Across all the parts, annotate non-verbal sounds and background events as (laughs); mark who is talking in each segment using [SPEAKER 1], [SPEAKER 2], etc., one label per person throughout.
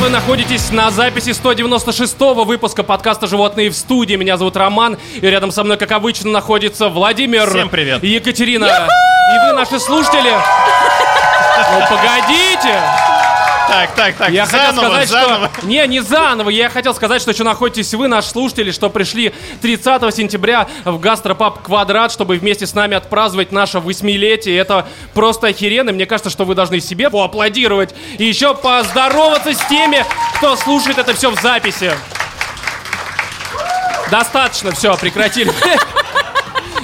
[SPEAKER 1] вы находитесь на записи 196-го выпуска подкаста «Животные в студии». Меня зовут Роман, и рядом со мной, как обычно, находится Владимир.
[SPEAKER 2] Всем привет.
[SPEAKER 1] И Екатерина. И вы, наши слушатели. Ну, погодите.
[SPEAKER 2] Так, так, так,
[SPEAKER 1] Я
[SPEAKER 2] заново,
[SPEAKER 1] хотел сказать,
[SPEAKER 2] заново.
[SPEAKER 1] что... Не, не заново. Я хотел сказать, что еще находитесь вы, наши слушатели, что пришли 30 сентября в гастропаб «Квадрат», чтобы вместе с нами отпраздновать наше восьмилетие. Это просто охеренно. Мне кажется, что вы должны себе поаплодировать и еще поздороваться с теми, кто слушает это все в записи. Достаточно, все, прекратили. (laughs)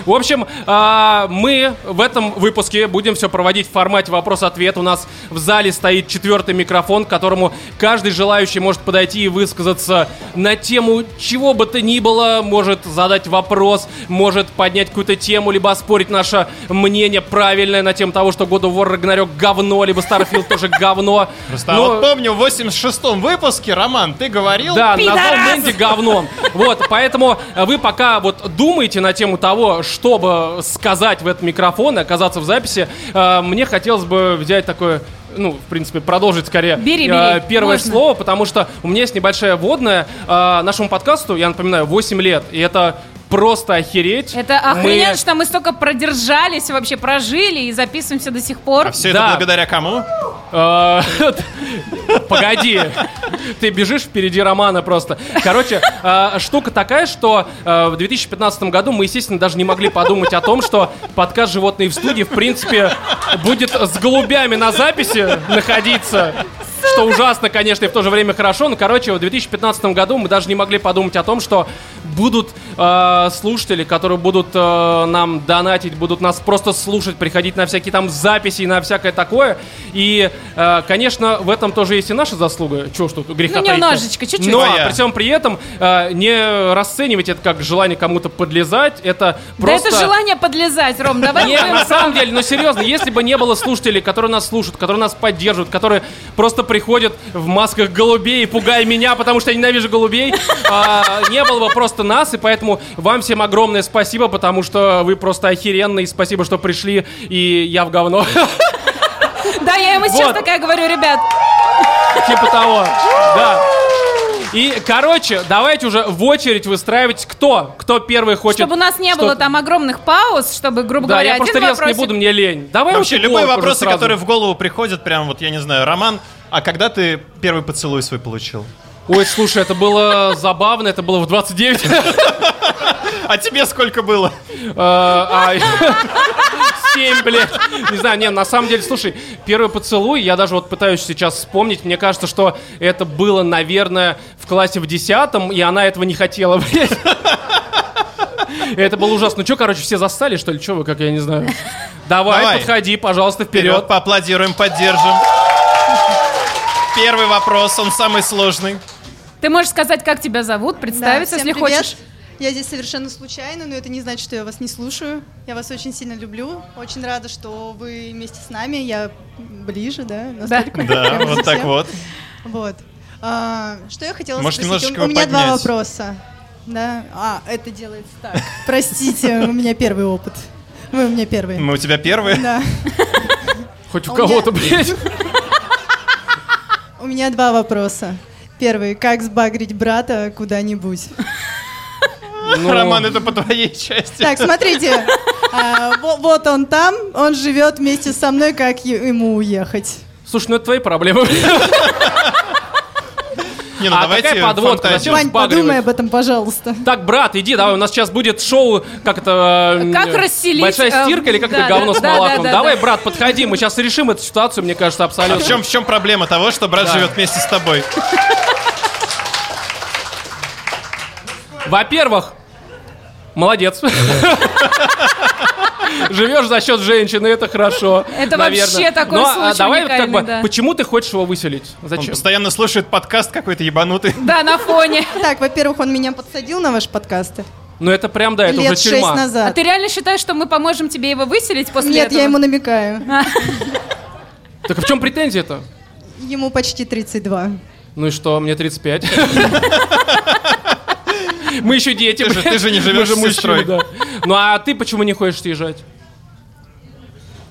[SPEAKER 1] В общем, а, мы в этом выпуске будем все проводить в формате вопрос-ответ. У нас в зале стоит четвертый микрофон, к которому каждый желающий может подойти и высказаться на тему чего бы то ни было, может задать вопрос, может поднять какую-то тему, либо оспорить наше мнение правильное на тему того, что God of War Ragnarok говно, либо Starfield тоже говно.
[SPEAKER 2] Просто а
[SPEAKER 1] Но-
[SPEAKER 2] вот помню, в 86-м выпуске, Роман, ты говорил...
[SPEAKER 1] да, назвал
[SPEAKER 3] Пидорас!
[SPEAKER 1] Мэнди говном. Вот, поэтому э, вы пока вот думаете на тему того, чтобы сказать в этот микрофон и оказаться в записи, э, мне хотелось бы взять такое ну, в принципе, продолжить скорее
[SPEAKER 3] Бери,
[SPEAKER 1] э,
[SPEAKER 3] бери.
[SPEAKER 1] первое
[SPEAKER 3] Можно.
[SPEAKER 1] слово, потому что у меня есть небольшая водная. Э, нашему подкасту, я напоминаю, 8 лет, и это просто охереть.
[SPEAKER 3] Это
[SPEAKER 1] Мы-
[SPEAKER 3] охрененно, что мы столько продержались, вообще прожили и записываемся до сих пор.
[SPEAKER 2] А все
[SPEAKER 1] Да.
[SPEAKER 2] это благодаря кому?
[SPEAKER 1] (laughs) Э, Погоди, ты бежишь впереди романа просто. Короче, э, штука такая, что э, в 2015 году мы, естественно, даже не могли подумать о том, что подкаст «Животные в студии», в принципе, будет с голубями на записи находиться. Что ужасно, конечно, и в то же время хорошо. Но, короче, в 2015 году мы даже не могли подумать о том, что будут э, слушатели, которые будут э, нам донатить, будут нас просто слушать, приходить на всякие там записи и на всякое такое. И, э, конечно, в этом тоже есть и наша заслуга. Чего ж тут греха
[SPEAKER 3] Ну,
[SPEAKER 1] таить-то?
[SPEAKER 3] немножечко, чуть-чуть.
[SPEAKER 1] Но
[SPEAKER 2] Моя.
[SPEAKER 1] при всем при этом э, не расценивать это как желание кому-то подлезать. Это просто...
[SPEAKER 3] Да это желание подлезать, Ром, давай
[SPEAKER 1] Не,
[SPEAKER 3] будем-
[SPEAKER 1] на самом деле, ну серьезно, если бы не было слушателей, которые нас слушают, которые нас поддерживают, которые просто приходят в масках голубей и пугая меня, потому что я ненавижу голубей, а, не было бы просто нас, и поэтому вам всем огромное спасибо, потому что вы просто охеренные, спасибо, что пришли, и я в говно, (laughs)
[SPEAKER 3] Да, я ему сейчас
[SPEAKER 1] Вот.
[SPEAKER 3] такая говорю, ребят,
[SPEAKER 1] типа того, да. И, короче, давайте уже в очередь выстраивать, кто, кто первый хочет.
[SPEAKER 3] чтобы у нас не было
[SPEAKER 1] что-то.
[SPEAKER 3] там огромных пауз, чтобы, грубо
[SPEAKER 1] Да,
[SPEAKER 3] говоря,
[SPEAKER 1] я
[SPEAKER 3] один
[SPEAKER 1] просто резать не
[SPEAKER 3] вопросик-
[SPEAKER 1] буду, мне лень. Давай
[SPEAKER 2] Вообще,
[SPEAKER 1] лучше
[SPEAKER 2] любые
[SPEAKER 1] блок уже
[SPEAKER 2] вопросы,
[SPEAKER 1] сразу.
[SPEAKER 2] которые в голову приходят, прям вот, я не знаю, Роман, а когда ты первый поцелуй свой получил?
[SPEAKER 1] Ой, слушай, это было Э, забавно, это было в 29.
[SPEAKER 2] А тебе сколько было?
[SPEAKER 1] Э, (laughs) а, 7, блядь. Не знаю, не, на самом деле, слушай, первый поцелуй, я даже вот пытаюсь сейчас вспомнить, мне кажется, что это было, наверное, в классе в 10 и она этого не хотела, блядь. Это было ужасно. Ну что, короче, все застали, что ли? Че вы, как я не знаю? Давай,
[SPEAKER 2] Давай.
[SPEAKER 1] подходи, пожалуйста, вперед.
[SPEAKER 2] Вперед, поаплодируем, поддержим. Первый вопрос, он самый сложный.
[SPEAKER 3] Ты можешь сказать, как тебя зовут, представиться,
[SPEAKER 4] Да, всем
[SPEAKER 3] если
[SPEAKER 4] привет.
[SPEAKER 3] хочешь.
[SPEAKER 4] Я здесь совершенно случайно, но это не значит, что я вас не слушаю. Я вас очень сильно люблю. Очень рада, что вы вместе с нами. Я ближе, да? настолько.
[SPEAKER 2] Да,
[SPEAKER 4] Прям
[SPEAKER 2] вот так
[SPEAKER 4] совсем.
[SPEAKER 2] вот.
[SPEAKER 4] Вот. А, что я хотела
[SPEAKER 2] Может,
[SPEAKER 4] спросить?
[SPEAKER 2] немножечко
[SPEAKER 4] У, у меня два
[SPEAKER 2] поднять.
[SPEAKER 4] вопроса. Да? А, это делается так. (laughs) Простите, у меня первый опыт. Вы у меня первые.
[SPEAKER 2] Мы у тебя первые.
[SPEAKER 4] Да.
[SPEAKER 1] Хоть у
[SPEAKER 4] А у меня-
[SPEAKER 1] кого-то, блядь.
[SPEAKER 4] У меня два вопроса. Первый. Как сбагрить брата куда-нибудь?
[SPEAKER 1] Ну.
[SPEAKER 2] Роман, это по твоей части.
[SPEAKER 4] Так, смотрите. А, во- Вот он там, он живет вместе со мной, как е- ему уехать?
[SPEAKER 1] Слушай, ну это твои проблемы.
[SPEAKER 2] Не, ну
[SPEAKER 1] А
[SPEAKER 2] давайте
[SPEAKER 1] какая подводка?
[SPEAKER 2] фантазию.
[SPEAKER 1] Зачем?
[SPEAKER 4] Вань,
[SPEAKER 1] сбагривать?
[SPEAKER 4] подумай об этом, пожалуйста.
[SPEAKER 1] Так, брат, иди, давай, у нас сейчас будет шоу, как это... э,
[SPEAKER 3] Как
[SPEAKER 1] м,
[SPEAKER 3] расселить,
[SPEAKER 1] Большая
[SPEAKER 3] э,
[SPEAKER 1] стирка или как
[SPEAKER 3] да,
[SPEAKER 1] это говно
[SPEAKER 3] да,
[SPEAKER 1] с
[SPEAKER 3] да,
[SPEAKER 1] молоком?
[SPEAKER 3] да, да,
[SPEAKER 1] давай,
[SPEAKER 3] да.
[SPEAKER 1] брат, подходи, мы сейчас решим эту ситуацию, мне кажется,
[SPEAKER 2] А
[SPEAKER 1] абсолютно.
[SPEAKER 2] в чем, в чем проблема того, что брат
[SPEAKER 1] Да.
[SPEAKER 2] живет вместе с тобой?
[SPEAKER 1] Во-первых, молодец. Живешь за счет женщины, это хорошо.
[SPEAKER 3] Это
[SPEAKER 1] наверное.
[SPEAKER 3] вообще такой
[SPEAKER 1] Но, а,
[SPEAKER 3] случай
[SPEAKER 1] давай вот как
[SPEAKER 3] уникальный,
[SPEAKER 1] бы,
[SPEAKER 3] да.
[SPEAKER 1] почему ты хочешь его выселить?
[SPEAKER 2] Он
[SPEAKER 1] Зачем?
[SPEAKER 2] постоянно слушает подкаст какой-то ебанутый.
[SPEAKER 3] Да, на фоне.
[SPEAKER 4] Так, во-первых, он меня подсадил на ваши подкасты
[SPEAKER 1] Ну это прям, да, это
[SPEAKER 4] лет
[SPEAKER 1] уже
[SPEAKER 4] шесть
[SPEAKER 1] тюрьма.
[SPEAKER 3] А
[SPEAKER 4] назад.
[SPEAKER 3] ты реально считаешь, что мы поможем тебе его выселить после
[SPEAKER 4] Нет,
[SPEAKER 3] этого?
[SPEAKER 4] я ему намекаю.
[SPEAKER 1] Так а в чем претензия-то?
[SPEAKER 4] Ему почти 32.
[SPEAKER 1] Ну и что, мне
[SPEAKER 2] (laughs)
[SPEAKER 1] 35. Мы еще дети.
[SPEAKER 2] Ты же-
[SPEAKER 1] блядь.
[SPEAKER 2] ты же не
[SPEAKER 1] Мы
[SPEAKER 2] живешь с
[SPEAKER 1] мужчины,
[SPEAKER 2] сестрой.
[SPEAKER 1] да. Ну а ты почему не хочешь съезжать?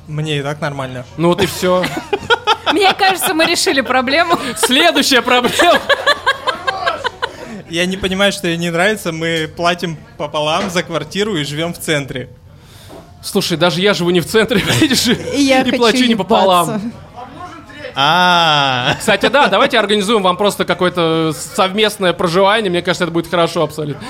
[SPEAKER 5] Мне и так нормально.
[SPEAKER 1] Ну вот и все.
[SPEAKER 3] Мне кажется, мы решили проблему.
[SPEAKER 1] Следующая проблема.
[SPEAKER 5] (laughs) Я не понимаю, что ей не нравится. Мы платим пополам за квартиру и живем в центре.
[SPEAKER 1] Слушай, даже я живу не в центре, (laughs) видишь,
[SPEAKER 4] И я
[SPEAKER 1] и
[SPEAKER 4] хочу
[SPEAKER 1] плачу не пополам.
[SPEAKER 4] ебаться.
[SPEAKER 2] А,
[SPEAKER 1] Кстати, да, давайте организуем вам просто какое-то совместное проживание. Мне кажется, это будет хорошо абсолютно.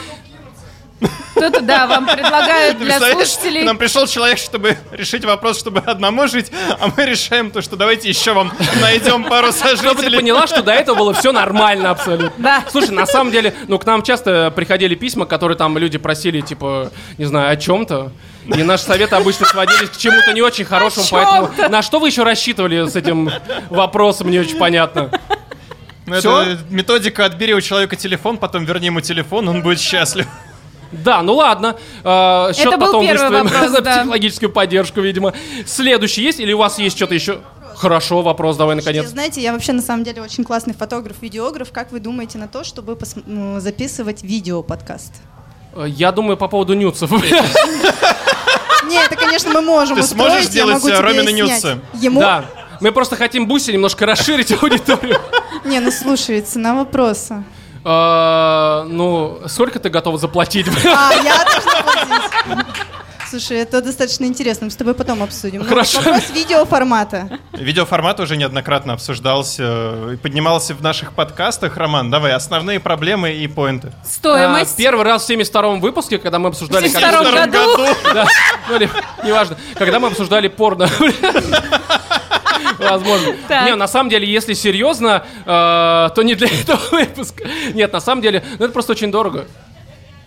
[SPEAKER 3] Тут, да, вам предлагают для
[SPEAKER 2] представляешь, к
[SPEAKER 3] слушателей...
[SPEAKER 2] нам пришел человек, чтобы решить вопрос, чтобы одному жить, а мы решаем то, что давайте еще вам найдем пару
[SPEAKER 1] (laughs) Чтобы ты
[SPEAKER 2] сожителей.
[SPEAKER 1] поняла, что Ну, до этого было все нормально абсолютно.
[SPEAKER 3] Да.
[SPEAKER 1] Слушай, на самом деле, ну, к нам часто приходили письма, которые там люди просили, типа, не знаю, о чем-то. И наши советы обычно сводились к чему-то не очень хорошему,
[SPEAKER 3] О чём-то.
[SPEAKER 1] поэтому на что вы еще рассчитывали с этим вопросом,
[SPEAKER 2] (laughs)
[SPEAKER 1] не очень понятно.
[SPEAKER 2] Ну, это методика «отбери у человека телефон, потом верни ему телефон, он будет счастлив».
[SPEAKER 1] Да, ну ладно. Э, счет
[SPEAKER 3] Это был
[SPEAKER 1] потом
[SPEAKER 3] первый
[SPEAKER 1] выставим (laughs)
[SPEAKER 3] вопрос,
[SPEAKER 1] за
[SPEAKER 3] да.
[SPEAKER 1] психологическую поддержку, видимо. Следующий есть или у вас есть что-то еще? Хорошо, вопрос давай
[SPEAKER 4] Слушайте,
[SPEAKER 1] наконец.
[SPEAKER 4] Знаете, я вообще на самом деле очень классный фотограф, видеограф. Как вы думаете на то, чтобы пос- м, записывать видео подкаст?
[SPEAKER 1] Э, Я думаю по поводу нюцев. (laughs)
[SPEAKER 4] Не, это, конечно, мы можем
[SPEAKER 2] Ты
[SPEAKER 4] устроить,
[SPEAKER 2] сможешь
[SPEAKER 4] я
[SPEAKER 2] сделать,
[SPEAKER 4] могу
[SPEAKER 2] э,
[SPEAKER 4] тебе
[SPEAKER 2] Ромина
[SPEAKER 4] и
[SPEAKER 2] Нюца?
[SPEAKER 4] снять. Ему?
[SPEAKER 1] Да. Мы просто хотим Бусе немножко расширить а
[SPEAKER 4] (laughs)
[SPEAKER 1] аудиторию.
[SPEAKER 4] Не, ну слушай, цена вопроса.
[SPEAKER 1] Э, Ну, сколько ты готова заплатить?
[SPEAKER 4] А, я должна платить. Слушай, это достаточно интересно, мы с тобой потом обсудим. Ну,
[SPEAKER 1] Хорошо.
[SPEAKER 4] Вопрос видеоформата.
[SPEAKER 2] Видеоформат уже неоднократно обсуждался э, и поднимался в наших подкастах. Роман, давай, основные проблемы и поинты.
[SPEAKER 1] Э,
[SPEAKER 3] Стоимость.
[SPEAKER 1] Первый раз в 72 выпуске, когда мы обсуждали...
[SPEAKER 3] В
[SPEAKER 1] как-
[SPEAKER 3] 72-м. втором году.
[SPEAKER 1] Да, ну или, неважно. Когда мы обсуждали порно. Возможно.
[SPEAKER 3] Так.
[SPEAKER 1] Не, на самом деле, если серьезно, э, то не для этого выпуска. Нет, на самом деле, ну это просто очень дорого.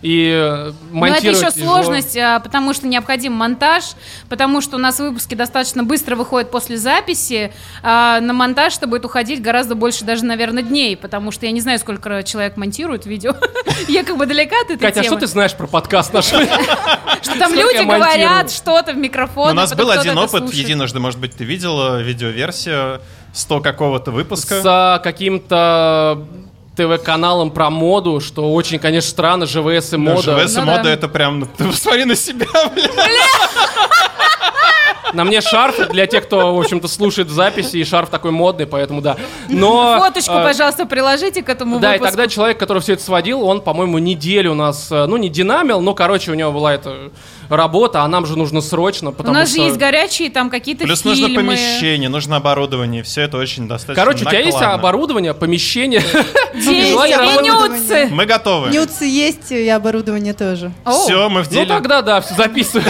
[SPEAKER 1] И э,
[SPEAKER 3] Но это
[SPEAKER 1] монтировать
[SPEAKER 3] еще
[SPEAKER 1] тяжело.
[SPEAKER 3] сложность, а, потому что необходим монтаж, потому что у нас выпуски достаточно быстро выходят после записи. а на монтаж это будет уходить гораздо больше даже, наверное, дней, потому что я не знаю, сколько человек монтирует видео. (laughs) Я как бы далека от этой
[SPEAKER 1] Катя, а что
[SPEAKER 3] темы.
[SPEAKER 1] ты знаешь про подкаст наш?
[SPEAKER 3] Что там
[SPEAKER 1] сколько я
[SPEAKER 3] люди
[SPEAKER 1] монтирую?
[SPEAKER 3] говорят что-то в микрофон.
[SPEAKER 2] у нас
[SPEAKER 3] а потом
[SPEAKER 2] был
[SPEAKER 3] кто-то
[SPEAKER 2] один
[SPEAKER 3] это
[SPEAKER 2] опыт,
[SPEAKER 3] слушает.
[SPEAKER 2] единожды, может быть, ты видела видеоверсию 100 какого-то выпуска.
[SPEAKER 1] С э, каким-то ТВ-каналом про моду, что очень, конечно, странно, ЖВС и
[SPEAKER 2] Ну,
[SPEAKER 1] мода.
[SPEAKER 2] ЖВС и
[SPEAKER 3] Ну
[SPEAKER 2] мода
[SPEAKER 3] да.
[SPEAKER 2] это прям... ну, Ты посмотри на себя, бля.
[SPEAKER 1] На мне шарф для тех, кто, в общем-то, слушает в записи, и шарф такой модный, поэтому да. Но...
[SPEAKER 3] Фоточку,
[SPEAKER 1] э,
[SPEAKER 3] пожалуйста, приложите к этому
[SPEAKER 1] Да, и
[SPEAKER 3] выпуску.
[SPEAKER 1] тогда человек, который все это сводил, он, по-моему, неделю у нас, э, ну, не динамил, но, короче, у него была эта работа, а нам же нужно срочно,
[SPEAKER 4] (laughs)
[SPEAKER 3] У
[SPEAKER 1] потому
[SPEAKER 3] нас
[SPEAKER 1] что...
[SPEAKER 3] же есть горячие там какие-то
[SPEAKER 2] Плюс нужно
[SPEAKER 3] фильмы.
[SPEAKER 2] помещение, нужно оборудование. Все это очень достаточно
[SPEAKER 1] Короче, у тебя есть
[SPEAKER 2] накладно.
[SPEAKER 1] оборудование,
[SPEAKER 3] (laughs)
[SPEAKER 1] помещение,
[SPEAKER 3] Деньги,
[SPEAKER 1] желание работать.
[SPEAKER 3] менюцы.
[SPEAKER 2] Мы готовы.
[SPEAKER 4] Нюцы есть и оборудование тоже.
[SPEAKER 3] О,
[SPEAKER 2] Все, мы в
[SPEAKER 1] Ну
[SPEAKER 2] деле.
[SPEAKER 1] тогда да, все
[SPEAKER 2] (laughs)
[SPEAKER 1] записываем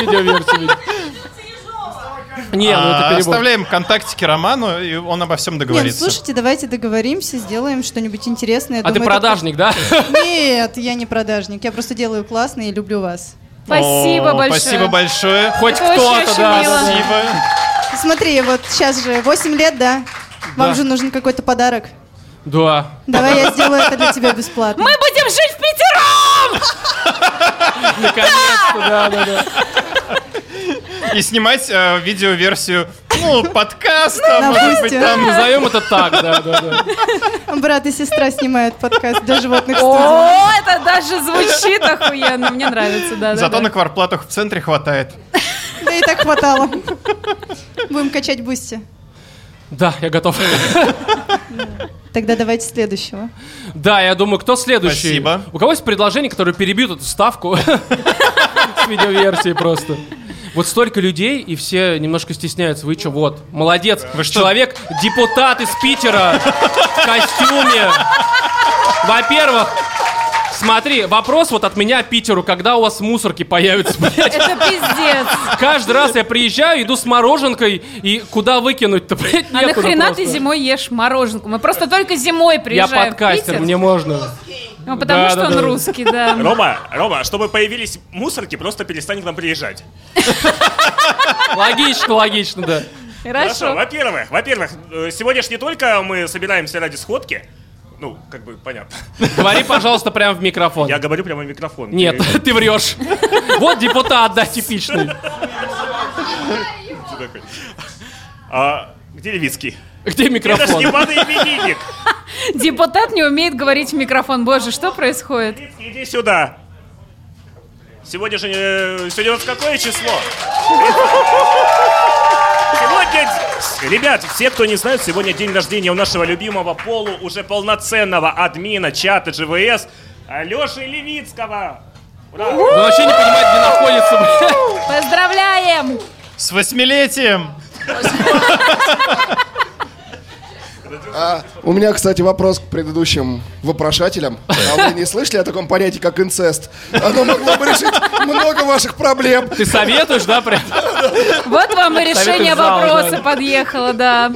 [SPEAKER 1] видеоверсию. видимо. Не, ну это
[SPEAKER 2] А,
[SPEAKER 1] перебор.
[SPEAKER 2] Оставляем контактики Роману, и он обо всем
[SPEAKER 4] Не, ну
[SPEAKER 2] договорится.
[SPEAKER 4] слушайте, давайте договоримся, сделаем что-нибудь интересное. Я
[SPEAKER 1] А ты
[SPEAKER 4] думаю, это
[SPEAKER 1] продажник, да?
[SPEAKER 4] как- Нет, я не продажник, я просто делаю классно и люблю вас.
[SPEAKER 3] (laughs) спасибо
[SPEAKER 2] О,
[SPEAKER 3] большое.
[SPEAKER 2] Спасибо большое.
[SPEAKER 1] Хоть
[SPEAKER 3] Это очень
[SPEAKER 1] кто-то,
[SPEAKER 3] очень мило.
[SPEAKER 1] да.
[SPEAKER 2] Спасибо.
[SPEAKER 4] Смотри, вот сейчас же 8 лет, да? Вам
[SPEAKER 1] Да.
[SPEAKER 4] же нужен какой-то подарок.
[SPEAKER 1] Да.
[SPEAKER 4] Давай
[SPEAKER 2] (laughs)
[SPEAKER 4] я сделаю это для тебя бесплатно.
[SPEAKER 3] Мы будем жить в Питере!
[SPEAKER 1] Наконец-то, да, да, да.
[SPEAKER 2] И снимать э, видеоверсию, ну, подкаста,
[SPEAKER 1] а,
[SPEAKER 4] На
[SPEAKER 2] может быть,
[SPEAKER 4] Бусти. (laughs)
[SPEAKER 2] там.
[SPEAKER 1] Назовем это так, да, да, да.
[SPEAKER 4] Брат и сестра снимают подкаст для животных в студии.
[SPEAKER 3] О, это даже
[SPEAKER 6] (laughs)
[SPEAKER 3] звучит охуенно, мне нравится, да. да,
[SPEAKER 2] Зато
[SPEAKER 3] да.
[SPEAKER 2] на кварплатах в центре хватает.
[SPEAKER 4] Да и так хватало. Будем качать бусти.
[SPEAKER 1] (laughs) Да, я готов.
[SPEAKER 4] Тогда давайте следующего.
[SPEAKER 1] Да, я думаю, кто следующий?
[SPEAKER 2] Спасибо.
[SPEAKER 1] У кого есть предложение, которое перебьют эту ставку (laughs) с видеоверсией просто? Вот столько людей, и все немножко стесняются. Вы что, вот, молодец.
[SPEAKER 2] Вы что?
[SPEAKER 1] Человек, депутат из Питера в костюме. Во-первых, смотри, вопрос вот от меня Питеру, когда у вас мусорки появятся, блядь?
[SPEAKER 3] Это (laughs) пиздец.
[SPEAKER 1] Каждый раз я приезжаю, иду с мороженкой, и куда выкинуть-то, блядь,
[SPEAKER 3] А
[SPEAKER 1] некуда
[SPEAKER 3] нахрена
[SPEAKER 1] просто.
[SPEAKER 3] ты зимой ешь мороженку? Мы просто только зимой
[SPEAKER 1] Я
[SPEAKER 3] приезжаем в
[SPEAKER 1] А подкастер,
[SPEAKER 3] Питер.
[SPEAKER 1] мне можно.
[SPEAKER 3] Ну, потому
[SPEAKER 1] Да,
[SPEAKER 3] что
[SPEAKER 1] да,
[SPEAKER 3] он
[SPEAKER 1] да. (laughs)
[SPEAKER 3] русский, да.
[SPEAKER 7] Рома, Рома, чтобы появились мусорки, просто перестань к нам приезжать.
[SPEAKER 1] (laughs) Логично, логично, да.
[SPEAKER 3] Хорошо.
[SPEAKER 7] Во-первых, во-первых, э, сегодня ж не только мы собираемся ради сходки, ну, как бы понятно.
[SPEAKER 1] Говори, пожалуйста, прямо в микрофон.
[SPEAKER 7] Я говорю прямо в микрофон.
[SPEAKER 1] Нет,
[SPEAKER 7] Ты-
[SPEAKER 1] ты врешь. Вот депутат, да, типичный.
[SPEAKER 7] ты такой. А, где Левицкий?
[SPEAKER 1] Где
[SPEAKER 7] Это ж не
[SPEAKER 1] микрофон?
[SPEAKER 7] падай именинник.
[SPEAKER 3] Депутат не умеет говорить в микрофон. Боже, что происходит?
[SPEAKER 7] Левицкий, иди сюда. э, Сегодня же... не- Сегодня у нас какое число? Сегодня Сегодня, д- ребят, все, кто не знает, сегодня день рождения у нашего любимого Полу, уже полноценного админа чата GVS, Алёши Левицкого. Ура!
[SPEAKER 1] Он вообще не понимает, где находится, блядь.
[SPEAKER 3] (laughs) Поздравляем! (laughs)
[SPEAKER 2] С восьмилетием!
[SPEAKER 8] А, у меня, кстати, вопрос к предыдущим вопрошателям. А вы не слышали о таком понятии, как инцест? Оно могло бы решить много ваших проблем.
[SPEAKER 1] Ты советуешь, да, прям?
[SPEAKER 3] Вот вам и
[SPEAKER 1] Советы
[SPEAKER 3] решение
[SPEAKER 1] зала,
[SPEAKER 3] вопроса
[SPEAKER 1] да.
[SPEAKER 3] подъехало, да.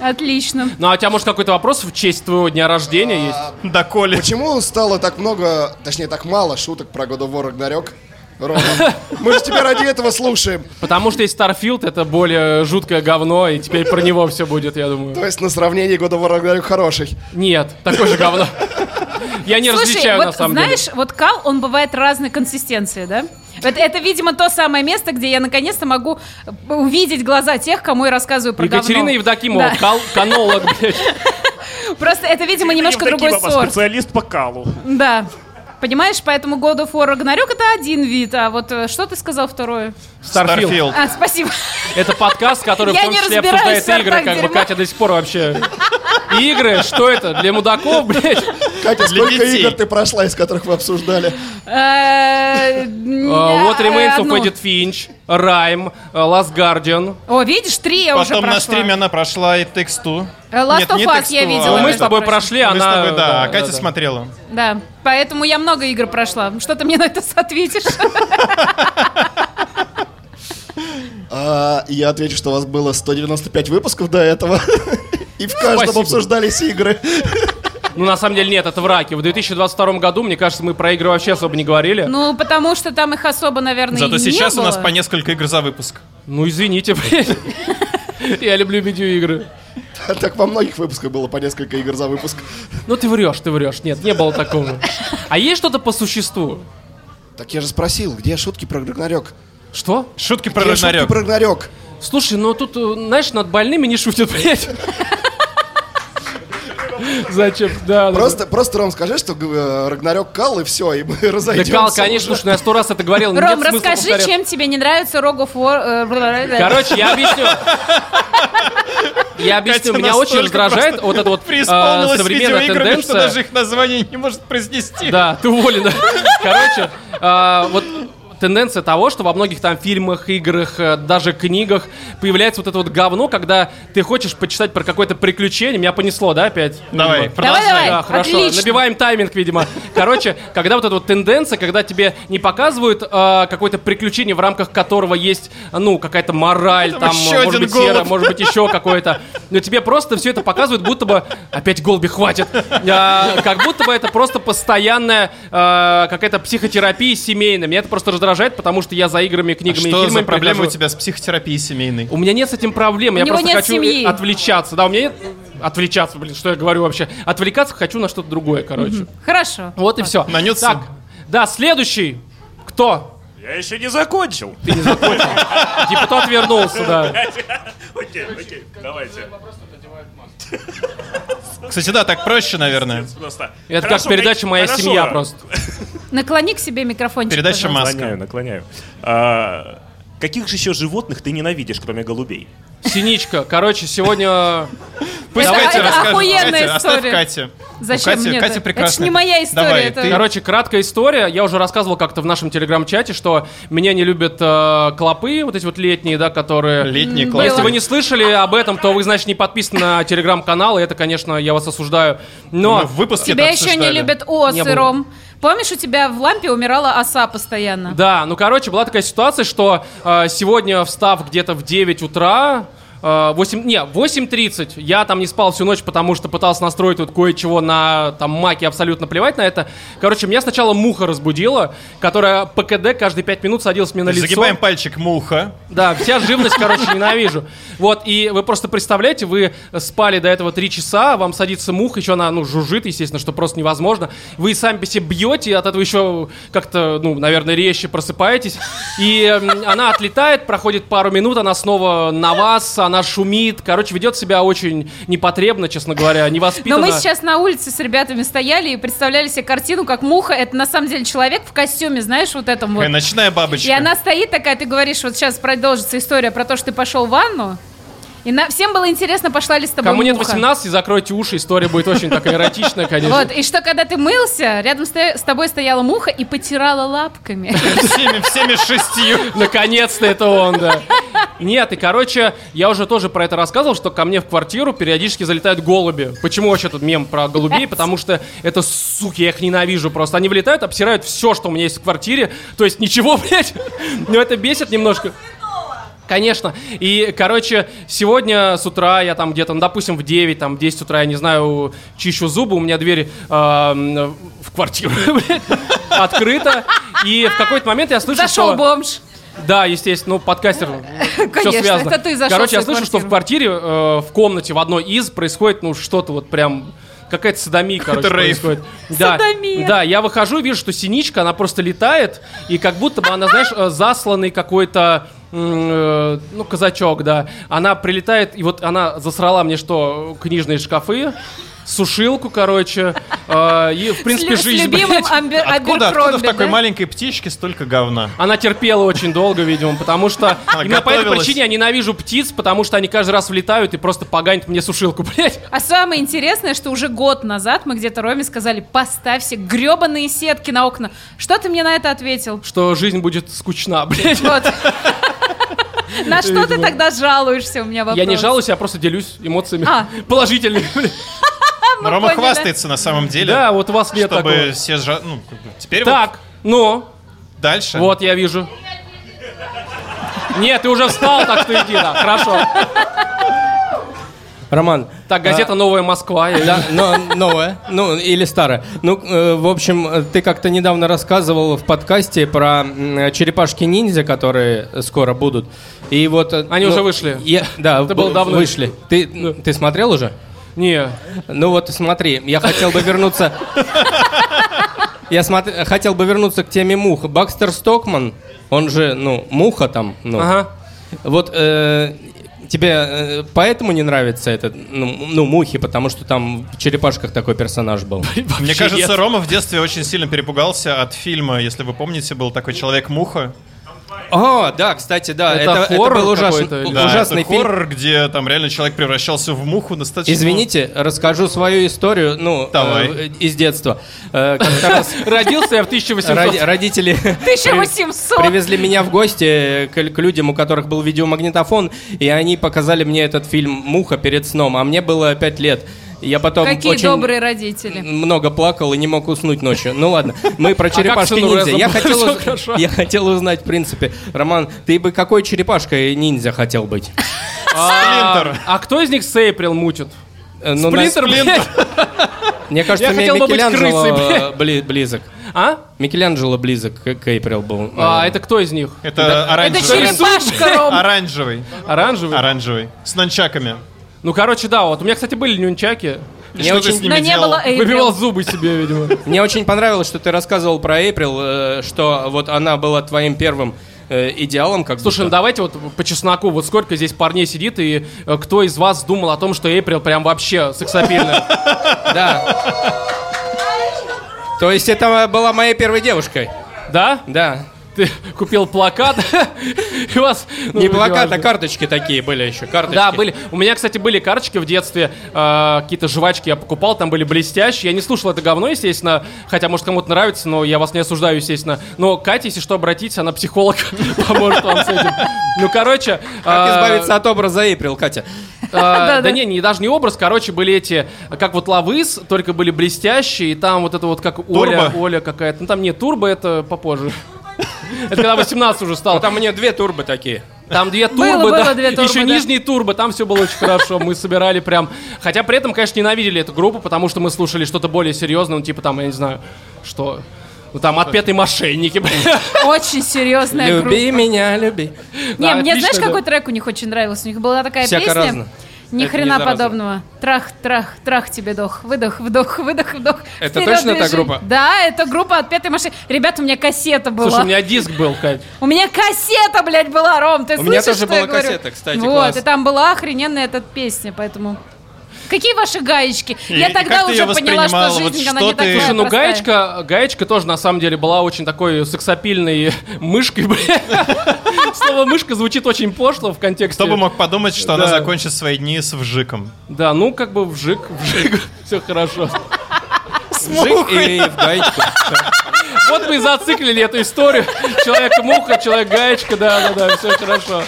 [SPEAKER 3] Отлично.
[SPEAKER 1] Ну, а у тебя, может, какой-то вопрос в честь твоего дня рождения есть?
[SPEAKER 2] Да, Коля.
[SPEAKER 8] Почему стало так много, точнее, так мало шуток про God of War Ragnarok? Рома, мы же тебя ради этого слушаем.
[SPEAKER 1] Потому что есть Starfield, это более жуткое говно, и теперь про него все будет, я думаю.
[SPEAKER 8] То есть на сравнении God of War Ragnarok хороший.
[SPEAKER 1] Нет, такое же говно. Я не
[SPEAKER 3] Слушай,
[SPEAKER 1] различаю, на
[SPEAKER 3] вот
[SPEAKER 1] самом деле.
[SPEAKER 3] знаешь, вот кал, он бывает разной консистенции, да? Вот это, видимо, то самое место, где я наконец-то могу увидеть глаза тех, кому я рассказываю про
[SPEAKER 1] Екатерина
[SPEAKER 3] говно.
[SPEAKER 1] Евдокимова,
[SPEAKER 3] Да.
[SPEAKER 1] кал- канолог, блядь.
[SPEAKER 3] Просто это, видимо, немножко
[SPEAKER 7] Евдокимова,
[SPEAKER 3] другой сорт.
[SPEAKER 7] Специалист по калу.
[SPEAKER 3] Да. Понимаешь, поэтому God of War Ragnarok это один вид, а вот э, что ты сказал второе?
[SPEAKER 1] Starfield.
[SPEAKER 2] Starfield.
[SPEAKER 3] А,
[SPEAKER 1] (laughs)
[SPEAKER 3] спасибо.
[SPEAKER 1] Это подкаст, который в
[SPEAKER 3] Я
[SPEAKER 1] том
[SPEAKER 3] не
[SPEAKER 1] числе
[SPEAKER 3] разбираюсь в
[SPEAKER 1] обсуждает игры,
[SPEAKER 3] сортах
[SPEAKER 1] как бы
[SPEAKER 3] дерьма.
[SPEAKER 1] Катя до сих пор вообще. Игры, что это? Для мудаков, блядь?
[SPEAKER 8] Катя,
[SPEAKER 2] Для
[SPEAKER 8] сколько
[SPEAKER 2] детей.
[SPEAKER 8] игр ты прошла, из которых вы обсуждали?
[SPEAKER 3] Э,
[SPEAKER 1] А,
[SPEAKER 3] м,
[SPEAKER 1] Вот Remains of
[SPEAKER 3] одну.
[SPEAKER 1] Edith Finch, Rime, э, Last Guardian.
[SPEAKER 3] О, видишь, три я уже
[SPEAKER 2] Потом на
[SPEAKER 3] прошла.
[SPEAKER 2] стриме она прошла и тексту.
[SPEAKER 3] Э, Last
[SPEAKER 2] Нет,
[SPEAKER 3] of
[SPEAKER 2] не
[SPEAKER 3] Us я
[SPEAKER 2] тексту,
[SPEAKER 3] видела.
[SPEAKER 2] а
[SPEAKER 1] Мы
[SPEAKER 3] между
[SPEAKER 1] с тобой
[SPEAKER 3] прочим.
[SPEAKER 1] прошли,
[SPEAKER 2] Мы с
[SPEAKER 1] она...
[SPEAKER 2] тобой, да, а
[SPEAKER 1] да,
[SPEAKER 2] Катя
[SPEAKER 1] да.
[SPEAKER 2] смотрела.
[SPEAKER 3] Да, поэтому я много игр прошла. Что ты мне на это (laughs)
[SPEAKER 1] (laughs)
[SPEAKER 3] ответишь?
[SPEAKER 8] А, я отвечу, что у вас было 195 выпусков до этого. (laughs) И в каждом
[SPEAKER 1] Спасибо.
[SPEAKER 8] обсуждались игры.
[SPEAKER 1] Ну, на самом деле, нет, это в раке. В 2022 году, мне кажется, мы про игры вообще особо не говорили. Ну,
[SPEAKER 3] Ну, потому что там их особо, наверное,
[SPEAKER 2] Зато
[SPEAKER 3] и не
[SPEAKER 2] сейчас у нас
[SPEAKER 3] было.
[SPEAKER 2] по несколько игр за выпуск.
[SPEAKER 1] Ну, извините, (laughs) блядь. Я люблю видеоигры.
[SPEAKER 8] (laughs) Так во многих выпусках было по несколько игр за выпуск.
[SPEAKER 1] Ну, ты врешь, ты врешь. Нет, не было такого. А есть что-то по существу?
[SPEAKER 8] Так я же спросил, где шутки про Рагнарёк?
[SPEAKER 1] Что?
[SPEAKER 2] Шутки про
[SPEAKER 8] Где шутки
[SPEAKER 2] Рагнарёк.
[SPEAKER 8] про Рагнарёк?
[SPEAKER 1] Слушай, ну тут, э, знаешь, над больными не
[SPEAKER 8] (laughs)
[SPEAKER 1] шутят, блядь. Зачем? Да, да, да.
[SPEAKER 8] Просто, просто, Ром, скажи, что э, Рагнарёк кал, и все, и мы (laughs)
[SPEAKER 1] Да
[SPEAKER 8] разойдемся.
[SPEAKER 1] кал,
[SPEAKER 8] (laughs)
[SPEAKER 1] конечно, слушай, ну я сто раз это говорил. но
[SPEAKER 3] Ром,
[SPEAKER 1] нет смысла
[SPEAKER 3] расскажи,
[SPEAKER 1] повторять.
[SPEAKER 3] чем тебе не нравится Рогов э, War...
[SPEAKER 1] Короче, я объясню. Я объясню,
[SPEAKER 2] Катя
[SPEAKER 1] меня очень
[SPEAKER 2] настолько
[SPEAKER 1] раздражает
[SPEAKER 2] просто
[SPEAKER 1] вот эта вот э,
[SPEAKER 2] преисполнилась
[SPEAKER 1] современная
[SPEAKER 2] видеоиграми,
[SPEAKER 1] тенденция.
[SPEAKER 2] что даже их название не может произнести.
[SPEAKER 1] Да, ты уволена. Короче, э, вот тенденция того, что во многих там фильмах, играх, э, даже книгах появляется вот это вот говно, когда ты хочешь почитать про какое-то приключение. Меня понесло, да, опять?
[SPEAKER 2] Давай,
[SPEAKER 1] Видимо.
[SPEAKER 2] продолжай.
[SPEAKER 3] Давай,
[SPEAKER 1] Да, хорошо.
[SPEAKER 3] Отлично.
[SPEAKER 1] Набиваем тайминг, видимо. Короче, когда вот эта вот тенденция, когда тебе не показывают э, какое-то приключение, в рамках которого есть, ну, какая-то мораль,
[SPEAKER 2] Там
[SPEAKER 1] там,
[SPEAKER 2] еще
[SPEAKER 1] может
[SPEAKER 2] один
[SPEAKER 1] быть, сера,
[SPEAKER 2] голубь.
[SPEAKER 1] может быть, еще какое-то. Но тебе просто все это показывают, будто бы... Опять голуби хватит. А, как будто бы это просто постоянная э, какая-то психотерапия семейная. Меня это просто раздражает, потому что я за играми,
[SPEAKER 2] А
[SPEAKER 1] книгами и
[SPEAKER 2] что
[SPEAKER 1] фильмами
[SPEAKER 2] за проблемы у
[SPEAKER 1] прихожу.
[SPEAKER 2] тебя с психотерапией семейной?
[SPEAKER 1] У меня нет с этим проблем. я
[SPEAKER 3] него
[SPEAKER 1] просто
[SPEAKER 3] нет
[SPEAKER 1] хочу
[SPEAKER 3] семьи.
[SPEAKER 1] отвлечаться. Да, у меня нет отвлечаться, блин, что я говорю вообще? Отвлекаться хочу на что-то другое, короче.
[SPEAKER 3] Хорошо.
[SPEAKER 1] Вот и все.
[SPEAKER 2] Нанюдсу.
[SPEAKER 1] Так, да, следующий. Кто?
[SPEAKER 7] Я еще не закончил.
[SPEAKER 1] Депутат вернулся, да.
[SPEAKER 7] (laughs) Окей, окей, давайте.
[SPEAKER 2] Кстати, да, так проще, наверное.
[SPEAKER 7] Просто.
[SPEAKER 1] Это как
[SPEAKER 7] Хорошо,
[SPEAKER 1] передача «Моя
[SPEAKER 7] хорошо.
[SPEAKER 1] семья» просто.
[SPEAKER 3] Наклони к себе микрофончик,
[SPEAKER 2] Передача
[SPEAKER 3] пожалуйста.
[SPEAKER 2] «Маска».
[SPEAKER 7] Наклоняю, наклоняю. А, Каких же еще животных ты ненавидишь, кроме голубей?
[SPEAKER 1] Синичка. Короче, сегодня...
[SPEAKER 2] Пусть
[SPEAKER 3] Это-
[SPEAKER 2] Катя
[SPEAKER 3] это
[SPEAKER 2] расскажет.
[SPEAKER 3] охуенная
[SPEAKER 2] Катя, оставь
[SPEAKER 3] история.
[SPEAKER 2] Катя.
[SPEAKER 3] Зачем
[SPEAKER 2] У Кати,
[SPEAKER 3] мне
[SPEAKER 2] Катя
[SPEAKER 3] это?
[SPEAKER 2] прекрасна.
[SPEAKER 3] Это ж не моя история,
[SPEAKER 2] Давай,
[SPEAKER 3] это-
[SPEAKER 2] ты-
[SPEAKER 1] Короче, краткая история. Я уже рассказывал как-то в нашем телеграм-чате, что меня не любят э, клопы, вот эти вот летние, да, которые... Ну,
[SPEAKER 2] Летний класс.
[SPEAKER 1] Если вы не слышали об этом, то вы, значит, не подписаны на телеграм-канал, и это, конечно, я вас осуждаю. Но...
[SPEAKER 2] Мы в выпуске
[SPEAKER 3] А, Тебя
[SPEAKER 2] это
[SPEAKER 3] еще не
[SPEAKER 2] обсуждали.
[SPEAKER 3] любят
[SPEAKER 1] Не
[SPEAKER 3] осы,
[SPEAKER 1] было.
[SPEAKER 3] Ром. Помнишь, у тебя в лампе умирала оса постоянно?
[SPEAKER 1] Да, ну короче, была такая ситуация, что э, сегодня, встав где-то в 9 утра, э, 8, не, 8.30, я там не спал всю ночь, потому что пытался настроить вот кое-чего на там маке, абсолютно плевать на это. Короче, меня сначала муха разбудила, которая ПКД каждые 5 минут садилась мне на лицо.
[SPEAKER 2] Загибаем пальчик муха.
[SPEAKER 1] Да, вся живность, короче, ненавижу. Вот, и вы просто представляете, вы спали до этого три часа, вам садится муха, еще она, ну, жужжит, естественно, что просто невозможно. Вы сами по себе бьете, от этого еще как-то, ну, наверное, резче просыпаетесь. И м, она отлетает, проходит пару минут, она снова на вас, она шумит. Короче, ведет себя очень непотребно, честно говоря,
[SPEAKER 3] Но
[SPEAKER 1] невоспитанно.
[SPEAKER 3] мы сейчас на улице с ребятами стояли и представляли себе картину, как муха. Это на самом деле человек в костюме, знаешь, вот этом вот.
[SPEAKER 2] Э, Ночная бабочка.
[SPEAKER 3] И она стоит такая, ты говоришь, вот сейчас продолжится история про то, что ты пошел в ванну, И на... всем было интересно, пошла ли с тобой
[SPEAKER 1] Кому нет
[SPEAKER 3] муха.
[SPEAKER 1] 18, закройте уши, история будет очень такая эротичная, конечно.
[SPEAKER 3] Вот, и что, когда ты мылся, рядом сто- с тобой стояла муха и потирала лапками.
[SPEAKER 2] Всеми, всеми шестью.
[SPEAKER 1] Наконец-то это он, да. Нет, и короче, я уже тоже про это рассказывал, что ко мне в квартиру периодически залетают голуби. Почему вообще тут мем про голубей? Потому что это суки, я их ненавижу просто. Они влетают, обсирают все, что у меня есть в квартире. То есть ничего, (laughs) блядь. Но это бесит немножко. Конечно. И, короче, сегодня с утра я там где-то, ну, допустим, в 9, там, в 10 утра, я не знаю, чищу зубы, у меня дверь эм, в квартиру, (laughs) блядь, открыта. И в какой-то момент я слышу,
[SPEAKER 3] Зашел
[SPEAKER 1] что...
[SPEAKER 3] бомж.
[SPEAKER 1] Да, естественно, ну, подкастер. Все связано.
[SPEAKER 3] Э, это ты зашел в
[SPEAKER 1] Короче, я
[SPEAKER 3] свою
[SPEAKER 1] слышу, что в квартире, э, в комнате, в одной из происходит, ну, что-то вот прям. Какая-то садомия, короче,
[SPEAKER 2] Какой-то рейв.
[SPEAKER 1] происходит. Да,
[SPEAKER 3] Садомия.
[SPEAKER 1] да, я выхожу и вижу, что синичка, она просто летает, и как будто бы она, знаешь, э, засланный какой-то, м, э, ну, казачок, да. Она прилетает, и вот она засрала мне что, книжные шкафы, сушилку, короче, э, и, в
[SPEAKER 3] С
[SPEAKER 1] принципе,
[SPEAKER 3] лю- с
[SPEAKER 1] жизнь,
[SPEAKER 3] любимым
[SPEAKER 1] блядь.
[SPEAKER 3] Амбер-
[SPEAKER 2] Откуда, откуда в
[SPEAKER 3] Аберкромби,
[SPEAKER 2] такой
[SPEAKER 3] да?
[SPEAKER 2] маленькой птичке столько говна?
[SPEAKER 1] Она терпела очень долго, видимо, потому что...
[SPEAKER 2] (laughs) Она
[SPEAKER 1] Именно по этой
[SPEAKER 2] готовилась.
[SPEAKER 1] причине я ненавижу птиц, потому что они каждый раз влетают и просто поганят мне сушилку, (laughs) блядь.
[SPEAKER 3] А самое интересное, что уже год назад мы где-то Роме сказали, поставь все гребаные сетки на окна. Что ты мне на это ответил?
[SPEAKER 1] Что жизнь будет скучна, (laughs) блядь.
[SPEAKER 3] Вот. На что ты тогда жалуешься, у меня вопрос.
[SPEAKER 1] Я не жалуюсь, я просто делюсь эмоциями.
[SPEAKER 3] А.
[SPEAKER 1] (laughs) Положительными,
[SPEAKER 9] (laughs)
[SPEAKER 1] блядь.
[SPEAKER 3] Мы
[SPEAKER 2] Рома
[SPEAKER 3] поняли.
[SPEAKER 2] хвастается на самом деле.
[SPEAKER 1] Да, вот у вас нет
[SPEAKER 2] чтобы
[SPEAKER 1] такого.
[SPEAKER 2] все сжа- ну, как бы, теперь
[SPEAKER 1] Так, ну,
[SPEAKER 2] вот дальше.
[SPEAKER 1] вот я вижу. Нет, ты уже встал, так что иди, да,
[SPEAKER 9] (laughs)
[SPEAKER 1] хорошо.
[SPEAKER 9] Роман.
[SPEAKER 1] Так, газета «Новая Москва». я
[SPEAKER 9] Да, но, новая, ну или старая. Ну, э, в общем, э, ты как-то недавно рассказывал в подкасте про м, черепашки-ниндзя, которые скоро будут. И вот... э,
[SPEAKER 1] Они уже вышли.
[SPEAKER 9] я- да,
[SPEAKER 1] Это было
[SPEAKER 9] в-
[SPEAKER 1] давно.
[SPEAKER 9] Вышли. Ты, Ну, ты смотрел уже?
[SPEAKER 1] Не,
[SPEAKER 9] Ну вот смотри, я хотел бы вернуться... Я смотр- хотел бы вернуться к теме мух. Бакстер Стокман, он же, ну, муха там, ну,
[SPEAKER 1] ага.
[SPEAKER 9] вот э, тебе э, поэтому не нравится этот, ну, м- ну, мухи, потому что там в черепашках такой персонаж был.
[SPEAKER 2] Мне
[SPEAKER 1] (laughs) Вообще
[SPEAKER 2] кажется,
[SPEAKER 1] нет.
[SPEAKER 2] Рома в детстве очень сильно перепугался от фильма, если вы помните, был такой человек-муха.
[SPEAKER 9] О, да, кстати, да,
[SPEAKER 1] Это
[SPEAKER 9] это, это
[SPEAKER 1] хоррор
[SPEAKER 9] был ужас-
[SPEAKER 1] какой-то или-
[SPEAKER 2] Да,
[SPEAKER 9] ужасный
[SPEAKER 2] это
[SPEAKER 9] фильм.
[SPEAKER 2] хоррор, где там реально человек превращался в муху достаточно.
[SPEAKER 9] Извините, расскажу свою историю, ну, э,
[SPEAKER 2] Давай.
[SPEAKER 9] из детства. Э, как-то раз
[SPEAKER 1] Родился я в
[SPEAKER 9] роди-
[SPEAKER 1] 1800.
[SPEAKER 3] (laughs)
[SPEAKER 9] родители
[SPEAKER 3] 1800.
[SPEAKER 9] Привезли меня в гости к, к людям, у которых был видеомагнитофон, и они показали мне этот фильм «Муха перед сном», а мне было 5 лет. Я потом
[SPEAKER 3] Какие
[SPEAKER 9] очень
[SPEAKER 3] добрые родители.
[SPEAKER 9] много плакал и не мог уснуть ночью. Ну ладно, мы про
[SPEAKER 1] А как
[SPEAKER 9] черепашки
[SPEAKER 1] сыну
[SPEAKER 9] ниндзя. Я
[SPEAKER 1] Реза было?
[SPEAKER 9] хотел,
[SPEAKER 1] Всё
[SPEAKER 9] уз-
[SPEAKER 1] хорошо.
[SPEAKER 9] я хотел узнать, в принципе, Роман, ты бы какой черепашкой ниндзя хотел быть?
[SPEAKER 1] А
[SPEAKER 2] Сплинтер.
[SPEAKER 1] а кто из них Сейприл мутит?
[SPEAKER 9] Э, ну, на-
[SPEAKER 1] Сплинтер, блядь.
[SPEAKER 9] Мне кажется,
[SPEAKER 1] Я
[SPEAKER 9] мне
[SPEAKER 1] хотел бы быть
[SPEAKER 9] Микеланджело
[SPEAKER 1] крысой,
[SPEAKER 9] э, бли- близок.
[SPEAKER 1] А?
[SPEAKER 9] Микеланджело близок к к Эйприл был.
[SPEAKER 1] А,
[SPEAKER 9] Э,
[SPEAKER 1] это кто из них?
[SPEAKER 2] Это
[SPEAKER 3] Это
[SPEAKER 2] оранжевый.
[SPEAKER 3] черепашка, Ром.
[SPEAKER 2] оранжевый.
[SPEAKER 1] Оранжевый?
[SPEAKER 2] Оранжевый. С нончаками.
[SPEAKER 1] Ну, короче, да, вот у меня, кстати, были нюнчаки.
[SPEAKER 2] И
[SPEAKER 9] Мне
[SPEAKER 2] что
[SPEAKER 9] очень-
[SPEAKER 2] ты с ними
[SPEAKER 3] Но не
[SPEAKER 2] делал?
[SPEAKER 3] было
[SPEAKER 1] Выбивал
[SPEAKER 3] Эйприл.
[SPEAKER 1] зубы себе, видимо.
[SPEAKER 9] Мне очень понравилось, что ты рассказывал про Эйприл, э, что вот она была твоим первым э, идеалом, как
[SPEAKER 1] Слушай, ну
[SPEAKER 9] будто.
[SPEAKER 1] давайте вот по чесноку, вот сколько здесь парней сидит, и э, кто из вас думал о том, что Эйприл прям вообще сексапильная?
[SPEAKER 9] да. То есть это была моей первой девушкой.
[SPEAKER 1] Да?
[SPEAKER 9] Да.
[SPEAKER 1] Ты купил плакат, (laughs) и у вас... ну,
[SPEAKER 9] Не плакат, а
[SPEAKER 1] неважно.
[SPEAKER 9] карточки такие были еще. Карточки.
[SPEAKER 1] Да, были. У меня, кстати, были карточки в детстве, э, какие-то жвачки я покупал, там были блестящие. Я не слушал это говно, естественно, хотя, может, кому-то нравится, но я вас не осуждаю, естественно. Но Катя, если что, обратитесь, она психолог, (laughs) поможет вам с этим. Ну, короче...
[SPEAKER 9] Как
[SPEAKER 1] э,
[SPEAKER 9] избавиться от образа Эйприл, Катя?
[SPEAKER 1] А, (laughs) Да не, не, даже не образ, короче, были эти, как вот лавыс, только были блестящие, и там вот это вот как Оля,
[SPEAKER 2] Турбо?
[SPEAKER 1] Оля какая-то. Ну там нет, турбо это попозже. Это когда 18 уже стало.
[SPEAKER 9] Там мне две турбы такие.
[SPEAKER 1] Там две турбы,
[SPEAKER 3] Было, было
[SPEAKER 1] да,
[SPEAKER 3] две турбы,
[SPEAKER 1] еще
[SPEAKER 3] да.
[SPEAKER 1] нижние турбы, там все было очень хорошо. Мы собирали прям. Хотя при этом, конечно, ненавидели эту группу, потому что мы слушали что-то более серьезное, ну типа там, я не знаю, что. Ну там отпетые мошенники, бля.
[SPEAKER 3] Очень серьезная группа.
[SPEAKER 9] Люби меня, люби.
[SPEAKER 1] Да,
[SPEAKER 3] Не, мне
[SPEAKER 1] отлично,
[SPEAKER 3] знаешь,
[SPEAKER 1] да.
[SPEAKER 3] какой трек у них очень нравился? У них была такая
[SPEAKER 9] Всяко
[SPEAKER 3] песня.
[SPEAKER 9] разно.
[SPEAKER 3] Ни
[SPEAKER 9] Это
[SPEAKER 3] хрена
[SPEAKER 9] не заразно.
[SPEAKER 3] подобного. Трах, трах, трах тебе дох. Выдох, вдох, выдох, вдох.
[SPEAKER 9] Это
[SPEAKER 3] Вперед
[SPEAKER 9] точно та
[SPEAKER 3] движи.
[SPEAKER 9] группа?
[SPEAKER 3] Да, это группа от пятой машины. Ребята, у меня кассета была.
[SPEAKER 1] Слушай, у меня диск был, Кать.
[SPEAKER 3] У меня кассета, блядь, была, Ром, ты
[SPEAKER 9] У меня
[SPEAKER 3] слышишь,
[SPEAKER 9] тоже
[SPEAKER 3] что я
[SPEAKER 9] была
[SPEAKER 3] говорю?
[SPEAKER 9] кассета, кстати,
[SPEAKER 3] Вот,
[SPEAKER 9] класс.
[SPEAKER 3] и там была охрененная эта песня, поэтому... Какие ваши гаечки?
[SPEAKER 2] И-
[SPEAKER 3] я
[SPEAKER 2] и
[SPEAKER 3] тогда
[SPEAKER 2] как ты
[SPEAKER 3] уже
[SPEAKER 2] её
[SPEAKER 3] поняла, что
[SPEAKER 2] воспринимала? Вот
[SPEAKER 3] жизнь, она
[SPEAKER 2] что
[SPEAKER 3] не
[SPEAKER 2] ты-
[SPEAKER 3] такая
[SPEAKER 2] Слушай,
[SPEAKER 1] Слушай, ну
[SPEAKER 3] простая.
[SPEAKER 1] гаечка, гаечка тоже на самом деле была очень такой сексапильной мышкой, бля. (laughs) Слово мышка звучит очень пошло в контексте.
[SPEAKER 2] Кто бы мог подумать, что она
[SPEAKER 1] Да.
[SPEAKER 2] закончит свои дни с вжиком.
[SPEAKER 1] Да, ну как бы вжик, вжик, (laughs) все хорошо.
[SPEAKER 9] Вжик и в гаечку.
[SPEAKER 1] Вот мы и зациклили эту историю. Человек-муха, человек-гаечка, да-да-да, все хорошо.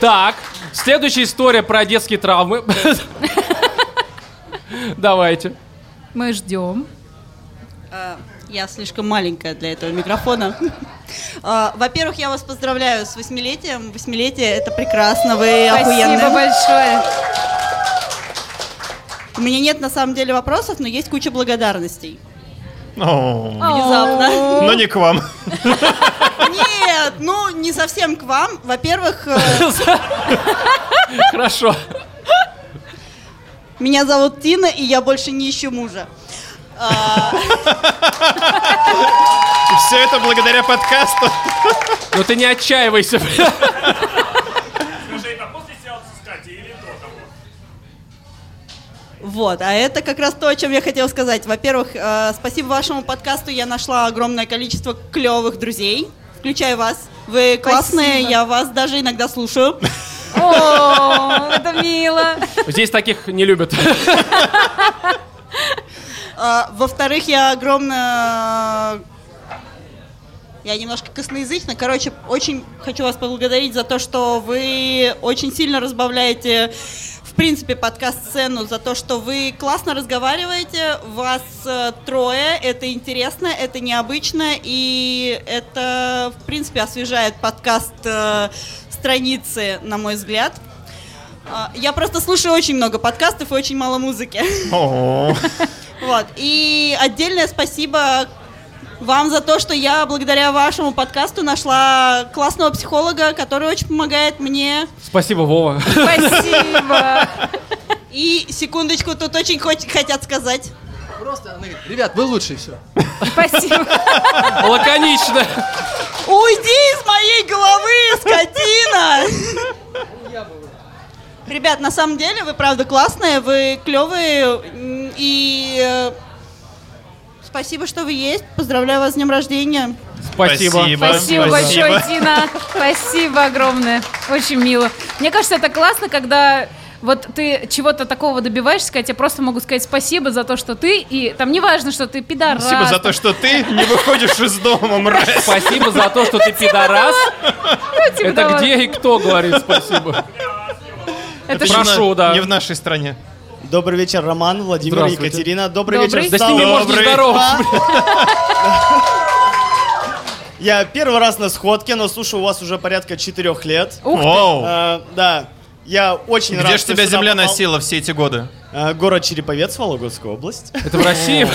[SPEAKER 1] Так, следующая история про детские травмы. (laughs) Давайте.
[SPEAKER 2] (laughs)
[SPEAKER 3] Мы ждем.
[SPEAKER 10] Э, Я слишком маленькая для этого микрофона. Э, Во-первых, я вас поздравляю с восьмилетием. Восьмилетие это прекрасно, вы
[SPEAKER 3] Спасибо
[SPEAKER 10] охуенные.
[SPEAKER 3] большое.
[SPEAKER 10] У меня нет на самом деле вопросов, но есть куча благодарностей.
[SPEAKER 2] О,
[SPEAKER 10] Внезапно.
[SPEAKER 2] Но не к вам.
[SPEAKER 10] Нет, ну не совсем к вам. Во-первых, э,
[SPEAKER 4] (laughs)
[SPEAKER 1] Хорошо.
[SPEAKER 10] меня зовут Тина, и я больше не ищу мужа.
[SPEAKER 2] Все это благодаря подкасту.
[SPEAKER 1] Ну ты не отчаивайся.
[SPEAKER 7] Скажи, это а после сеанса с Катей или до того?
[SPEAKER 10] Вот, а это как раз то, о чем я хотела сказать. Во-первых, э, спасибо вашему подкасту, я нашла огромное количество клевых друзей, включая вас. Вы классные,
[SPEAKER 3] Спасибо.
[SPEAKER 10] я вас даже иногда слушаю.
[SPEAKER 3] О, это мило.
[SPEAKER 1] Здесь таких не любят.
[SPEAKER 10] А, Во-вторых, я огромно... Я немножко косноязычна. Короче, очень хочу вас поблагодарить за то, что вы очень сильно разбавляете, в принципе, подкаст-сцену, за то, что вы классно разговариваете, вас э, трое, это интересно, это необычно, и это, в принципе, освежает подкаст э, страницы, на мой взгляд. А, Я просто слушаю очень много подкастов и очень мало музыки. (laughs)
[SPEAKER 11] Ну,
[SPEAKER 2] О,
[SPEAKER 10] Вот. И отдельное спасибо вам за то, что я благодаря вашему подкасту нашла классного психолога, который очень помогает мне.
[SPEAKER 1] Спасибо, Вова.
[SPEAKER 3] Спасибо.
[SPEAKER 10] (laughs) И секундочку, тут очень хоч- хотят сказать.
[SPEAKER 12] Просто она говорит, ребят, вы лучшие все.
[SPEAKER 3] Спасибо.
[SPEAKER 1] Лаконично.
[SPEAKER 10] Уйди из моей головы, скотина! Ребят, на самом деле вы правда классные, вы клевые м, и э, спасибо, что вы есть. Поздравляю вас с днем рождения.
[SPEAKER 1] Спасибо.
[SPEAKER 3] Спасибо,
[SPEAKER 2] Спасибо.
[SPEAKER 3] большое, Тина. Спасибо огромное. Очень мило. Мне кажется, это классно, когда вот ты чего-то такого добиваешься, когда тебе просто могут сказать спасибо за то, что ты, и там не важно, что ты пидорас.
[SPEAKER 2] Спасибо за то, что ты не выходишь из дома, мразь.
[SPEAKER 1] Спасибо за то, что ты пидорас.
[SPEAKER 3] Ну, типа
[SPEAKER 1] Это
[SPEAKER 3] того.
[SPEAKER 1] где и кто говорит спасибо?
[SPEAKER 3] Это
[SPEAKER 2] не
[SPEAKER 3] ж-
[SPEAKER 1] Прошу,
[SPEAKER 2] на-
[SPEAKER 1] да.
[SPEAKER 2] Не в нашей стране.
[SPEAKER 12] Добрый вечер, Роман, Владимир,
[SPEAKER 1] Здравствуйте.
[SPEAKER 12] Екатерина. Добрый,
[SPEAKER 3] Добрый.
[SPEAKER 1] Да
[SPEAKER 12] вечер,
[SPEAKER 1] с ними
[SPEAKER 12] Стас.
[SPEAKER 1] можно
[SPEAKER 2] Добрый.
[SPEAKER 1] здороваться.
[SPEAKER 12] Я первый раз на сходке, но слушаю у вас уже порядка четырех лет.
[SPEAKER 3] Ух ты.
[SPEAKER 2] Вау.
[SPEAKER 12] Э, да, я очень рад,
[SPEAKER 2] Где ж
[SPEAKER 12] что
[SPEAKER 2] тебя
[SPEAKER 12] сюда
[SPEAKER 2] земля
[SPEAKER 12] попал. (laughs)
[SPEAKER 2] носила все эти годы?
[SPEAKER 12] Э, город Череповец, Вологодская область.
[SPEAKER 1] Это в
[SPEAKER 12] (laughs)
[SPEAKER 1] России.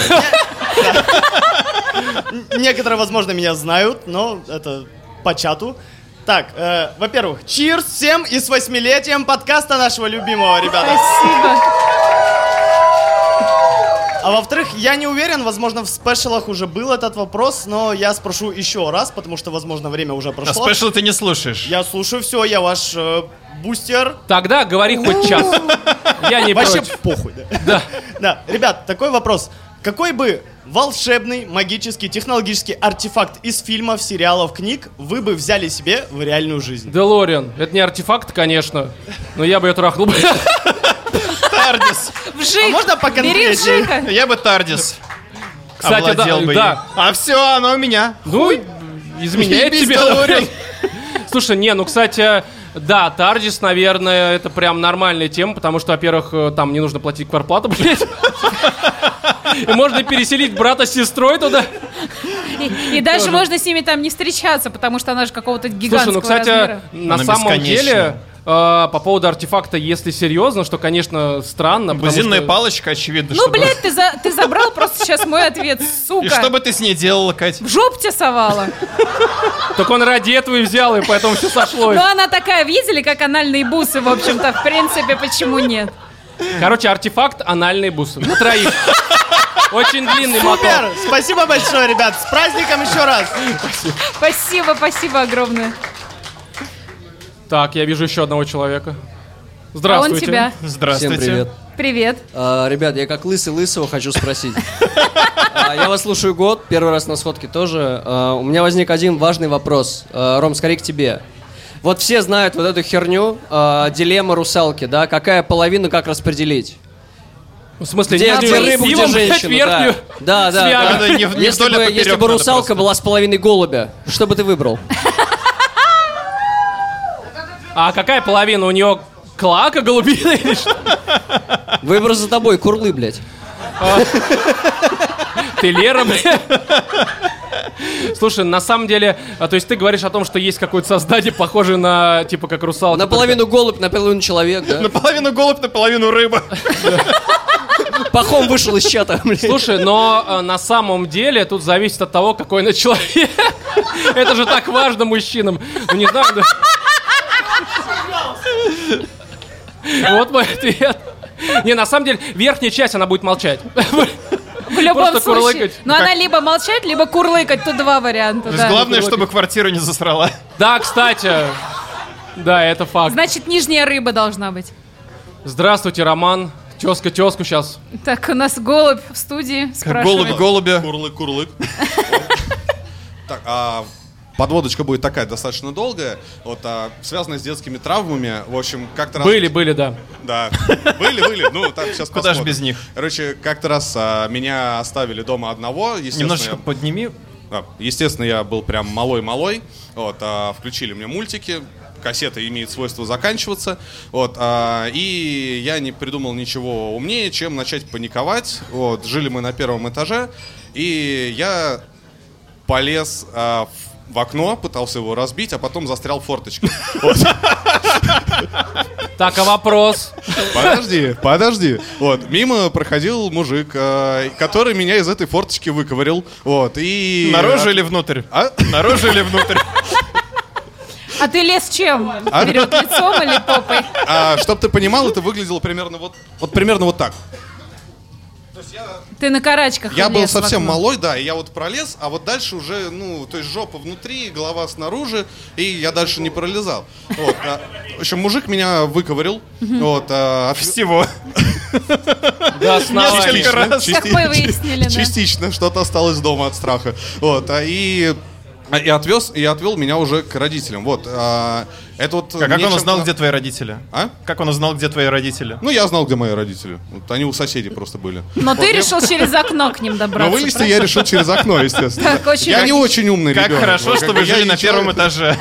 [SPEAKER 12] Некоторые, возможно, меня знают, но это по чату. Так, э, во-первых, чирс всем и с восьмилетием подкаста нашего любимого, ребята.
[SPEAKER 3] Спасибо.
[SPEAKER 12] А во-вторых, я не уверен, возможно, в спешалах уже был этот вопрос, но я спрошу еще раз, потому что, возможно, время уже
[SPEAKER 2] А
[SPEAKER 12] прошло.
[SPEAKER 2] спешл ты не слушаешь.
[SPEAKER 12] Я слушаю все, я ваш э, бустер.
[SPEAKER 1] Тогда говори хоть час. Я не
[SPEAKER 12] Вообще
[SPEAKER 1] против.
[SPEAKER 12] похуй, да.
[SPEAKER 1] Да.
[SPEAKER 12] Да, ребят, такой вопрос. Какой бы волшебный, магический, технологический артефакт из фильмов, сериалов, книг вы бы взяли себе в реальную жизнь?
[SPEAKER 1] Делориан. Это не артефакт, конечно, но я бы ее трахнул.
[SPEAKER 2] А Тардис.
[SPEAKER 3] Вжик.
[SPEAKER 12] А можно
[SPEAKER 3] Бери
[SPEAKER 12] поконкретнее?
[SPEAKER 3] вжика.
[SPEAKER 2] Я бы Тардис.
[SPEAKER 1] Кстати, да,
[SPEAKER 2] Овладел бы
[SPEAKER 1] да.
[SPEAKER 2] им. А все, оно у меня.
[SPEAKER 1] Ну,
[SPEAKER 2] (laughs)
[SPEAKER 1] изменяет
[SPEAKER 2] Ебись,
[SPEAKER 1] тебе.
[SPEAKER 2] Делориан.
[SPEAKER 1] (laughs) Слушай, не, ну, кстати, да, Тардис, наверное, это прям нормальная тема, потому что, во-первых, э, там не нужно платить кварплату, (laughs) блядь. И можно переселить брата с сестрой туда. ну,
[SPEAKER 3] И, и даже можно с ними там не встречаться, потому что она же какого-то
[SPEAKER 1] Слушай,
[SPEAKER 3] гигантского
[SPEAKER 1] ну, кстати,
[SPEAKER 3] размера.
[SPEAKER 1] на
[SPEAKER 2] Она
[SPEAKER 1] самом
[SPEAKER 2] бесконечная.
[SPEAKER 1] деле, э, по поводу артефакта, если серьезно, что, конечно, странно. потому
[SPEAKER 2] Бузинная
[SPEAKER 1] что-
[SPEAKER 2] палочка, очевидно,
[SPEAKER 3] Ну,
[SPEAKER 2] чтобы...
[SPEAKER 3] блядь, ты, за, ты забрал просто сейчас мой ответ, сука.
[SPEAKER 2] И что бы ты с ней делала, Кать?
[SPEAKER 3] В жопу тебя совала.
[SPEAKER 1] Так он ради этого и взял, и поэтому все сошлось.
[SPEAKER 3] Ну, она такая, видели, как анальные бусы, в общем-то, в принципе, почему нет?
[SPEAKER 1] Короче, артефакт анальные бусы. На троих. Очень длинный мотор.
[SPEAKER 12] Супер! Спасибо большое, ребят! С праздником еще раз!
[SPEAKER 3] Спасибо, спасибо огромное.
[SPEAKER 1] Так, я вижу еще одного человека. Здравствуйте.
[SPEAKER 3] А он тебя.
[SPEAKER 1] Здравствуйте.
[SPEAKER 13] Всем привет.
[SPEAKER 3] Привет.
[SPEAKER 13] А, ребят, я как лысый лысого хочу спросить. А, Я вас слушаю год, первый раз на сходке тоже. А, У меня возник один важный вопрос. А, Ром, скорее к тебе. Вот все знают вот эту херню, а, дилемма русалки, да? Какая половина, как распределить?
[SPEAKER 1] Ну, В смысле,
[SPEAKER 13] где,
[SPEAKER 1] не
[SPEAKER 13] где
[SPEAKER 1] надо
[SPEAKER 13] рыбу, где
[SPEAKER 1] сивом брать
[SPEAKER 13] женщину,
[SPEAKER 1] верхнюю
[SPEAKER 13] да. Да, да,
[SPEAKER 1] свягу.
[SPEAKER 13] да.
[SPEAKER 1] Надо не в- не
[SPEAKER 13] Если
[SPEAKER 1] вдоль, а
[SPEAKER 13] бы,
[SPEAKER 1] поперёк
[SPEAKER 13] если бы
[SPEAKER 1] надо
[SPEAKER 13] русалка
[SPEAKER 1] просто.
[SPEAKER 13] была с половиной голубя, что бы ты выбрал?
[SPEAKER 1] А какая половина у нее клака голубина или что?
[SPEAKER 13] Выбор за тобой, курлы, блядь.
[SPEAKER 1] А. Ты Лера, бля. Слушай, на самом деле, а, то есть ты говоришь о том, что есть какое-то создание, похожее на, типа, как русалка.
[SPEAKER 13] Наполовину голубь, наполовину человек, да?
[SPEAKER 1] Наполовину голубь, наполовину рыба.
[SPEAKER 13] Пахом вышел из чата,
[SPEAKER 1] Слушай, но э, на самом деле тут зависит от того, какой на человек. Это же так важно мужчинам. Ну, не знаю, да. Вот мой ответ. Не, на самом деле, верхняя часть, она будет молчать.
[SPEAKER 3] В любом
[SPEAKER 1] Просто
[SPEAKER 3] случае.
[SPEAKER 1] курлыкать.
[SPEAKER 3] Но
[SPEAKER 1] Как-
[SPEAKER 3] она либо молчать, либо курлыкать. Тут два варианта. Ну да.
[SPEAKER 2] Главное, чтобы квартиру не засрала.
[SPEAKER 1] Да, кстати. Да, это факт.
[SPEAKER 3] Значит, нижняя рыба должна быть.
[SPEAKER 1] Здравствуйте, Роман. Тезка, тезку сейчас.
[SPEAKER 3] Так, у нас голубь в студии спрашивает.
[SPEAKER 1] голубя.
[SPEAKER 14] Курлык, курлык. (laughs) Так, а подводочка будет такая достаточно долгая, вот, а, связанная с детскими травмами, в общем, как-то раз...
[SPEAKER 1] Были, были, да.
[SPEAKER 14] Да, были, были, ну, там сейчас
[SPEAKER 2] Куда ж
[SPEAKER 14] посмотрим.
[SPEAKER 2] без них?
[SPEAKER 14] Короче, как-то раз а, меня оставили дома одного, естественно...
[SPEAKER 2] Немножечко
[SPEAKER 14] я-
[SPEAKER 2] подними.
[SPEAKER 14] да, А, естественно, я был прям малой-малой. Вот, а, включили мне мультики. Кассета имеет свойство заканчиваться. Вот, а, и я не придумал ничего умнее, чем начать паниковать. Вот, жили мы на первом этаже, и я полез а, в- в окно, пытался его разбить, а потом застрял
[SPEAKER 1] (laughs)
[SPEAKER 14] в форточке. Вот.
[SPEAKER 1] Так, а вопрос?
[SPEAKER 14] Подожди, подожди. Вот, мимо проходил мужик, э, который меня из этой форточки выковырил. Вот, и...
[SPEAKER 2] Наружу
[SPEAKER 14] или внутрь? А? Наружу или внутрь?
[SPEAKER 3] А ты лез чем?
[SPEAKER 14] А?
[SPEAKER 3] Вперед лицом или попой?
[SPEAKER 14] А, чтоб ты понимал, это выглядело примерно вот, вот примерно вот так.
[SPEAKER 3] Ты на карачках
[SPEAKER 14] Я был
[SPEAKER 3] лез в
[SPEAKER 14] совсем
[SPEAKER 3] окно.
[SPEAKER 14] малой, да, и я вот пролез, а вот дальше уже, ну, то есть жопа внутри, голова снаружи, и я дальше не пролезал. Вот, а, в общем, мужик меня выковырил.
[SPEAKER 2] Мгм.
[SPEAKER 14] Вот,
[SPEAKER 2] (laughs)
[SPEAKER 14] а, (laughs) Всего.
[SPEAKER 1] Да,
[SPEAKER 2] основания. Несколько раз.
[SPEAKER 3] Как мы выяснили, да.
[SPEAKER 14] Частично что-то осталось дома от страха. Вот, а и... а, И отвез, и отвел меня уже к родителям. Вот, а, это вот.
[SPEAKER 2] А как
[SPEAKER 14] мне
[SPEAKER 2] он узнал,
[SPEAKER 14] чем-то-
[SPEAKER 2] где твои родители?
[SPEAKER 14] А?
[SPEAKER 2] Как он узнал, где твои родители?
[SPEAKER 14] Ну, я знал, где мои родители. Вот они у соседей просто были.
[SPEAKER 3] Но
[SPEAKER 14] Вот,
[SPEAKER 3] ты
[SPEAKER 14] я-
[SPEAKER 3] решил через окно к ним добраться.
[SPEAKER 14] Но вылезти я решил через окно, естественно.
[SPEAKER 3] Так, очень
[SPEAKER 14] я не
[SPEAKER 3] логично.
[SPEAKER 14] очень умный
[SPEAKER 2] Как
[SPEAKER 14] ребенок.
[SPEAKER 2] хорошо,
[SPEAKER 14] Вот,
[SPEAKER 2] что
[SPEAKER 14] как
[SPEAKER 2] вы
[SPEAKER 14] бы я
[SPEAKER 2] жили
[SPEAKER 14] не
[SPEAKER 2] на
[SPEAKER 14] человек-
[SPEAKER 2] первом этаже.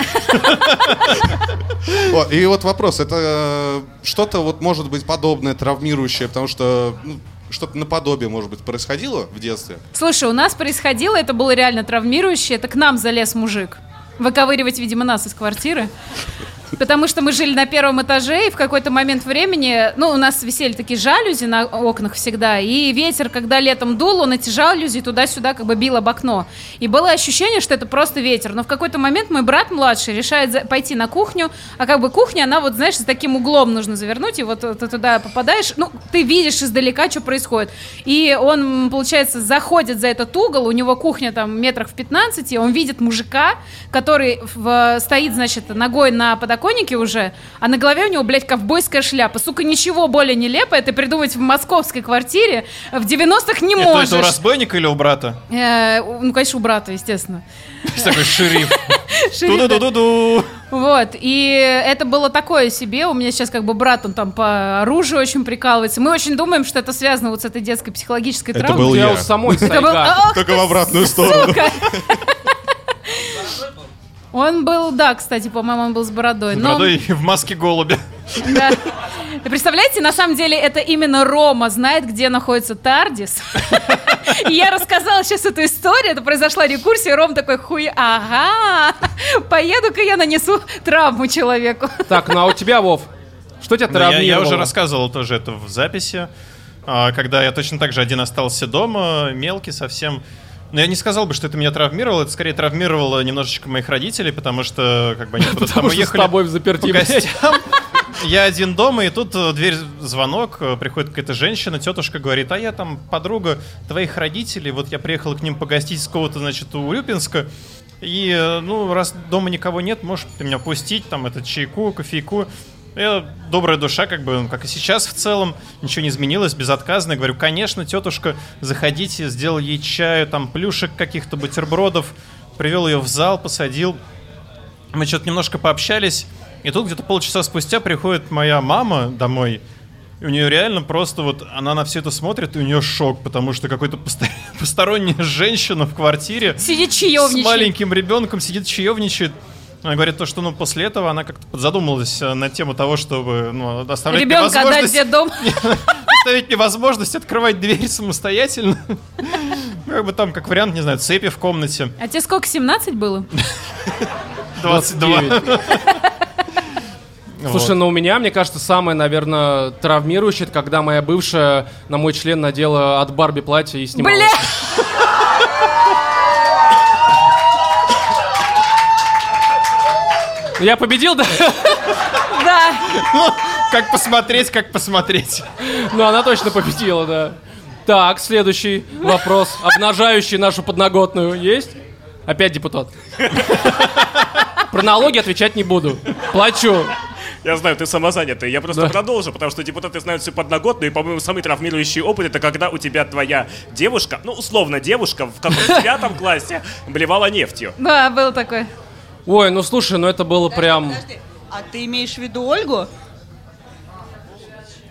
[SPEAKER 14] Вот, И вот вопрос, это э, что-то вот может быть подобное, травмирующее, потому что ну, что-то наподобие, может быть, происходило в детстве.
[SPEAKER 3] Слушай, у нас происходило, это было реально травмирующе, это к нам залез мужик. Выковыривать, видимо, нас из квартиры. Потому что мы жили на первом этаже, и в какой-то момент времени, ну, у нас висели такие жалюзи на окнах всегда, и ветер, когда летом дул, он эти жалюзи туда-сюда как бы бил об окно. И было ощущение, что это просто ветер. Но в какой-то момент мой брат младший решает за- пойти на кухню, а как бы кухня, она вот, знаешь, с таким углом нужно завернуть, и вот ты туда попадаешь, ну, ты видишь издалека, что происходит. И он, м, получается, заходит за этот угол, у него кухня там метрах в 15, он видит мужика, который в- стоит, значит, ногой на подоконнике уже, а на голове у него, блядь, ковбойская шляпа. Сука, ничего более нелепое ты придумать в московской квартире в 90-х не
[SPEAKER 2] ну, Это это у
[SPEAKER 3] можешь.
[SPEAKER 2] разбойника или у брата?
[SPEAKER 3] Э, у- ну, конечно, у брата, естественно.
[SPEAKER 2] Есть Такой шериф.
[SPEAKER 3] Шериф, да.
[SPEAKER 2] Ту-ду-ду-ду-ду.
[SPEAKER 3] Вот, и это было такое себе. У меня сейчас как бы брат, он там по оружию очень прикалывается. Мы очень думаем, что это связано вот с этой детской психологической
[SPEAKER 14] Это
[SPEAKER 3] травмой.
[SPEAKER 14] был Я я. у
[SPEAKER 1] самой
[SPEAKER 3] Это был-
[SPEAKER 1] сайга.
[SPEAKER 3] Ах,
[SPEAKER 14] Только в обратную сторону.
[SPEAKER 3] сука! Он был, да, кстати, по-моему, он был с бородой.
[SPEAKER 2] С
[SPEAKER 3] но-
[SPEAKER 2] бородой и в маске голубя.
[SPEAKER 3] да. Вы Представляете, на самом деле это именно Рома знает, где находится Тардис. И я рассказала сейчас эту историю, это произошла рекурсия, и Ром такой, хуй, ага, поеду-ка я нанесу травму человеку.
[SPEAKER 1] Так, ну а у тебя, Вов, что тебя
[SPEAKER 2] Ну, я- Я
[SPEAKER 1] травмировало?
[SPEAKER 2] уже рассказывал тоже это в записи, а, когда я точно так же один остался дома, мелкий совсем. Но я не сказал бы, что это меня травмировало, это скорее травмировало немножечко моих родителей, потому что как
[SPEAKER 1] (laughs)
[SPEAKER 2] бы они куда-то там
[SPEAKER 1] Потому что с
[SPEAKER 2] уехали.
[SPEAKER 1] тобой в заперти.
[SPEAKER 2] по гостям. Я один дома, и тут э, дверь звонок, э, приходит какая-то женщина, тетушка говорит, а я там подруга твоих родителей, вот я приехала к ним погостить с какого-то, значит, у Урюпинска, и, э, ну, раз дома никого нет, можешь ты меня пустить, там, это, чайку, кофейку. Я добрая душа, как бы, ну, как и сейчас в целом, ничего не изменилось, безотказно. Я говорю, конечно, тетушка, заходите, сделал ей чаю, там, плюшек каких-то, бутербродов. Привел ее в зал, посадил. Мы что-то немножко пообщались, и тут где-то полчаса спустя приходит моя мама домой, и у нее реально просто вот она на все это смотрит, и у нее шок, потому что какой-то посто- (laughs) посторонняя женщина в квартире
[SPEAKER 3] Сидит
[SPEAKER 2] с
[SPEAKER 3] чаевничает.
[SPEAKER 2] маленьким ребенком сидит чаевничает. Она говорит то, что ну после этого она как-то подзадумалась э, на тему того, чтобы ну, оставлять
[SPEAKER 3] Ребенка отдать в
[SPEAKER 2] невозможность,
[SPEAKER 3] детдом.
[SPEAKER 2] (laughs) оставить невозможность открывать дверь самостоятельно. (laughs) Как бы там, как вариант, не знаю, цепи в комнате.
[SPEAKER 3] А тебе сколько, 17 было?
[SPEAKER 2] 22.
[SPEAKER 1] Слушай, ну у меня, мне кажется, самое, наверное, травмирующее, это когда моя бывшая на мой член надела от Барби платье и снимала.
[SPEAKER 3] Бля!
[SPEAKER 1] Ну, Я победил, да?
[SPEAKER 3] Да.
[SPEAKER 2] Ну, Как посмотреть, как посмотреть.
[SPEAKER 1] Ну, она точно победила, да. Так, следующий вопрос, обнажающий нашу подноготную, есть? Опять депутат. Про налоги отвечать не буду. Плачу.
[SPEAKER 7] Я знаю, ты самозанятый. Я просто
[SPEAKER 1] Да.
[SPEAKER 7] продолжу, потому что депутаты знают всю подноготную, и, по-моему, самый травмирующий опыт — это когда у тебя твоя девушка, ну, условно, девушка в каком-то девятом классе блевала нефтью.
[SPEAKER 3] Да, было такое.
[SPEAKER 1] Ой, ну слушай, ну это было прям...
[SPEAKER 10] А ты имеешь в виду Ольгу?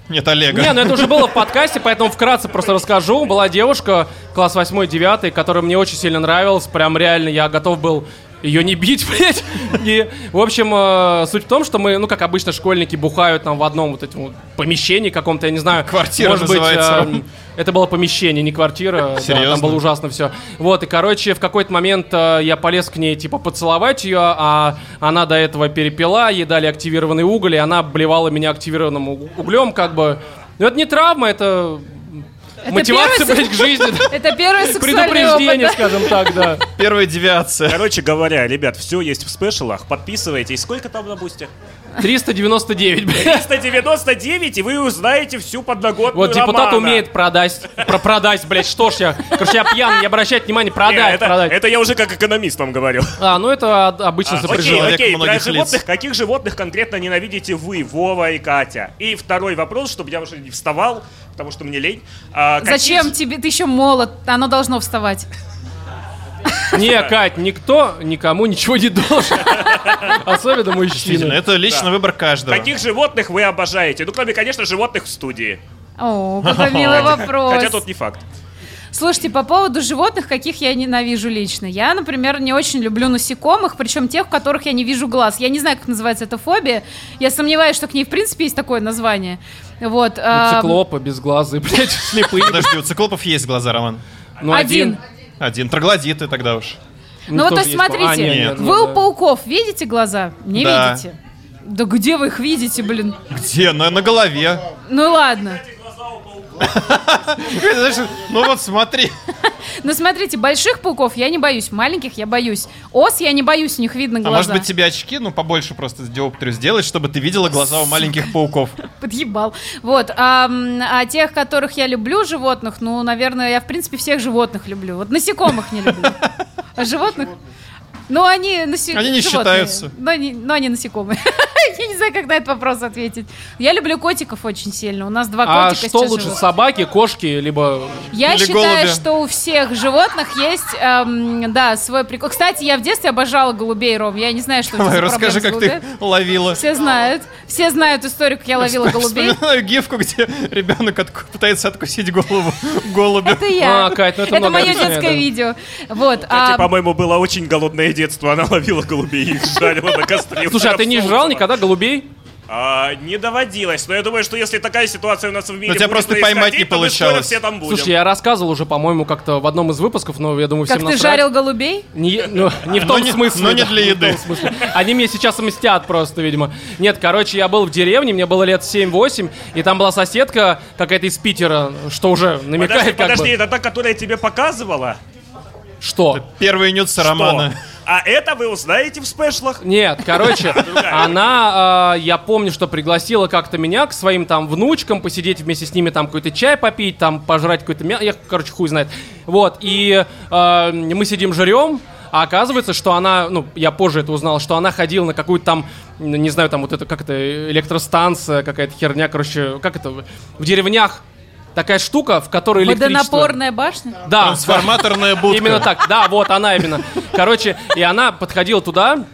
[SPEAKER 2] Нет, Олега.
[SPEAKER 1] Не, ну это уже было в подкасте, поэтому вкратце просто расскажу. Была девушка, класс 8-9, которая мне очень сильно нравилась. Прям реально я готов был ее не бить, (laughs) блядь. И, в общем, э, суть в том, что мы, ну, как обычно, школьники бухают там в одном вот этом вот помещении каком-то, я не знаю.
[SPEAKER 2] Квартира
[SPEAKER 1] может
[SPEAKER 2] называется.
[SPEAKER 1] Быть, э, это было помещение, не квартира. да,
[SPEAKER 2] Серьезно?
[SPEAKER 1] там было ужасно все. Вот, и, короче, в какой-то момент э, я полез к ней, типа, поцеловать ее, а она до этого перепила, ей дали активированный уголь, и она обливала меня активированным уг- углем, как бы. Ну, это не травма, это...
[SPEAKER 3] Это
[SPEAKER 1] Мотивация,
[SPEAKER 3] первый
[SPEAKER 1] блядь,
[SPEAKER 3] сек-
[SPEAKER 1] к жизни.
[SPEAKER 3] Это
[SPEAKER 1] (laughs)
[SPEAKER 3] первый сексуальный
[SPEAKER 1] Предупреждение,
[SPEAKER 3] опыт, да?
[SPEAKER 1] скажем так, да.
[SPEAKER 2] Первая девиация.
[SPEAKER 7] Короче говоря, ребят, все есть в спешалах. Подписывайтесь. Сколько там на бусте?
[SPEAKER 1] 399, блядь.
[SPEAKER 7] 399, и вы узнаете всю подноготную
[SPEAKER 1] Вот депутат
[SPEAKER 7] Романа.
[SPEAKER 1] умеет продать. Про продать, блядь, что ж я. Короче, я пьяный, не обращать внимания,
[SPEAKER 7] Не,
[SPEAKER 1] продать,
[SPEAKER 7] это,
[SPEAKER 1] продать.
[SPEAKER 7] это я уже как экономист вам говорю.
[SPEAKER 1] А, ну это од- обычно
[SPEAKER 7] А,
[SPEAKER 1] сопряжено.
[SPEAKER 7] Окей, окей, про животных, каких животных конкретно ненавидите вы, Вова и Катя? И второй вопрос, чтобы я уже не вставал, потому что мне лень. А, каких-
[SPEAKER 3] Зачем тебе? Ты еще молод, оно должно вставать.
[SPEAKER 1] Не, Кать, никто никому ничего не (laughs) должен. Особенно мужчины.
[SPEAKER 2] Это личный
[SPEAKER 7] Да.
[SPEAKER 2] выбор каждого.
[SPEAKER 7] Каких животных вы обожаете? Ну, кроме, конечно, животных в студии. (laughs)
[SPEAKER 3] О, какой милый
[SPEAKER 7] Хотя-
[SPEAKER 3] вопрос.
[SPEAKER 7] Хотя тут не факт.
[SPEAKER 3] Слушайте, по поводу животных, каких я ненавижу лично. Я, например, не очень люблю насекомых, причем тех, у которых я не вижу глаз. Я не знаю, как называется эта фобия. Я сомневаюсь, что к ней, в принципе, есть такое название. Вот.
[SPEAKER 1] Ну,
[SPEAKER 3] а,
[SPEAKER 1] Циклопы без глаза, (laughs) блядь, слепые.
[SPEAKER 2] Подожди, у циклопов есть глаза, Роман.
[SPEAKER 1] Ну,
[SPEAKER 3] Один.
[SPEAKER 2] Один. Троглодиты тогда уж.
[SPEAKER 3] Ну,
[SPEAKER 1] а
[SPEAKER 3] вот, то есть, смотрите,
[SPEAKER 1] ну
[SPEAKER 3] вы у пауков видите глаза? Не
[SPEAKER 2] Да.
[SPEAKER 3] видите. Да где вы их видите, блин?
[SPEAKER 2] Где? На, на голове.
[SPEAKER 3] Ну ладно.
[SPEAKER 2] Знаешь, Ну вот смотри.
[SPEAKER 3] Ну смотрите, больших пауков я не боюсь, маленьких я боюсь. Ос я не боюсь, у них видно
[SPEAKER 2] А
[SPEAKER 3] глаза.
[SPEAKER 2] может быть тебе очки, ну побольше просто диоптрию сделать, чтобы ты видела глаза у маленьких
[SPEAKER 3] (laughs)
[SPEAKER 2] пауков.
[SPEAKER 3] Подъебал. Вот. А, м, а тех, которых я люблю, животных, ну, наверное, я, в принципе, всех животных люблю. Вот насекомых не люблю. А животных... Ну, они... насе-
[SPEAKER 2] Они не
[SPEAKER 3] животные.
[SPEAKER 2] считаются.
[SPEAKER 3] Но они, но они насекомые. (laughs) Я не знаю, как на этот вопрос ответить. Я люблю котиков очень сильно. У нас два
[SPEAKER 1] А
[SPEAKER 3] котика
[SPEAKER 1] что
[SPEAKER 3] сейчас
[SPEAKER 1] лучше,
[SPEAKER 3] живут.
[SPEAKER 1] собаки, кошки, либо...
[SPEAKER 3] Я считаю, что у всех животных есть, эм, да, свой прикол. Кстати, я в детстве обожала голубей, Ром. Я не знаю, что у тебя
[SPEAKER 2] Давай,
[SPEAKER 3] за
[SPEAKER 2] расскажи, как
[SPEAKER 3] проблемы с
[SPEAKER 2] ты
[SPEAKER 3] голубями.
[SPEAKER 2] ловила.
[SPEAKER 3] Все знают. Все знают историю, как я ловила
[SPEAKER 2] (laughs)
[SPEAKER 3] голубей.
[SPEAKER 2] Вспоминаю гифку, где ребенок отку- пытается откусить голову голубю.
[SPEAKER 3] Это
[SPEAKER 11] А,
[SPEAKER 1] А,
[SPEAKER 3] я.
[SPEAKER 1] ну
[SPEAKER 11] ну
[SPEAKER 3] это мое
[SPEAKER 7] многообещает,
[SPEAKER 3] детское
[SPEAKER 7] да.
[SPEAKER 3] видео. Вот.
[SPEAKER 7] Катя,
[SPEAKER 3] а,
[SPEAKER 7] по-моему, было очень голодное детство. Она ловила голубей и их жарила на костре.
[SPEAKER 1] Слушай, а ты не жрал никогда голубей?
[SPEAKER 7] А, не доводилось, но я думаю, что если такая ситуация у нас в мире
[SPEAKER 2] Ну,
[SPEAKER 1] тебя
[SPEAKER 7] будет
[SPEAKER 1] просто
[SPEAKER 7] происходить,
[SPEAKER 1] поймать не
[SPEAKER 7] то мы скоро
[SPEAKER 1] получалось.
[SPEAKER 7] все там будем.
[SPEAKER 1] Слушай, я рассказывал уже, по-моему, как-то в одном из выпусков, но я думаю,
[SPEAKER 3] Как
[SPEAKER 1] всем
[SPEAKER 3] ты
[SPEAKER 1] насрать.
[SPEAKER 3] жарил голубей?
[SPEAKER 1] Не, ну, не в
[SPEAKER 2] Но
[SPEAKER 1] том
[SPEAKER 2] не-
[SPEAKER 1] смысле.
[SPEAKER 2] но не
[SPEAKER 1] да,
[SPEAKER 2] для
[SPEAKER 1] в том
[SPEAKER 2] еды.
[SPEAKER 1] смысле. Они мне сейчас мстят просто, видимо. Нет, короче, я был в деревне, мне было лет 7-8, и там была соседка какая-то из Питера, что уже
[SPEAKER 7] Подожди,
[SPEAKER 1] намекает как
[SPEAKER 7] подожди,
[SPEAKER 1] бы...
[SPEAKER 7] это та, которая тебе показывала?
[SPEAKER 1] Что?
[SPEAKER 2] Первые нюцы Романа.
[SPEAKER 7] А это вы узнаете в спешлах?
[SPEAKER 1] Нет, короче, она, э, я помню, что пригласила как-то меня к своим там внучкам посидеть вместе с ними, там какой-то чай попить, там пожрать какой-то мясо, я, короче, хуй знает. Вот, и э, мы а, сидим жрем, А оказывается, что она, ну, я позже это узнал, что она ходила на какую-то там, ну, не знаю, там вот это, как это, электростанция, какая-то херня, короче, как это, в деревнях такая штука, в которой электричество...
[SPEAKER 3] Водонапорная башня?
[SPEAKER 1] Да.
[SPEAKER 2] Трансформаторная
[SPEAKER 1] будка. Именно так, да, вот она именно. Короче, и она подходила туда,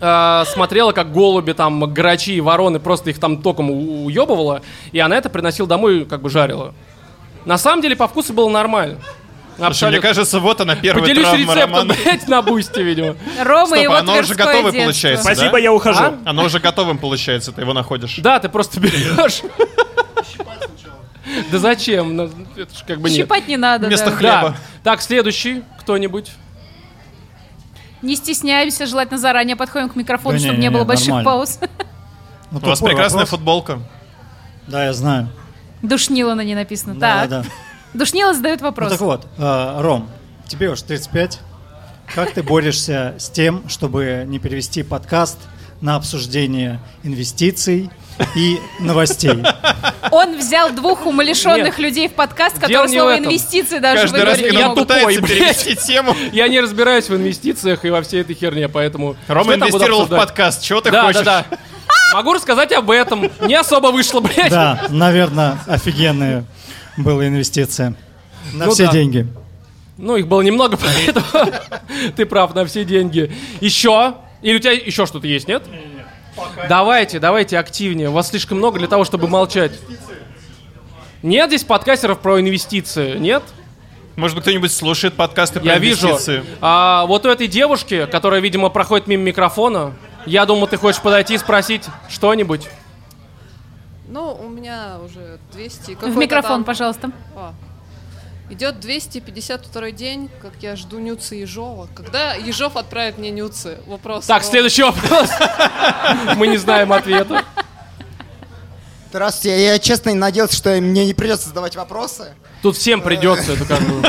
[SPEAKER 1] э, смотрела, как голуби, там, грачи и вороны, просто их там током у- уебывала, и она это приносила домой, и как бы жарила. На самом деле, по вкусу было нормально.
[SPEAKER 2] Слушай, мне
[SPEAKER 1] Абсолютно.
[SPEAKER 2] кажется, вот она первая
[SPEAKER 1] Поделюсь
[SPEAKER 2] травма
[SPEAKER 1] рецептом,
[SPEAKER 2] Романа.
[SPEAKER 1] блядь, на бусте, видимо.
[SPEAKER 3] Рома
[SPEAKER 2] Стоп,
[SPEAKER 3] и
[SPEAKER 2] а
[SPEAKER 3] его
[SPEAKER 2] оно уже
[SPEAKER 3] Тверское
[SPEAKER 2] готовое
[SPEAKER 3] детство.
[SPEAKER 2] получается, да?
[SPEAKER 1] А?
[SPEAKER 2] Оно уже готовым получается, ты его находишь.
[SPEAKER 1] Да, ты просто берешь. Да зачем? Ну, Это ж как бы нет.
[SPEAKER 3] Щипать не надо,
[SPEAKER 1] Вместо
[SPEAKER 3] да.
[SPEAKER 1] хлеба. Так, следующий кто-нибудь.
[SPEAKER 3] Не стесняемся, желательно заранее подходим к микрофону,
[SPEAKER 11] Да не,
[SPEAKER 3] чтобы
[SPEAKER 11] не,
[SPEAKER 3] не
[SPEAKER 11] не,
[SPEAKER 3] было больших
[SPEAKER 11] нормально.
[SPEAKER 3] пауз. (laughs)
[SPEAKER 11] Ну,
[SPEAKER 2] У вас
[SPEAKER 11] тупой
[SPEAKER 2] прекрасная
[SPEAKER 11] вопрос.
[SPEAKER 2] футболка.
[SPEAKER 11] Да, я знаю.
[SPEAKER 3] Душнила на ней написано.
[SPEAKER 11] Да,
[SPEAKER 3] Так.
[SPEAKER 11] да.
[SPEAKER 3] Душнила задает вопрос.
[SPEAKER 11] Ну, так вот, э, Ром, тебе уж 35. Как ты борешься с тем, чтобы не перевести подкаст на обсуждение инвестиций и
[SPEAKER 3] (laughs)
[SPEAKER 11] новостей?
[SPEAKER 3] Он взял двух умалишенных
[SPEAKER 1] Нет.
[SPEAKER 3] людей в подкаст,
[SPEAKER 1] Дело
[SPEAKER 3] которые
[SPEAKER 1] не в
[SPEAKER 3] слово
[SPEAKER 1] этом.
[SPEAKER 3] инвестиции даже выговорить не
[SPEAKER 1] я
[SPEAKER 3] могут.
[SPEAKER 1] тупой, блядь. (laughs) Я не разбираюсь в инвестициях и во всей этой херне, поэтому...
[SPEAKER 2] Рома
[SPEAKER 1] Что я там буду
[SPEAKER 2] инвестировал в
[SPEAKER 1] обсуждать?
[SPEAKER 2] подкаст, чего ты
[SPEAKER 1] Да,
[SPEAKER 2] хочешь?
[SPEAKER 1] Да, да, Могу рассказать об этом. Не особо вышло, блядь.
[SPEAKER 11] Да, наверное, офигенная была инвестиция. На
[SPEAKER 1] Ну
[SPEAKER 11] все
[SPEAKER 1] да.
[SPEAKER 11] деньги.
[SPEAKER 1] Ну, их было немного, (laughs) поэтому ты прав на все деньги. Еще? Или у тебя еще что-то есть, нет? Давайте, давайте активнее. У вас слишком много для того, чтобы молчать. Нет здесь подкастеров про инвестиции, нет?
[SPEAKER 2] Может быть, кто-нибудь слушает подкасты про
[SPEAKER 1] Я вижу.
[SPEAKER 2] инвестиции?
[SPEAKER 1] А, вот у этой девушки, которая, видимо, проходит мимо микрофона, я думал, ты хочешь подойти и спросить что-нибудь.
[SPEAKER 15] Ну, у меня уже 200...
[SPEAKER 3] В микрофон, пожалуйста.
[SPEAKER 15] Идет 252 день, как я жду Нюцы Ежова. Когда Ежов отправит мне Нюцы? Вопрос.
[SPEAKER 1] Так,
[SPEAKER 15] Рома.
[SPEAKER 1] следующий вопрос. (laughs) Мы не знаем ответа.
[SPEAKER 16] Здравствуйте, я честно надеялся, что мне не придется задавать вопросы.
[SPEAKER 1] Тут всем придется, это как бы...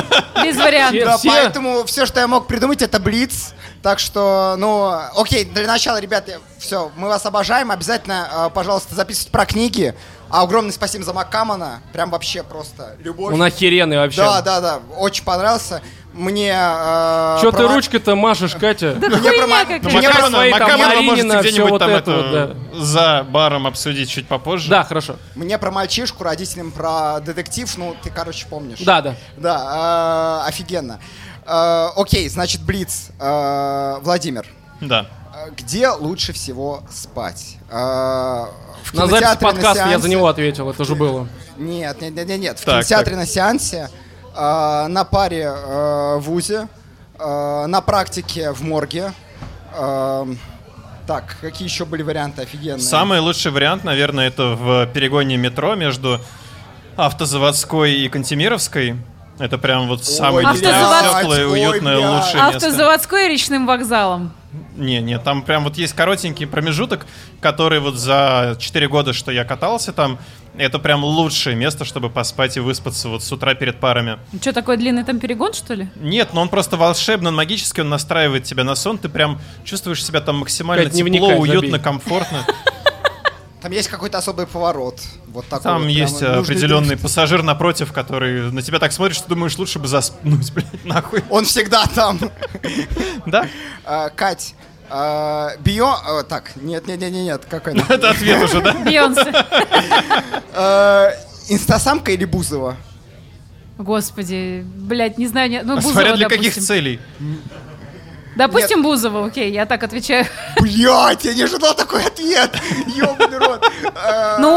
[SPEAKER 3] Без вариантов.
[SPEAKER 16] Да,
[SPEAKER 1] Все-
[SPEAKER 16] поэтому все, что я мог придумать, это блиц. Так что, ну, окей, для начала, ребята, все, мы вас обожаем. Обязательно, э, пожалуйста, записывайте про книги. А огромное спасибо за Маккамана. Прям вообще просто любовь.
[SPEAKER 1] Он охеренный вообще.
[SPEAKER 16] Да, да, да, очень понравился. Мне... э,
[SPEAKER 1] Че ты
[SPEAKER 16] про-
[SPEAKER 1] ручкой-то машешь, Катя?
[SPEAKER 16] Мне про Мак-
[SPEAKER 1] какая.
[SPEAKER 2] Ну,
[SPEAKER 16] мне про-
[SPEAKER 2] Макарона,
[SPEAKER 1] свои там
[SPEAKER 2] Макарона
[SPEAKER 1] Маринина,
[SPEAKER 2] можете
[SPEAKER 1] всё
[SPEAKER 2] где-нибудь
[SPEAKER 1] вот
[SPEAKER 2] там
[SPEAKER 1] это
[SPEAKER 2] эту
[SPEAKER 1] вот,
[SPEAKER 2] за баром обсудить чуть попозже.
[SPEAKER 1] Да, хорошо.
[SPEAKER 16] Мне про мальчишку, родителям про детектив, ну, ты, короче, помнишь.
[SPEAKER 1] Да, да.
[SPEAKER 16] Да, э, офигенно. Э, окей, значит, Блиц. Э, Владимир,
[SPEAKER 2] Да.
[SPEAKER 16] э, где лучше всего спать? Э, в
[SPEAKER 1] На
[SPEAKER 16] кинотеатре,
[SPEAKER 1] запись подкаста я за
[SPEAKER 16] сеансе?
[SPEAKER 1] него ответил, это же было.
[SPEAKER 16] Нет, нет, нет, нет, нет. В
[SPEAKER 1] Так,
[SPEAKER 16] кинотеатре
[SPEAKER 1] так.
[SPEAKER 16] на сеансе, э, на паре э, в ВУЗе, э, на практике в морге. Э, так, какие еще были варианты офигенные?
[SPEAKER 2] Самый лучший вариант, наверное, это в перегоне метро между автозаводской и Кантемировской. Это прям вот самое не знаю,
[SPEAKER 3] Автозаводской,
[SPEAKER 2] теплое, уютное,
[SPEAKER 16] блядь.
[SPEAKER 2] лучшее место.
[SPEAKER 3] Автозаводской и речным вокзалом.
[SPEAKER 2] Не, не, там прям вот есть коротенький промежуток, который вот за 4 года, что я катался там, это прям лучшее место, чтобы поспать и выспаться вот с утра перед парами.
[SPEAKER 3] Что, такой длинный там перегон, что ли?
[SPEAKER 2] Нет, но он просто волшебный, он магический, он настраивает тебя на сон, ты прям чувствуешь себя там максимально
[SPEAKER 1] Пять
[SPEAKER 2] тепло,
[SPEAKER 1] дневника
[SPEAKER 2] уютно,
[SPEAKER 1] забей.
[SPEAKER 2] комфортно.
[SPEAKER 16] Там есть какой-то особый поворот. Вот такой вот,
[SPEAKER 2] Там
[SPEAKER 16] прям
[SPEAKER 2] есть э,
[SPEAKER 16] нужный
[SPEAKER 2] определенный
[SPEAKER 16] лифт.
[SPEAKER 2] пассажир напротив, который на тебя так смотрит, что думаешь, лучше бы заснуть, (laughs) блядь, (laughs) нахуй.
[SPEAKER 16] Он всегда там.
[SPEAKER 2] (laughs) Да?
[SPEAKER 16] Э, Кать, э, Био... Так, нет, нет, нет, нет, нет, какой нахуй?
[SPEAKER 2] Это ответ уже,
[SPEAKER 3] (laughs)
[SPEAKER 2] да?
[SPEAKER 16] (laughs) Э, Инстасамка или Бузова?
[SPEAKER 3] Господи, блядь, не знаю. не- Ну, Бузова,
[SPEAKER 2] Смотря А для
[SPEAKER 3] допустим.
[SPEAKER 2] каких целей.
[SPEAKER 3] Допустим, Бузова, окей, я так отвечаю.
[SPEAKER 16] Блять, я не ожидал такой ответ. Ёбаный
[SPEAKER 3] (laughs)
[SPEAKER 16] рот. Э,
[SPEAKER 3] Ну,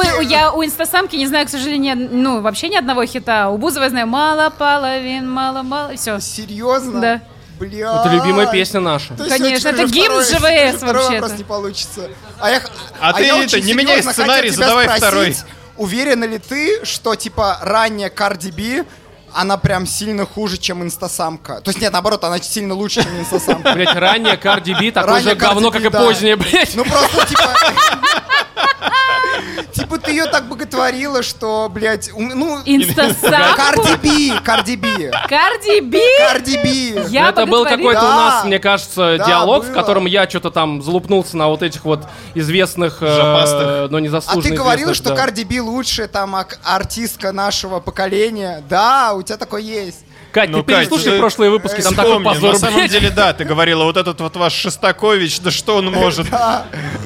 [SPEAKER 3] у- у- я у инстасамки не знаю, к сожалению, ни- ну, вообще ни одного хита. У Бузова я знаю мало половин, мало-мало, все.
[SPEAKER 16] Серьезно?
[SPEAKER 3] Да.
[SPEAKER 16] Бля.
[SPEAKER 1] Это любимая песня наша.
[SPEAKER 16] То есть
[SPEAKER 3] Конечно,
[SPEAKER 16] я
[SPEAKER 3] это
[SPEAKER 16] уже
[SPEAKER 3] гимн
[SPEAKER 16] второй-
[SPEAKER 3] ЖВС
[SPEAKER 8] (laughs)
[SPEAKER 16] уже второй
[SPEAKER 3] вообще-то.
[SPEAKER 16] вопрос не получится. А, я,
[SPEAKER 2] А ты,
[SPEAKER 16] я
[SPEAKER 2] это,
[SPEAKER 16] очень
[SPEAKER 2] не
[SPEAKER 16] серьезно
[SPEAKER 2] меняй
[SPEAKER 16] хотел
[SPEAKER 2] сценарий,
[SPEAKER 16] тебя
[SPEAKER 2] задавай
[SPEAKER 16] спросить,
[SPEAKER 2] второй.
[SPEAKER 16] Уверена ли ты, что типа ранняя Карди Би, она прям сильно хуже, чем инстасамка? То есть нет, наоборот, она сильно лучше,
[SPEAKER 1] (laughs)
[SPEAKER 16] чем инстасамка.
[SPEAKER 1] Блять, раннее Cardi B такое
[SPEAKER 16] Ранняя
[SPEAKER 1] же говно,
[SPEAKER 16] Cardi
[SPEAKER 1] как
[SPEAKER 16] B,
[SPEAKER 1] и
[SPEAKER 16] да.
[SPEAKER 1] позднее, блять. (laughs)
[SPEAKER 16] Ну просто типа... Типа ты ее так боготворила, что, блядь, ум- ну...
[SPEAKER 3] Инстасамку?
[SPEAKER 16] Карди Би, Карди Би.
[SPEAKER 3] Карди Би?
[SPEAKER 16] Карди Би.
[SPEAKER 3] Я
[SPEAKER 1] Ну, это был
[SPEAKER 3] боготворила.
[SPEAKER 1] какой-то у нас, мне кажется,
[SPEAKER 16] Да, А
[SPEAKER 1] диалог, в
[SPEAKER 16] было.
[SPEAKER 1] котором я что-то там залупнулся на вот этих вот известных, э,
[SPEAKER 2] Жопастых.
[SPEAKER 1] но не
[SPEAKER 16] А ты
[SPEAKER 1] заслуженно
[SPEAKER 16] говорила,
[SPEAKER 1] известных,
[SPEAKER 16] что
[SPEAKER 1] да.
[SPEAKER 16] Карди Би лучше, там, ак- артистка нашего поколения. Да, у тебя такое есть.
[SPEAKER 1] Кать, ты переслушай прошлые выпуски, там такой
[SPEAKER 2] Ну, вспомни,
[SPEAKER 1] позор.
[SPEAKER 2] На самом
[SPEAKER 1] блядь.
[SPEAKER 2] деле, да, ты говорила, вот этот вот ваш Шестакович, да что он может?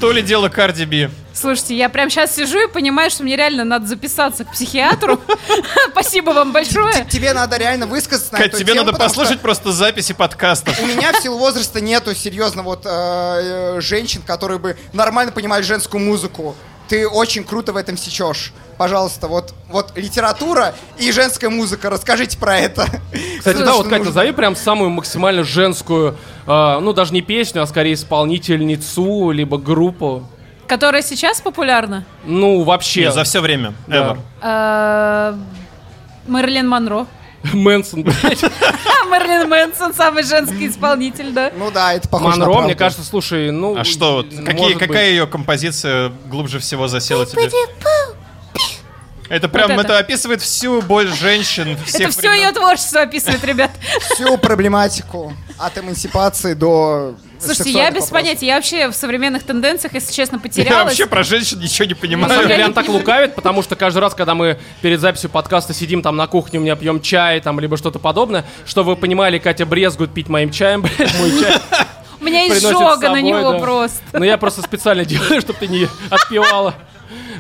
[SPEAKER 2] То ли дело Карди Би.
[SPEAKER 3] Слушайте, я прям сейчас сижу и понимаю, что мне реально надо записаться к психиатру. (laughs) Спасибо вам большое.
[SPEAKER 16] Тебе надо реально высказаться на
[SPEAKER 2] Кать,
[SPEAKER 16] эту
[SPEAKER 2] тебе
[SPEAKER 16] тему,
[SPEAKER 2] надо
[SPEAKER 16] потому что
[SPEAKER 2] послушать просто записи подкастов.
[SPEAKER 16] У меня в силу возраста нету серьезно вот э, э, женщин, которые бы нормально понимали женскую музыку. Ты очень круто в этом сечешь. Пожалуйста, вот, вот литература и женская музыка. Расскажите про это.
[SPEAKER 1] Кстати, да, вот Катя, назови прям самую максимально женскую, э, ну даже не песню, а скорее исполнительницу, либо группу.
[SPEAKER 3] Которая сейчас популярна?
[SPEAKER 1] Ну, вообще.
[SPEAKER 2] Не, за все время.
[SPEAKER 1] Да.
[SPEAKER 3] Э, Мэрилин Монро. (laughs)
[SPEAKER 1] Мэнсон, блядь.
[SPEAKER 3] Мэрилин Мэнсон, самый женский исполнитель, да?
[SPEAKER 16] Ну да, это
[SPEAKER 1] Монро, мне кажется, слушай, ну...
[SPEAKER 2] А что, вот, какие,
[SPEAKER 1] может
[SPEAKER 2] какая
[SPEAKER 1] быть.
[SPEAKER 2] ее композиция глубже всего засела тебе? Это прям,
[SPEAKER 3] Вот
[SPEAKER 2] это.
[SPEAKER 3] это.
[SPEAKER 2] описывает всю боль женщин всех
[SPEAKER 3] Это все ее творчество описывает, ребят.
[SPEAKER 16] Всю проблематику от эмансипации до...
[SPEAKER 3] Слушайте, я
[SPEAKER 16] сексуальных
[SPEAKER 3] без
[SPEAKER 16] вопросов.
[SPEAKER 3] понятия, я вообще в современных тенденциях, если честно,
[SPEAKER 2] Я
[SPEAKER 3] потерялась.
[SPEAKER 2] вообще про женщин ничего не
[SPEAKER 1] На самом
[SPEAKER 2] понимаю.
[SPEAKER 1] деле, он так лукавит, потому что каждый раз, когда мы перед записью подкаста сидим там на кухне, у меня пьем чай, там, либо что-то подобное, что вы понимали, Катя брезгует пить моим чаем, (laughs) блядь, мой чай.
[SPEAKER 3] У меня
[SPEAKER 1] приносит с
[SPEAKER 3] изжога на
[SPEAKER 1] собой,
[SPEAKER 3] него
[SPEAKER 1] да.
[SPEAKER 3] просто.
[SPEAKER 1] Но Ну, я просто специально (laughs) делаю, чтобы ты не отпевала.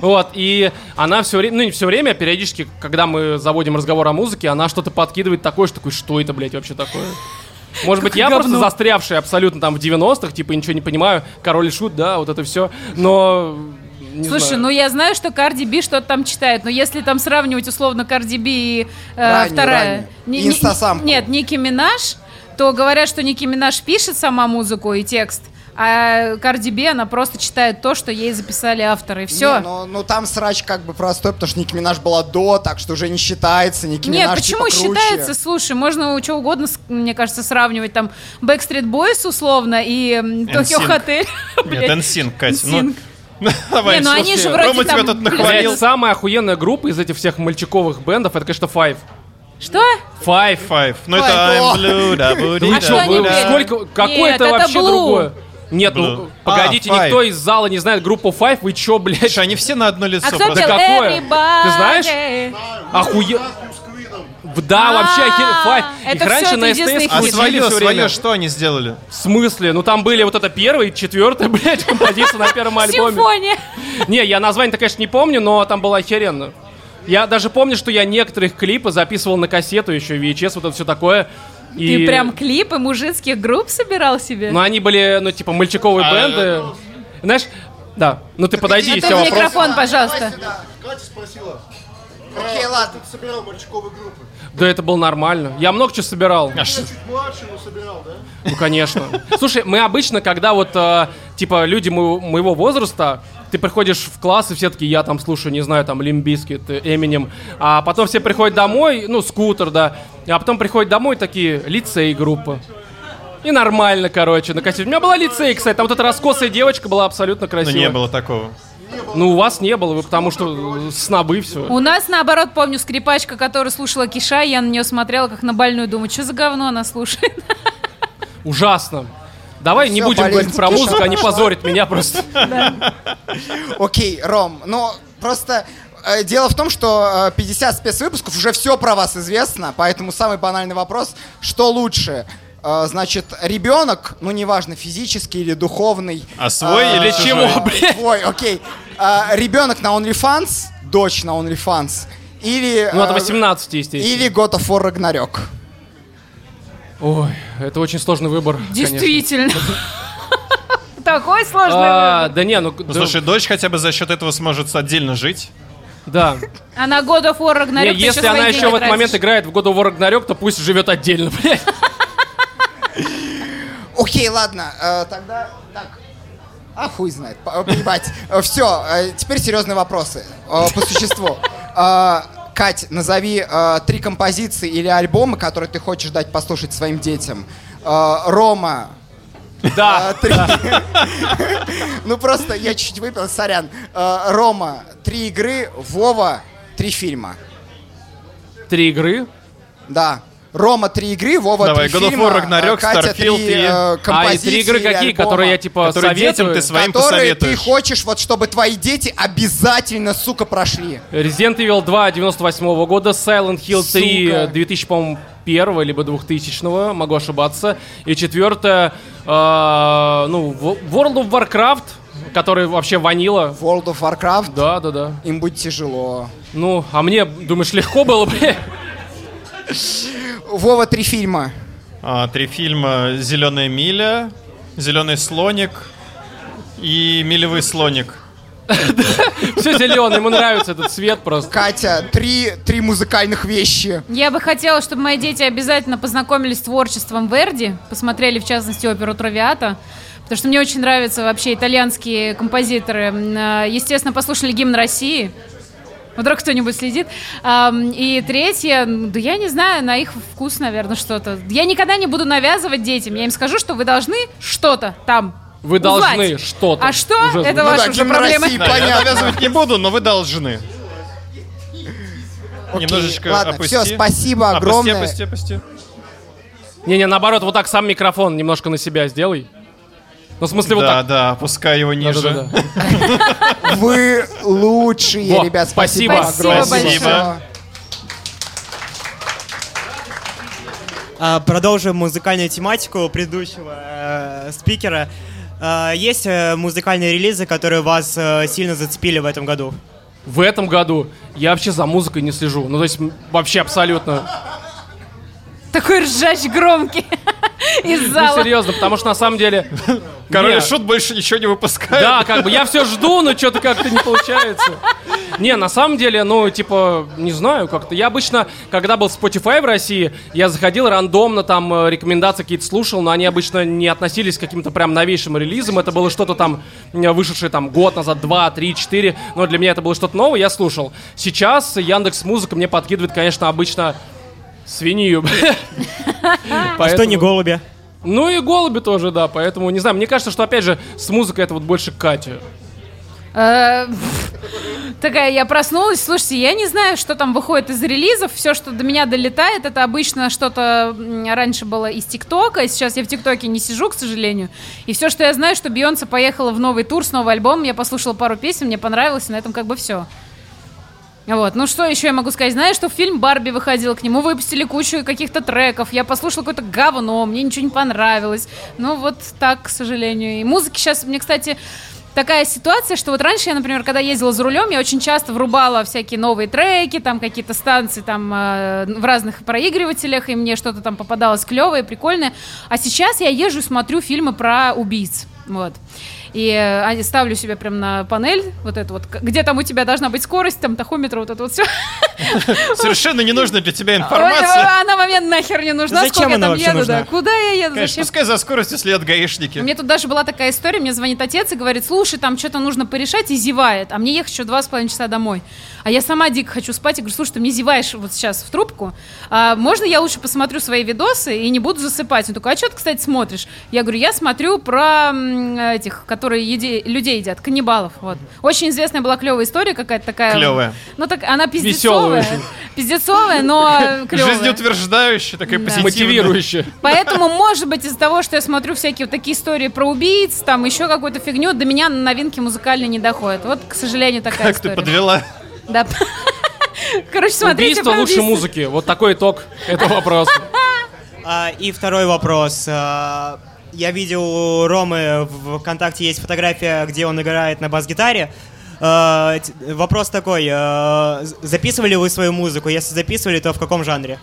[SPEAKER 1] Вот, и она все время, ну не все время, а периодически, когда мы заводим разговор о музыке, она что-то подкидывает такое, что такое, что это, блядь, вообще такое? Может быть,
[SPEAKER 9] Как
[SPEAKER 1] я просто
[SPEAKER 9] говно.
[SPEAKER 1] застрявший абсолютно там в 90-х, типа ничего не понимаю, король и шут, да, вот это все, но... не
[SPEAKER 3] Слушай,
[SPEAKER 1] знаю.
[SPEAKER 3] ну я знаю, что Карди Би что-то там читает, но если там сравнивать условно Карди Би и э,
[SPEAKER 16] Раннюю,
[SPEAKER 3] вторая...
[SPEAKER 16] раннюю.
[SPEAKER 3] Не- не-
[SPEAKER 16] Инстасамку.
[SPEAKER 3] Нет, Ники Минаж, то говорят, что Ники Минаж пишет сама музыку и текст, а Карди Би, она просто читает то, что ей записали авторы, и все.
[SPEAKER 16] Не, ну, ну там срач как бы простой, потому что Ники Минаж была до, так что уже не считается. Ники
[SPEAKER 3] Нет,
[SPEAKER 16] Минаж,
[SPEAKER 3] почему
[SPEAKER 16] типа, круче.
[SPEAKER 3] считается? Слушай, можно что угодно, с- мне кажется, сравнивать там Backstreet Boys условно и м, Tokyo
[SPEAKER 2] NSYNC.
[SPEAKER 3] Hotel. (laughs)
[SPEAKER 2] Нет,
[SPEAKER 3] Блядь.
[SPEAKER 2] NSYNC, Кать. Ну,
[SPEAKER 3] NSYNC.
[SPEAKER 2] давай,
[SPEAKER 3] Не, ну они
[SPEAKER 2] слушай,
[SPEAKER 3] же вроде
[SPEAKER 2] Рома тебя
[SPEAKER 3] там, (laughs)
[SPEAKER 2] тут
[SPEAKER 3] блядь,
[SPEAKER 2] нахвалил.
[SPEAKER 1] Блядь, самая охуенная группа из этих всех мальчиковых бендов, это, конечно, Five.
[SPEAKER 3] Что?
[SPEAKER 1] Five.
[SPEAKER 2] Five. Ну,
[SPEAKER 1] Five.
[SPEAKER 2] это I'm
[SPEAKER 1] О.
[SPEAKER 3] (laughs)
[SPEAKER 2] blue, да, blue,
[SPEAKER 1] Ну
[SPEAKER 2] да,
[SPEAKER 1] что,
[SPEAKER 2] blue,
[SPEAKER 1] вы-
[SPEAKER 2] да.
[SPEAKER 1] сколько, какое
[SPEAKER 3] Нет,
[SPEAKER 1] это
[SPEAKER 3] это
[SPEAKER 1] вообще
[SPEAKER 3] Blue.
[SPEAKER 1] другое? Нет, ну,
[SPEAKER 2] Blue.
[SPEAKER 1] погодите,
[SPEAKER 2] А, Five.
[SPEAKER 1] никто из зала не знает группу Five, вы чё, блядь?
[SPEAKER 2] они все на одно лицо.
[SPEAKER 3] А кто пел
[SPEAKER 1] какое?
[SPEAKER 3] Everybody?
[SPEAKER 1] Ты знаешь? Охуе... Да, вообще, охе- Five.
[SPEAKER 3] А, это
[SPEAKER 1] Их
[SPEAKER 3] всё
[SPEAKER 1] раньше
[SPEAKER 3] от
[SPEAKER 1] на
[SPEAKER 3] Disney
[SPEAKER 1] СТС
[SPEAKER 2] А
[SPEAKER 1] крутили
[SPEAKER 2] свое,
[SPEAKER 1] всё время.
[SPEAKER 2] свое, что они сделали?
[SPEAKER 1] В смысле? Ну там были вот это первая и четвертая, (laughs) блядь, композиция на первом альбоме.
[SPEAKER 3] Симфония.
[SPEAKER 1] (laughs) Не, я название-то, конечно, не помню, но там было охеренно. Я даже помню, что я некоторых клипы записывал на кассету еще, VHS, вот это все такое. И...
[SPEAKER 3] Ты прям клипы мужицких групп собирал себе?
[SPEAKER 1] Ну, они были, ну, типа, мальчиковые
[SPEAKER 2] А,
[SPEAKER 1] бенды. Знаешь, да. Ну, ты подойди,
[SPEAKER 3] А
[SPEAKER 1] если
[SPEAKER 3] ты в
[SPEAKER 1] вопрос.
[SPEAKER 3] микрофон, пожалуйста.
[SPEAKER 8] Катя спросила.
[SPEAKER 16] Окей, ладно.
[SPEAKER 8] Ты собирал мальчиковые группы.
[SPEAKER 1] Да это было нормально. Я много чего собирал.
[SPEAKER 8] Чуть младше, но собирал, да?
[SPEAKER 1] Ну, конечно. Слушай, мы обычно, когда вот, э, типа, люди мо- моего возраста, ты приходишь в класс, и все таки я там слушаю, не знаю, там, Лимбискет, Эминем, а потом все приходят домой, ну, скутер, да, а потом приходят домой такие, лицей группа. И нормально, короче, на кассете. У меня была лицей, кстати, там вот эта раскосая девочка была абсолютно
[SPEAKER 2] Ну,
[SPEAKER 1] красивая.
[SPEAKER 2] не было такого.
[SPEAKER 1] Ну, у вас не было, вы потому что э, снобы все.
[SPEAKER 3] У нас, наоборот, помню, скрипачка, которую слушала Киша, я на нее смотрела, как на больную, думаю, что за говно
[SPEAKER 1] (laughs)
[SPEAKER 3] она слушает.
[SPEAKER 1] Ужасно. Давай не
[SPEAKER 16] Всё,
[SPEAKER 1] будем
[SPEAKER 16] болезнь
[SPEAKER 1] говорить про
[SPEAKER 16] кишок
[SPEAKER 1] музыку, они
[SPEAKER 16] пошла.
[SPEAKER 1] позорят меня просто.
[SPEAKER 16] Окей, Ром, но просто э, дело в том, что э, 50 спецвыпусков уже все про вас известно, поэтому самый банальный вопрос, что лучше? Э, Значит, ребенок, ну неважно, физический или духовный. э,
[SPEAKER 2] А свой или чужой?
[SPEAKER 16] блядь? Свой, окей. Э, Ребенок на OnlyFans, дочь на OnlyFans. Или,
[SPEAKER 1] Ну, от
[SPEAKER 16] э,
[SPEAKER 1] 18, естественно.
[SPEAKER 16] Или God of War Ragnarok.
[SPEAKER 1] Ой, это очень сложный выбор.
[SPEAKER 3] Действительно. (laughs) Такой
[SPEAKER 1] конечно.
[SPEAKER 3] сложный
[SPEAKER 1] А, да не, ну...
[SPEAKER 2] Ну,
[SPEAKER 1] да-
[SPEAKER 2] слушай, дочь хотя бы за счет этого сможет отдельно жить.
[SPEAKER 1] Да.
[SPEAKER 3] Она God of War Ragnarok,
[SPEAKER 1] Не,
[SPEAKER 3] ты
[SPEAKER 1] если
[SPEAKER 3] ещё
[SPEAKER 1] она
[SPEAKER 3] свои
[SPEAKER 1] еще
[SPEAKER 3] деньги
[SPEAKER 1] в этот момент
[SPEAKER 3] тратишь.
[SPEAKER 1] играет в God of War Ragnarok, то пусть живет отдельно, (laughs) блядь.
[SPEAKER 16] Окей, ладно, э, тогда так. А хуй знает, по- поебать. Все, теперь серьезные вопросы э, по существу. Э, Кать, назови э, три композиции или альбома, которые ты хочешь дать послушать своим детям. Э, Рома. Э,
[SPEAKER 1] Да.
[SPEAKER 16] Ну просто я чуть-чуть выпил, сорян. Э, Рома, три игры, Вова, три фильма.
[SPEAKER 1] Три игры?
[SPEAKER 16] Да. Рома три игры, Вова
[SPEAKER 2] Давай,
[SPEAKER 16] три
[SPEAKER 2] God of War,
[SPEAKER 16] фильма,
[SPEAKER 2] Ragnarok,
[SPEAKER 16] э, Катя
[SPEAKER 2] Starfield
[SPEAKER 16] три
[SPEAKER 2] и-
[SPEAKER 16] э,
[SPEAKER 2] А, и
[SPEAKER 16] композиции
[SPEAKER 1] три игры
[SPEAKER 16] или
[SPEAKER 1] какие,
[SPEAKER 16] альбома.
[SPEAKER 1] которые я, типа, Которые детям советую? ты своим
[SPEAKER 16] Которые
[SPEAKER 1] посоветуешь.
[SPEAKER 16] ты хочешь, вот чтобы твои дети обязательно, сука, прошли.
[SPEAKER 1] Resident Evil 2 98 года, Silent Hill 3
[SPEAKER 16] Сука.
[SPEAKER 1] 2000, по-моему, 91-го, либо 2000-го, могу ошибаться. И четвертое, э, ну, Wo- World of Warcraft, который вообще ванила.
[SPEAKER 16] World of Warcraft?
[SPEAKER 1] Да, да, да.
[SPEAKER 16] Им будет тяжело.
[SPEAKER 1] Ну, а мне, думаешь, легко было, (laughs) бля?
[SPEAKER 16] Вова, три фильма.
[SPEAKER 2] А, три фильма «Зеленая миля», «Зеленый слоник» и «Милевый слоник».
[SPEAKER 1] Все зеленый, ему нравится этот цвет просто.
[SPEAKER 16] Катя, три, три музыкальных вещи.
[SPEAKER 3] Я бы хотела, чтобы мои дети обязательно познакомились с творчеством Верди, посмотрели, в частности, оперу «Травиата», потому что мне очень нравятся вообще итальянские композиторы. М, а, Естественно, послушали гимн России, вдруг кто-нибудь следит. Ам, И третье, м, да я не знаю, на их вкус, наверное, что-то. Я никогда не буду навязывать детям, я им скажу, что вы должны что-то там
[SPEAKER 1] Вы
[SPEAKER 3] узнать.
[SPEAKER 1] должны что-то.
[SPEAKER 3] А что? Это
[SPEAKER 16] Ну
[SPEAKER 3] ваша уже проблема.
[SPEAKER 2] Да, я навязывать не буду, но вы должны. Немножечко
[SPEAKER 16] ладно,
[SPEAKER 2] опусти.
[SPEAKER 16] всё, спасибо
[SPEAKER 2] Опусти,
[SPEAKER 16] огромное.
[SPEAKER 2] опусти, опусти.
[SPEAKER 1] Не-не, наоборот, вот так сам микрофон немножко на себя сделай. Ну, в смысле, вот
[SPEAKER 2] да,
[SPEAKER 1] так.
[SPEAKER 2] да, опускай его ниже.
[SPEAKER 16] Вы лучшие,
[SPEAKER 1] Во,
[SPEAKER 16] ребят. Спасибо,
[SPEAKER 1] спасибо.
[SPEAKER 16] огромное.
[SPEAKER 1] Спасибо Спасибо. большое.
[SPEAKER 17] А, Продолжим музыкальную тематику предыдущего э, спикера. А, Есть э, музыкальные релизы, которые вас э, сильно зацепили в этом году?
[SPEAKER 1] В этом году я вообще за музыкой не слежу. Ну, то есть, м, вообще абсолютно.
[SPEAKER 3] Такой ржач громкий (laughs) из
[SPEAKER 1] Ну,
[SPEAKER 3] зала.
[SPEAKER 1] серьезно, потому что на самом деле...
[SPEAKER 2] Король
[SPEAKER 1] Нет.
[SPEAKER 2] Шут больше ничего не выпускает.
[SPEAKER 1] Да, как бы я все жду, но что-то как-то не получается. Не, на самом деле, ну, типа, не знаю, как-то. Я обычно, когда был Spotify в России, я заходил рандомно, там э, рекомендации какие-то слушал, но они обычно не относились к каким-то прям новейшим релизам. Это было что-то там, э, вышедшее там год назад, два, три, четыре. Но для меня это было что-то новое, я слушал. Сейчас Яндекс Музыка мне подкидывает, конечно, обычно свинью.
[SPEAKER 17] А что не голуби?
[SPEAKER 1] Ну и голуби тоже, да, поэтому, не знаю, мне кажется, что, опять же, с музыкой это вот больше Катя.
[SPEAKER 3] Э, (laughs) пф, Такая, я проснулась, слушайте, я не знаю, что там выходит из релизов, все, что до меня долетает, это обычно что-то м, раньше было из ТикТока, сейчас я в ТикТоке не сижу, к сожалению, и все, что я знаю, что Бейонсе поехала в новый тур с новым альбомом, я послушала пару песен, мне понравилось, и на этом как бы все. Вот, ну что еще я могу сказать? Знаешь, что фильм Барби выходил, к нему выпустили кучу каких-то треков, я послушала какое-то говно, мне ничего не понравилось. Ну вот так, к сожалению. И музыки сейчас, мне, кстати, такая ситуация, что вот раньше я, например, когда ездила за рулем, я очень часто врубала всякие новые треки, там какие-то станции там э, в разных проигрывателях, и мне что-то там попадалось клевое, прикольное. А сейчас я езжу и смотрю фильмы про убийц. Вот. И э, а- ставлю себе прям на панель вот это вот, к- где там у тебя должна быть скорость, там тахометр, вот это (laughs) вот все.
[SPEAKER 2] Совершенно не нужна для тебя информация.
[SPEAKER 3] Она момент нахер не нужна,
[SPEAKER 2] Зачем
[SPEAKER 3] сколько я
[SPEAKER 2] она
[SPEAKER 3] там
[SPEAKER 2] вообще
[SPEAKER 3] еду,
[SPEAKER 2] нужна?
[SPEAKER 3] да. Куда я еду,
[SPEAKER 2] Конечно,
[SPEAKER 3] зачем?
[SPEAKER 2] пускай за скоростью следят гаишники.
[SPEAKER 3] Мне тут даже была такая история, мне звонит отец и говорит, слушай, там что-то нужно порешать, и зевает, а мне ехать еще два с половиной часа домой. А я сама дико хочу спать, и говорю, слушай, ты мне зеваешь вот сейчас в трубку, а можно я лучше посмотрю свои видосы и не буду засыпать? Он такой, а что ты, кстати, смотришь? Я говорю, я смотрю про м, этих, которые еде- людей едят, каннибалов, вот. Очень известная была клевая история какая-то такая. (laughs)
[SPEAKER 2] Клевая.
[SPEAKER 3] Ну так, она
[SPEAKER 2] Веселая
[SPEAKER 3] пиздецовая.
[SPEAKER 2] (laughs)
[SPEAKER 3] Пиздецовая, но клевая.
[SPEAKER 2] Жизнеутверждающая, такая
[SPEAKER 3] А, Да.
[SPEAKER 2] позитивная.
[SPEAKER 1] Мотивирующая.
[SPEAKER 3] Поэтому, может быть, из-за того, что я смотрю всякие вот такие истории про убийц, там еще какую-то фигню, до меня новинки музыкальные не доходят. Вот, к сожалению, такая
[SPEAKER 2] (laughs) Как ты
[SPEAKER 3] история.
[SPEAKER 2] подвела?
[SPEAKER 3] Да. Короче, смотрите
[SPEAKER 1] Убийство
[SPEAKER 3] про
[SPEAKER 1] лучше
[SPEAKER 3] убийство.
[SPEAKER 1] музыки. Вот такой итог этого вопроса.
[SPEAKER 17] А, И второй вопрос. А, Я видел у Ромы в ВКонтакте есть фотография, где он играет на бас-гитаре. А, т- Вопрос такой. а, з- Записывали вы свою музыку? Если записывали, то в каком жанре?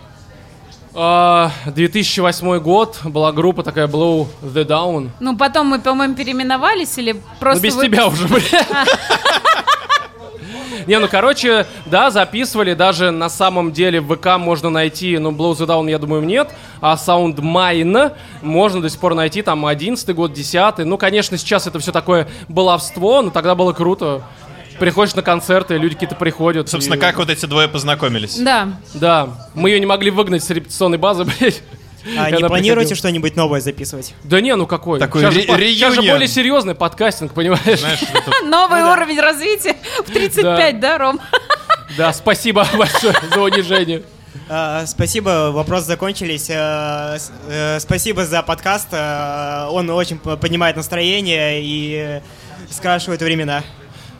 [SPEAKER 1] А, 2008 год, была группа такая Blow the Down.
[SPEAKER 3] (laughs) Ну, потом мы, по-моему, переименовались или просто...
[SPEAKER 1] Ну, без
[SPEAKER 3] вы-
[SPEAKER 1] тебя уже, бля. Не, ну короче, да, записывали, даже на самом деле в ВК можно найти, ну Blow the Down, я думаю, нет, а Soundmine можно до сих пор найти, там, 11 год, 10 ну, конечно, сейчас это все такое баловство, но тогда было круто. Приходишь на концерты, люди какие-то приходят.
[SPEAKER 2] Собственно, как вот эти двое познакомились?
[SPEAKER 3] Да.
[SPEAKER 1] Да, мы ее не могли выгнать с репетиционной базы, (laughs) блядь.
[SPEAKER 17] А
[SPEAKER 1] Она
[SPEAKER 17] Не планируете
[SPEAKER 1] приходила.
[SPEAKER 17] что-нибудь новое записывать?
[SPEAKER 1] Да не, ну какой?
[SPEAKER 17] Такой
[SPEAKER 1] сейчас,
[SPEAKER 17] ре-
[SPEAKER 1] же, по- сейчас же
[SPEAKER 17] реюнион.
[SPEAKER 1] более серьезный подкастинг, понимаешь?
[SPEAKER 3] Новый
[SPEAKER 1] Ну
[SPEAKER 3] уровень развития в 35, да, Ром?
[SPEAKER 1] Да, спасибо (laughs) большое за унижение.
[SPEAKER 17] А, Спасибо, вопросы закончились. А, с- э, Спасибо за подкаст. А, Он очень п- поднимает настроение и э, скрашивает времена.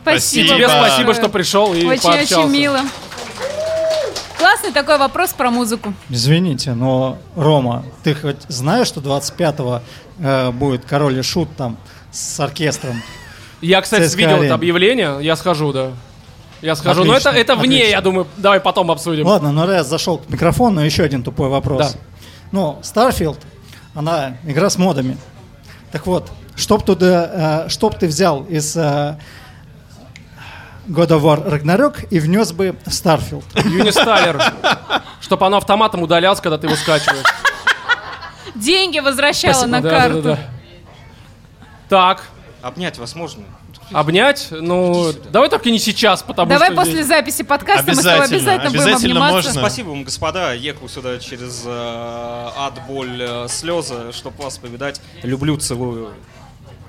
[SPEAKER 3] Спасибо.
[SPEAKER 1] И тебе
[SPEAKER 3] большое.
[SPEAKER 1] спасибо, что пришел и
[SPEAKER 3] Очень-очень
[SPEAKER 1] пообщался.
[SPEAKER 3] мило. Классный такой вопрос про музыку.
[SPEAKER 11] Извините, но, Рома, ты хоть знаешь, что 25-го э, будет король и шут там с оркестром?
[SPEAKER 1] Я, кстати,
[SPEAKER 11] ЦСКА
[SPEAKER 1] видел
[SPEAKER 11] Олень.
[SPEAKER 1] это объявление. Я схожу, да. Я схожу. Но это,
[SPEAKER 11] Отлично,
[SPEAKER 1] это вне,
[SPEAKER 11] отлично.
[SPEAKER 1] я думаю. Давай потом обсудим.
[SPEAKER 11] Ладно, но раз зашел к микрофону, еще один тупой вопрос.
[SPEAKER 1] Да.
[SPEAKER 11] Ну, Starfield, она игра с модами. Так вот, чтоб туда, э, чтоб ты взял из э, God of War Ragnarok и внес бы в Starfield.
[SPEAKER 1] Юнистайлер. Чтобы оно автоматом удалялось, когда ты его
[SPEAKER 3] (laughs)
[SPEAKER 1] скачиваешь.
[SPEAKER 3] Деньги возвращала
[SPEAKER 1] Спасибо.
[SPEAKER 3] на
[SPEAKER 1] Да, да,
[SPEAKER 3] карту.
[SPEAKER 1] да, да. Так.
[SPEAKER 18] Обнять вас можно?
[SPEAKER 1] Обнять? Ну, давай только не сейчас, потому
[SPEAKER 3] Давай
[SPEAKER 1] что...
[SPEAKER 3] после записи подкаста мы с тобой обязательно, будем обниматься.
[SPEAKER 18] Спасибо вам, господа. Я Ехал сюда через э, ад, боль, э, слезы, чтобы вас повидать. Люблю, целую.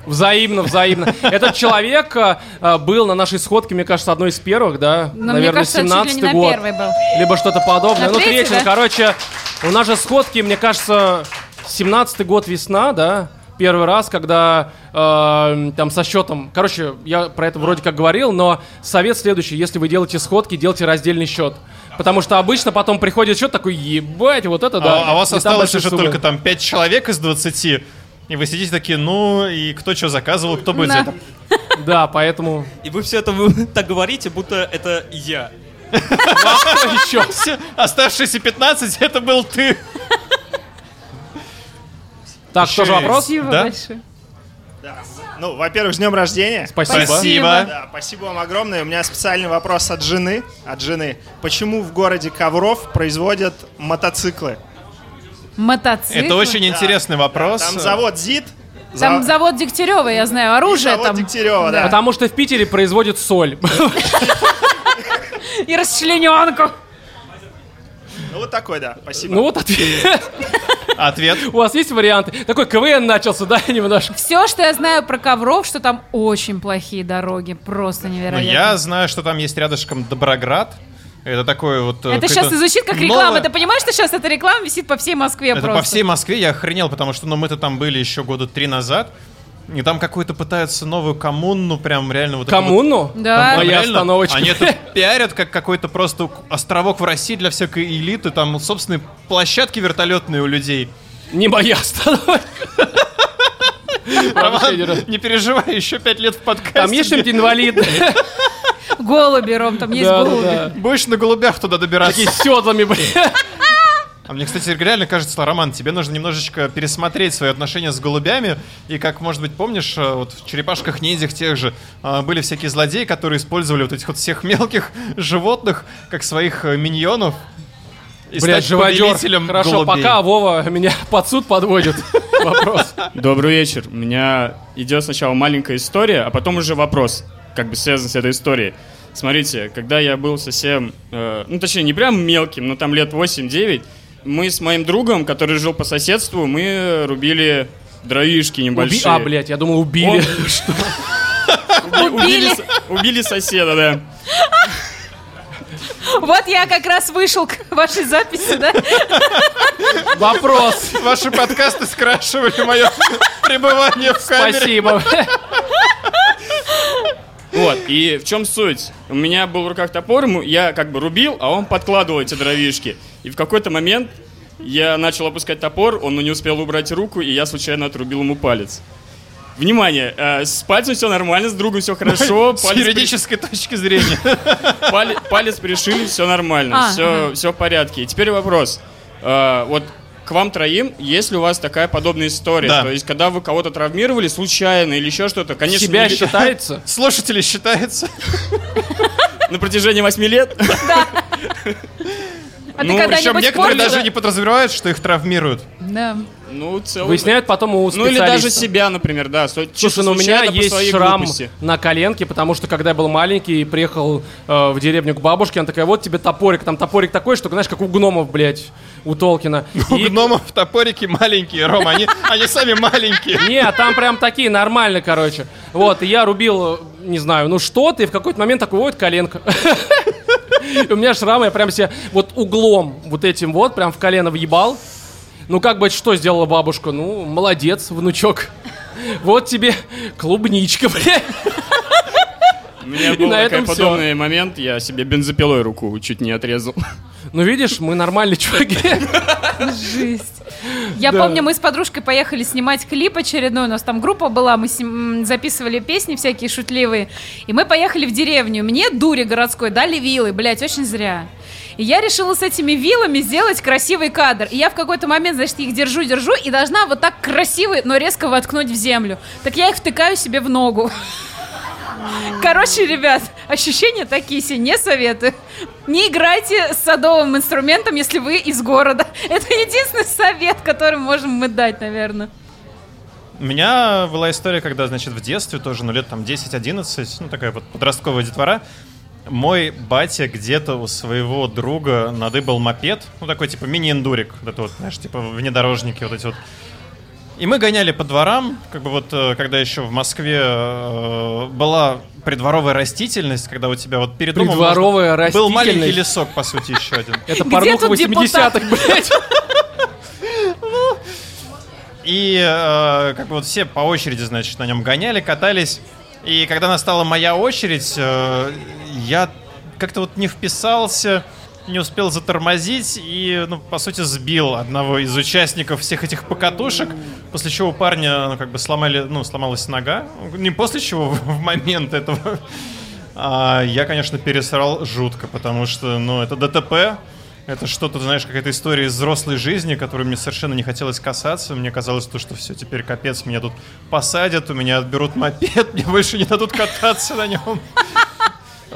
[SPEAKER 1] Взаимно, взаимно. Этот человек э, э, был на нашей сходке, мне кажется, одной из первых, да?
[SPEAKER 3] Но мне
[SPEAKER 1] Наверное,
[SPEAKER 3] кажется, чуть ли не
[SPEAKER 1] 17-й
[SPEAKER 3] на
[SPEAKER 1] год.
[SPEAKER 3] первый был.
[SPEAKER 1] Либо что-то подобное.
[SPEAKER 3] На
[SPEAKER 1] ну,
[SPEAKER 3] третий,
[SPEAKER 1] третий,
[SPEAKER 3] да?
[SPEAKER 1] короче, у нас же сходки, мне кажется, 17-й год весна, да? Первый раз, когда э, там со счетом... Короче, я про это вроде как говорил, но совет следующий. Если вы делаете сходки, делайте раздельный счет. Потому что обычно потом приходит счет такой, ебать, вот это да.
[SPEAKER 2] А, а у вас
[SPEAKER 1] И там
[SPEAKER 2] осталось
[SPEAKER 1] большие
[SPEAKER 2] уже
[SPEAKER 1] суммы.
[SPEAKER 2] только там 5 человек из 20. И вы сидите такие, ну и кто что заказывал, кто будет за это?
[SPEAKER 1] (laughs) Да, поэтому...
[SPEAKER 18] И вы все это вы (laughs) так говорите, будто это
[SPEAKER 1] (laughs)
[SPEAKER 18] я.
[SPEAKER 1] А еще?
[SPEAKER 2] (laughs) Оставшиеся 15 это был ты.
[SPEAKER 1] Так,
[SPEAKER 2] Еще
[SPEAKER 1] тоже
[SPEAKER 2] есть.
[SPEAKER 1] вопрос?
[SPEAKER 2] Спасибо Да?
[SPEAKER 3] большое.
[SPEAKER 12] Ну, во-первых, с днем рождения.
[SPEAKER 1] Спасибо. Спасибо.
[SPEAKER 12] Да, спасибо вам огромное. У меня специальный вопрос от жены. От жены. Почему в городе Ковров производят мотоциклы?
[SPEAKER 3] Мотоцикл.
[SPEAKER 2] Это очень интересный вопрос.
[SPEAKER 12] Там завод ЗИД.
[SPEAKER 3] Там завод Дегтярева, я знаю, оружие
[SPEAKER 12] завод
[SPEAKER 3] там.
[SPEAKER 12] Дегтярева,
[SPEAKER 3] Да.
[SPEAKER 1] Потому что в Питере производят соль.
[SPEAKER 3] И расчлененку.
[SPEAKER 12] Ну, вот такой, да. Спасибо.
[SPEAKER 1] Ну вот ответ.
[SPEAKER 2] Ответ.
[SPEAKER 1] (laughs) У вас есть варианты? Такой КВН начался, да, (laughs) немножко?
[SPEAKER 3] Все, что я знаю про ковров, что там очень плохие дороги. Просто
[SPEAKER 2] Ну,
[SPEAKER 3] невероятно.
[SPEAKER 2] я знаю, что там есть рядышком Доброград. Это такой вот... э,
[SPEAKER 3] Это
[SPEAKER 2] какой-то
[SPEAKER 3] сейчас и звучит как
[SPEAKER 2] новый-
[SPEAKER 3] реклама. Ты понимаешь, что сейчас эта реклама висит по всей Москве
[SPEAKER 2] Это
[SPEAKER 3] просто?
[SPEAKER 2] по всей Москве я охренел, потому что ну, мы-то там были еще года три назад. И там какую-то пытаются новую коммуну, прям реально вот... эту
[SPEAKER 1] Коммуну? А
[SPEAKER 2] вот-
[SPEAKER 1] Да.
[SPEAKER 2] Там
[SPEAKER 1] Моя
[SPEAKER 2] реально
[SPEAKER 1] остановочка.
[SPEAKER 2] Они
[SPEAKER 1] (laughs)
[SPEAKER 2] это пиарят как какой-то просто островок в России для всякой элиты. Там собственные площадки вертолетные у людей.
[SPEAKER 1] Не моя остановка. Вообще не раз.
[SPEAKER 2] Роман, не переживай, еще пять лет в подкасте.
[SPEAKER 1] Там есть что-нибудь инвалидное?
[SPEAKER 3] Голуби, Ром, там есть
[SPEAKER 2] Да, да,
[SPEAKER 3] голуби.
[SPEAKER 2] да. Будешь на голубях туда добираться.
[SPEAKER 1] Такие с седлами, блин.
[SPEAKER 2] А мне, кстати, реально кажется, Роман, тебе нужно немножечко пересмотреть свои отношения с голубями. И как, может быть, помнишь, э, вот в черепашках ниндзях тех же э, были всякие злодеи, которые использовали вот этих вот всех мелких животных, как своих э, миньонов. И стать
[SPEAKER 1] Блядь, живодер.
[SPEAKER 2] повелителем
[SPEAKER 1] Хорошо,
[SPEAKER 2] голубей.
[SPEAKER 1] пока Вова меня (laughs) под суд подводит. Вопрос.
[SPEAKER 18] Добрый вечер. У меня идет сначала маленькая история, а потом уже вопрос, как бы связан с этой историей. Смотрите, когда я был совсем, э, ну точнее не прям мелким, но там лет 8-9, мы с моим другом, который жил по соседству, мы рубили дровишки небольшие.
[SPEAKER 1] Уби- А, блядь, я думал, убили. (laughs)
[SPEAKER 18] Он- Уби- (laughs) Убили. со- Убили соседа, да.
[SPEAKER 3] Вот я как раз вышел к вашей записи, да?
[SPEAKER 1] Вопрос.
[SPEAKER 2] Ваши подкасты скрашивали мое пребывание в камере.
[SPEAKER 1] Спасибо.
[SPEAKER 18] Вот, и в чем суть? У меня был в руках топор, ему- я как бы рубил, а он подкладывал эти дровишки. И в какой-то момент я начал опускать топор, он не успел убрать руку, и я случайно отрубил ему палец. Внимание, э, с пальцем все нормально, с другом все хорошо.
[SPEAKER 2] (laughs) С
[SPEAKER 18] палец при-
[SPEAKER 2] юридической
[SPEAKER 18] (laughs)
[SPEAKER 2] точки зрения.
[SPEAKER 18] Пали- Палец пришили, все
[SPEAKER 3] А,
[SPEAKER 18] нормально, все,
[SPEAKER 3] ага.
[SPEAKER 18] все в порядке. И теперь вопрос. Э, Вот к вам троим, есть ли у вас такая подобная история?
[SPEAKER 2] Да.
[SPEAKER 18] То есть, когда вы кого-то травмировали случайно или еще что-то, конечно...
[SPEAKER 1] Себя
[SPEAKER 18] не- (laughs)
[SPEAKER 1] считается?
[SPEAKER 2] (laughs) Слушатели (laughs) считается?
[SPEAKER 18] На протяжении восьми лет?
[SPEAKER 3] А
[SPEAKER 2] Ну,
[SPEAKER 3] ты
[SPEAKER 2] причем
[SPEAKER 3] когда-нибудь
[SPEAKER 2] некоторые
[SPEAKER 18] понял,
[SPEAKER 2] даже
[SPEAKER 18] да?
[SPEAKER 2] не подразумевают, что их травмируют.
[SPEAKER 3] Да.
[SPEAKER 18] Ну, целый...
[SPEAKER 1] Выясняют потом у
[SPEAKER 18] Ну или даже
[SPEAKER 1] специалиста.
[SPEAKER 18] себя, например, да. со- чисто
[SPEAKER 1] Слушай, ну у меня
[SPEAKER 18] случайно а по
[SPEAKER 1] есть
[SPEAKER 18] своей
[SPEAKER 1] шрам
[SPEAKER 18] глупости.
[SPEAKER 1] на коленке, потому что когда я был маленький и приехал э, в деревню к бабушке, она такая, вот тебе топорик. Там топорик такой, что, знаешь, как у гномов, блядь, у Толкина.
[SPEAKER 2] (laughs) У гномов топорики маленькие, Рома,
[SPEAKER 1] (laughs)
[SPEAKER 2] они, они сами маленькие.
[SPEAKER 1] Не, а там прям такие нормальные, короче. Вот, и я рубил, э, не знаю, ну что-то, и в какой-то момент такой, вот коленка. (laughs) И У меня шрамы, я прям себе вот углом вот этим вот прям в колено въебал. Ну как бы что сделала бабушка? Ну, молодец, внучок. Вот тебе клубничка, (laughs) блядь.
[SPEAKER 18] У меня
[SPEAKER 1] И
[SPEAKER 18] был
[SPEAKER 1] на
[SPEAKER 18] такой
[SPEAKER 1] (laughs) этом всё.
[SPEAKER 18] подобный момент, я себе бензопилой руку чуть не отрезал.
[SPEAKER 1] Ну видишь, мы нормальные чуваки.
[SPEAKER 18] (laughs)
[SPEAKER 3] Жесть. Я
[SPEAKER 1] Да.
[SPEAKER 3] помню, мы с подружкой поехали снимать клип очередной, у нас там группа была, мы с- м, записывали песни всякие шутливые, и мы поехали в деревню. Мне дури городской дали вилы, блядь, очень зря. И я решила с этими вилами сделать красивый кадр. И я в какой-то момент, значит, их держу, держу, и должна вот так красивые, но резко воткнуть в землю. Так я их втыкаю себе в ногу. (laughs) Короче, ребят, ощущения такие себе, не советую. Не играйте с садовым инструментом, если вы из города. (laughs) Это единственный совет, который можем мы дать, наверное.
[SPEAKER 2] У меня была история, когда, значит, в детстве тоже, ну, лет там 10-11, ну, такая вот подростковая детвора, мой батя где-то у своего друга надыбал мопед, ну, такой, типа, мини-эндурик, вот это вот, знаешь, типа, внедорожники вот эти вот. И мы гоняли по дворам, как бы вот, э, когда еще в Москве э, была придворовая растительность, когда у тебя вот перед домом можно-
[SPEAKER 1] Придворовая
[SPEAKER 2] был маленький
[SPEAKER 1] растительность?
[SPEAKER 2] лесок, по сути, еще один.
[SPEAKER 1] Это Где порнуха тут 80-х, блядь.
[SPEAKER 2] И э, как бы вот все по очереди, значит, на нем гоняли, катались. И когда настала моя очередь, э, я как-то вот не вписался, не успел затормозить и, ну, по сути, сбил одного из участников всех этих покатушек, после чего у парня, ну, как бы сломали, ну, сломалась нога. Не после чего, (laughs) в момент этого. А, я, конечно, пересрал жутко, потому что, ну, это ДТП. Это что-то, знаешь, какая-то история из взрослой жизни, которую мне совершенно не хотелось касаться. Мне казалось то, что все, теперь капец, меня тут посадят, у меня отберут мопед, (laughs) мне больше не дадут кататься на нем. (laughs)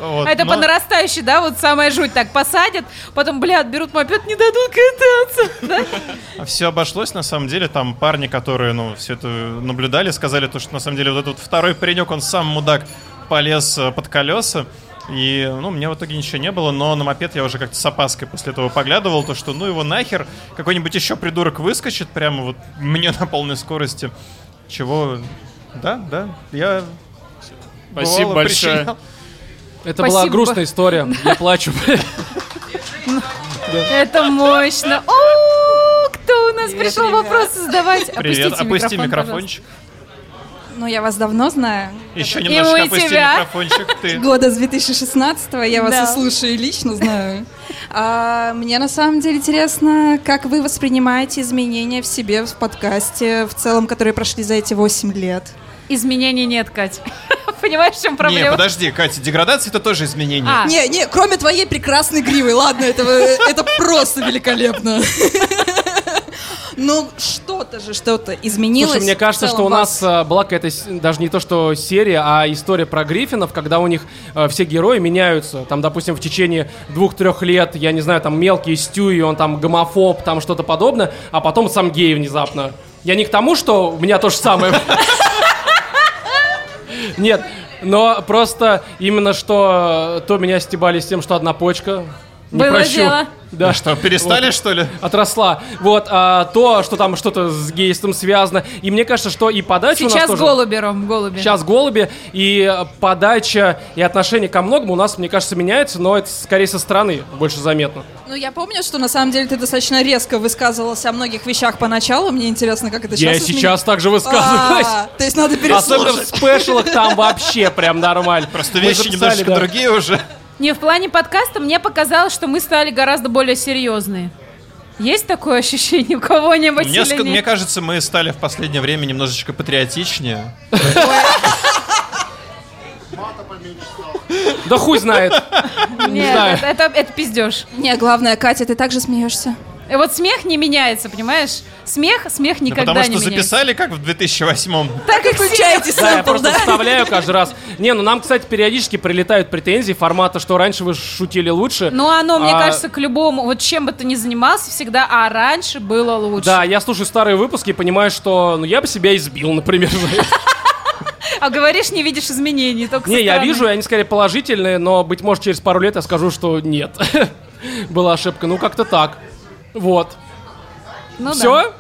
[SPEAKER 2] Вот,
[SPEAKER 3] А это
[SPEAKER 2] но-
[SPEAKER 3] по нарастающей, да, вот самая жуть. Так посадят, потом, бля, отберут мопед, не дадут кататься. да?
[SPEAKER 2] Все обошлось, на самом деле, там парни, которые, ну, все это наблюдали, сказали то, что, на самом деле, вот этот вот второй паренек, он сам, мудак, полез э, под колеса, и, ну, мне в итоге ничего не было, но на мопед я уже как-то с опаской после этого поглядывал, то, что, ну, его нахер, какой-нибудь еще придурок выскочит прямо вот мне на полной скорости, чего, да, да, я...
[SPEAKER 18] Спасибо
[SPEAKER 2] бывало
[SPEAKER 18] большое.
[SPEAKER 2] причинял.
[SPEAKER 1] Это была
[SPEAKER 3] Спасибо.
[SPEAKER 1] грустная история. Я плачу.
[SPEAKER 3] Это мощно. О, кто у нас пришел вопрос задавать?
[SPEAKER 2] Привет, опусти
[SPEAKER 3] микрофон,
[SPEAKER 2] микрофончик.
[SPEAKER 6] Ну, я вас давно знаю.
[SPEAKER 2] Еще
[SPEAKER 6] И
[SPEAKER 2] немножко
[SPEAKER 6] мы
[SPEAKER 2] опусти
[SPEAKER 6] тебя. (laughs)
[SPEAKER 2] микрофончик. Ты.
[SPEAKER 6] Года с 2016 я вас
[SPEAKER 2] Да.
[SPEAKER 6] и слушаю, и лично знаю. А, мне на самом деле интересно, как вы воспринимаете изменения в себе в подкасте, в целом, которые прошли за эти 8 лет?
[SPEAKER 3] Изменений нет, Кать. Понимаешь, в чем проблема?
[SPEAKER 2] Не, подожди, Катя, деградация это тоже изменение.
[SPEAKER 6] Не, не, кроме твоей прекрасной гривы, ладно, это, это просто великолепно. Ну, что-то же, что-то изменилось.
[SPEAKER 1] Слушай, мне
[SPEAKER 6] в
[SPEAKER 1] кажется,
[SPEAKER 6] целом
[SPEAKER 1] что у
[SPEAKER 6] вас.
[SPEAKER 1] нас э, была какая-то с- даже не то, что серия, а история про Гриффинов, когда у них э, все герои меняются. Там, допустим, в течение двух-трех лет, я не знаю, там мелкий Стюи, он там гомофоб, там что-то подобное, а потом сам гей внезапно. Я не к тому, что у меня то же самое. (laughs) Нет, но просто именно что э, то меня стебали с тем, что одна почка. Не
[SPEAKER 3] Было
[SPEAKER 1] прощу.
[SPEAKER 3] дело.
[SPEAKER 1] Да.
[SPEAKER 2] Ну что, перестали, что ли?
[SPEAKER 1] Отросла. Вот, а, то, что там что-то с гейством связано. И мне кажется, что и подача у нас
[SPEAKER 3] Сейчас
[SPEAKER 1] тоже...
[SPEAKER 3] голуби, Ром, голуби.
[SPEAKER 1] Сейчас голуби, и э, подача и отношение ко многому у нас, мне кажется, меняется, но это скорее со стороны больше заметно.
[SPEAKER 6] Ну, я помню, что на самом деле ты достаточно резко высказывалась о многих вещах поначалу. Мне интересно, как это
[SPEAKER 1] Я
[SPEAKER 6] сейчас
[SPEAKER 1] и сейчас так же высказываюсь.
[SPEAKER 6] А, То есть надо
[SPEAKER 1] Особенно в
[SPEAKER 6] переслушать.
[SPEAKER 1] спешлах там вообще прям нормально. Просто
[SPEAKER 2] вещи немножечко другие уже.
[SPEAKER 3] Не, в плане подкаста мне показалось, что мы стали гораздо более серьезные. Есть такое ощущение у кого-нибудь
[SPEAKER 2] Мне,
[SPEAKER 3] или
[SPEAKER 2] ск-
[SPEAKER 3] нет?
[SPEAKER 2] мне кажется, мы стали в последнее время немножечко патриотичнее.
[SPEAKER 1] Да хуй знает.
[SPEAKER 3] Нет, это, это, это пиздеж.
[SPEAKER 6] Не, главное, Катя, ты также смеешься.
[SPEAKER 3] И Э, Вот смех не меняется, понимаешь? Смех, смех
[SPEAKER 2] Да
[SPEAKER 3] никогда
[SPEAKER 2] потому что
[SPEAKER 3] не меняется.
[SPEAKER 2] записали как в 2008-м.
[SPEAKER 3] Так и включайте
[SPEAKER 1] Да, я просто вставляю каждый раз. Не, ну нам, кстати, периодически прилетают претензии формата, что раньше вы шутили лучше.
[SPEAKER 3] Ну, оно, мне
[SPEAKER 1] А,
[SPEAKER 3] кажется, к любому, вот чем бы ты ни занимался всегда, а раньше было лучше.
[SPEAKER 1] Да, я слушаю старые выпуски и понимаю, что ну, я бы себя избил,
[SPEAKER 3] (laughs)
[SPEAKER 1] например. (laughs) за это.
[SPEAKER 3] А говоришь, не видишь изменений, только со
[SPEAKER 1] Не, я
[SPEAKER 3] стороны.
[SPEAKER 1] вижу, и они скорее положительные, но, быть может, через пару лет я скажу, что нет. (laughs) Была ошибка. Ну, как-то так. Вот.
[SPEAKER 3] Ну
[SPEAKER 1] Все?
[SPEAKER 3] да.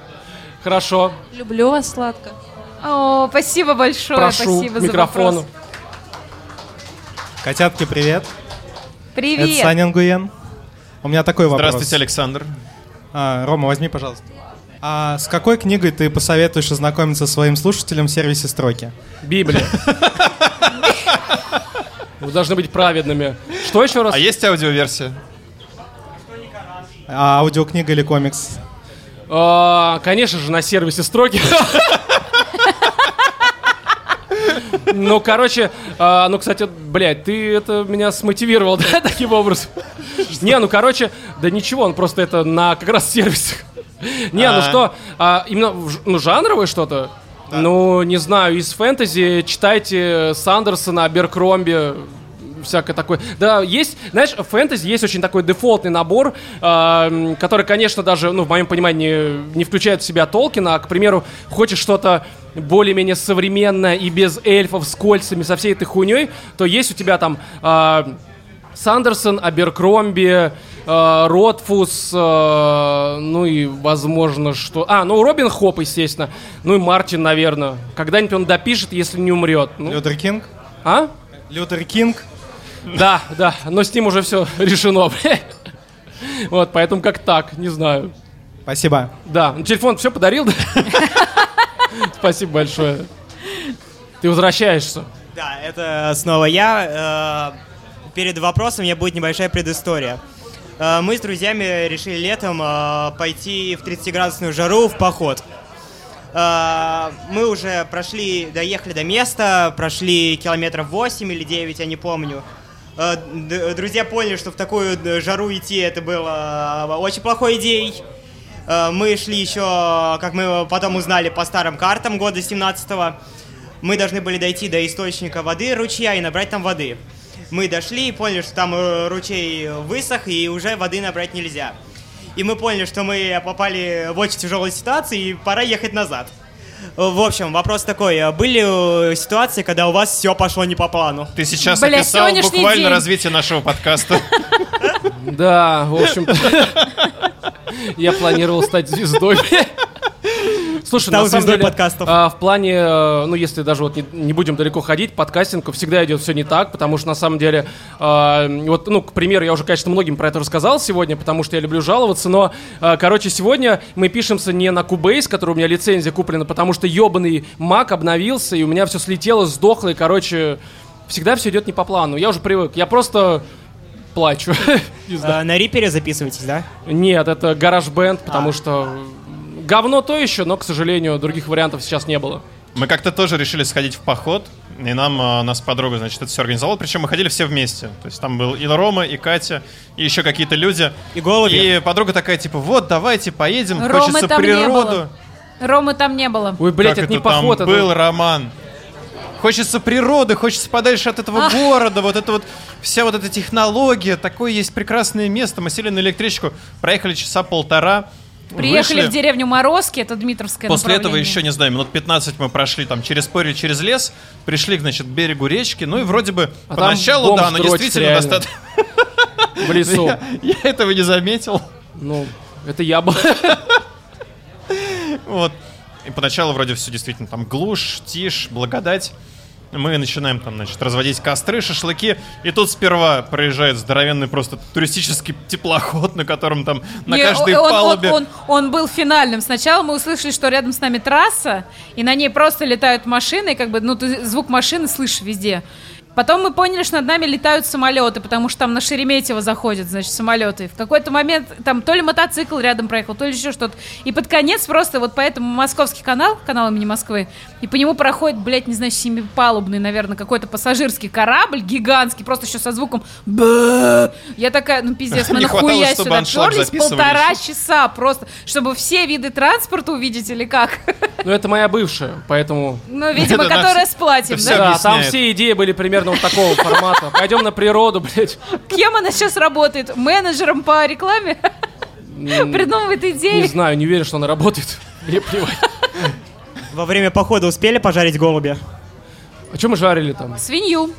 [SPEAKER 1] Хорошо.
[SPEAKER 6] Люблю вас сладко.
[SPEAKER 3] О, спасибо большое,
[SPEAKER 1] Прошу
[SPEAKER 3] спасибо
[SPEAKER 1] к
[SPEAKER 3] за
[SPEAKER 1] микрофону.
[SPEAKER 3] вопрос.
[SPEAKER 5] Котятки, привет.
[SPEAKER 3] Привет.
[SPEAKER 5] Это Саня Нгуен. У меня такой вопрос.
[SPEAKER 2] Здравствуйте, Александр.
[SPEAKER 5] А, Рома, возьми, пожалуйста. А с какой книгой ты посоветуешь ознакомиться своим слушателям в сервисе «Строки»?
[SPEAKER 3] (laughs)
[SPEAKER 1] Библия. Вы должны быть праведными. Что еще раз?
[SPEAKER 2] А есть аудиоверсия?
[SPEAKER 5] А аудиокнига или комикс?
[SPEAKER 1] А, Конечно же, на сервисе строки. Ну, короче, а, ну, кстати, блядь, ты это меня смотивировал, да, таким образом? Не, ну, короче, да ничего, он просто это на как раз сервисах. (laughs) Не, ну
[SPEAKER 7] А.
[SPEAKER 1] что, а, именно в ж- ну, жанровое что-то? Ну, не знаю, из фэнтези читайте Сандерсона, Аберкромби, всякое такое. Да, есть, знаешь, в фэнтези есть очень такой дефолтный набор, а, м, который, конечно, даже, ну, в моем понимании, не включает в себя Толкина, а, к примеру, хочешь что-то более-менее современное и без эльфов с кольцами, со всей этой хуйней, то есть у тебя там а, Сандерсон, Аберкромби, э, Ротфус, э, ну и, возможно, что... А, ну, Робин Хоп, естественно. Ну и Мартин, наверное. Когда-нибудь он допишет, если не умрет. Лютер
[SPEAKER 5] Кинг?
[SPEAKER 1] А?
[SPEAKER 5] Лютер Кинг?
[SPEAKER 1] Да, да, но с ним уже все (laughs) решено. блядь. Вот, поэтому как так, не знаю.
[SPEAKER 5] Спасибо.
[SPEAKER 1] Да, ну, телефон все подарил, (laughs) да? Спасибо большое. Ты возвращаешься.
[SPEAKER 17] Да, это снова я. Э, Перед вопросом у меня будет небольшая предыстория. Э, Мы с друзьями решили летом э, пойти в 30-градусную жару в поход. Э, Мы уже прошли, доехали до места, прошли километров 8 или 9, я не помню. Э, д- Друзья поняли, что в такую э, жару идти это было э, очень плохой идеей. Э, Мы шли еще, как мы потом узнали по старым картам года 17 мы должны были дойти до источника воды ручья и набрать там воды. Мы дошли и поняли, что там э, ручей высох и уже воды набрать нельзя. И мы поняли, что мы попали в очень тяжелую ситуацию и пора ехать назад. Э, В общем, вопрос такой. э, Были э, ситуации, когда у вас все пошло не по плану?
[SPEAKER 2] Ты сейчас
[SPEAKER 17] Бля,
[SPEAKER 2] описал
[SPEAKER 17] сегодняшний
[SPEAKER 2] буквально
[SPEAKER 17] день.
[SPEAKER 2] развитие нашего подкаста.
[SPEAKER 17] (laughs)
[SPEAKER 1] Да, в общем, (laughs) я планировал стать звездой. (laughs) Слушай,
[SPEAKER 17] Стал
[SPEAKER 1] на самом
[SPEAKER 17] звездой
[SPEAKER 1] деле,
[SPEAKER 17] подкастов.
[SPEAKER 1] а, в плане, э, ну, если даже вот не, не будем далеко ходить, подкастинг всегда идет все не так, потому что на самом деле, а, вот, ну, к примеру, я уже, конечно, многим про это рассказал сегодня, потому что я люблю жаловаться, но, а, короче, сегодня мы пишемся не на Cubase, который у меня лицензия куплена, потому что ебаный Mac обновился, и у меня все слетело, сдохло, и, короче, всегда все идет не по плану. Я уже привык. Я просто (laughs) плачу.
[SPEAKER 17] А, На рипере записываетесь, да? А.
[SPEAKER 1] Нет, это гараж бенд, потому что м, говно то еще, но, к сожалению, других вариантов сейчас не было.
[SPEAKER 2] Мы как-то тоже решили сходить в поход, и нам э, нас подруга, значит, это все организовала. Причем мы ходили все вместе. То есть там был и Рома, и Катя, и еще какие-то люди.
[SPEAKER 17] И голуби.
[SPEAKER 2] И подруга такая, типа, вот, давайте поедем,
[SPEAKER 3] Ромы
[SPEAKER 2] хочется
[SPEAKER 3] там не
[SPEAKER 2] природу.
[SPEAKER 3] было. Ромы там не было.
[SPEAKER 1] Ой, блядь,
[SPEAKER 2] Как
[SPEAKER 1] это не
[SPEAKER 2] это там
[SPEAKER 1] поход. это-
[SPEAKER 2] был роман. Хочется природы, хочется подальше от этого
[SPEAKER 3] Ах.
[SPEAKER 2] города, вот это вот, вся вот эта технология, такое есть прекрасное место. Мы сели на электричку, проехали часа полтора,
[SPEAKER 3] Приехали
[SPEAKER 2] вышли.
[SPEAKER 3] в деревню Морозки, это Дмитровское
[SPEAKER 2] После этого
[SPEAKER 3] направление.
[SPEAKER 2] еще, не знаю, минут 15 мы прошли там через поле, через лес, пришли, значит, к берегу речки, ну и вроде бы
[SPEAKER 1] А там
[SPEAKER 2] поначалу,
[SPEAKER 1] бомж
[SPEAKER 2] да, но
[SPEAKER 1] дрочит
[SPEAKER 2] действительно
[SPEAKER 1] реально.
[SPEAKER 2] достаточно...
[SPEAKER 1] В
[SPEAKER 2] (laughs)
[SPEAKER 1] лесу.
[SPEAKER 2] Я, я этого не заметил.
[SPEAKER 1] Ну, это я был.
[SPEAKER 2] Вот. И поначалу вроде все действительно там глушь, тишь, благодать. Мы начинаем там, значит, разводить костры, шашлыки. И тут сперва проезжает здоровенный просто туристический теплоход, на котором там на
[SPEAKER 3] Не,
[SPEAKER 2] каждой
[SPEAKER 3] он- он-
[SPEAKER 2] палубе...
[SPEAKER 3] Он, он был финальным. Сначала мы услышали, что рядом с нами трасса, и на ней просто летают машины, и как бы, ну, ты звук машины слышишь везде. Потом мы поняли, что над нами летают самолеты, потому что там на Шереметьево заходят, значит, самолеты. И В какой-то момент там то ли мотоцикл рядом проехал, то ли еще что-то. И под конец просто вот по этому московский канал, канал имени Москвы, и по нему проходит, блядь, не знаю, семипалубный, наверное, какой-то пассажирский корабль гигантский, просто еще со звуком «бэ». Я такая, ну
[SPEAKER 2] (laughs)
[SPEAKER 3] пиздец, мы
[SPEAKER 2] Не хватало,
[SPEAKER 3] нахуя
[SPEAKER 2] чтобы
[SPEAKER 3] сюда
[SPEAKER 2] аншлаг
[SPEAKER 3] перлись
[SPEAKER 2] записывали
[SPEAKER 3] полтора часа просто, чтобы все виды транспорта увидеть или как?
[SPEAKER 1] (laughs)
[SPEAKER 3] (laughs)
[SPEAKER 1] Ну, это моя бывшая, поэтому...
[SPEAKER 2] (laughs)
[SPEAKER 3] Ну, видимо, которая с платьем,
[SPEAKER 1] Да,
[SPEAKER 3] да?
[SPEAKER 1] там все идеи были примерно вот такого формата. Пойдем на природу, (laughs) блядь.
[SPEAKER 3] Кем она сейчас работает? Менеджером по рекламе? (laughs) Придумывает
[SPEAKER 1] Не
[SPEAKER 3] идеи?
[SPEAKER 1] знаю, не верю, что она работает. Мне плевать.
[SPEAKER 17] Во время похода успели пожарить голубя?
[SPEAKER 1] А что мы жарили там?
[SPEAKER 3] Свинью.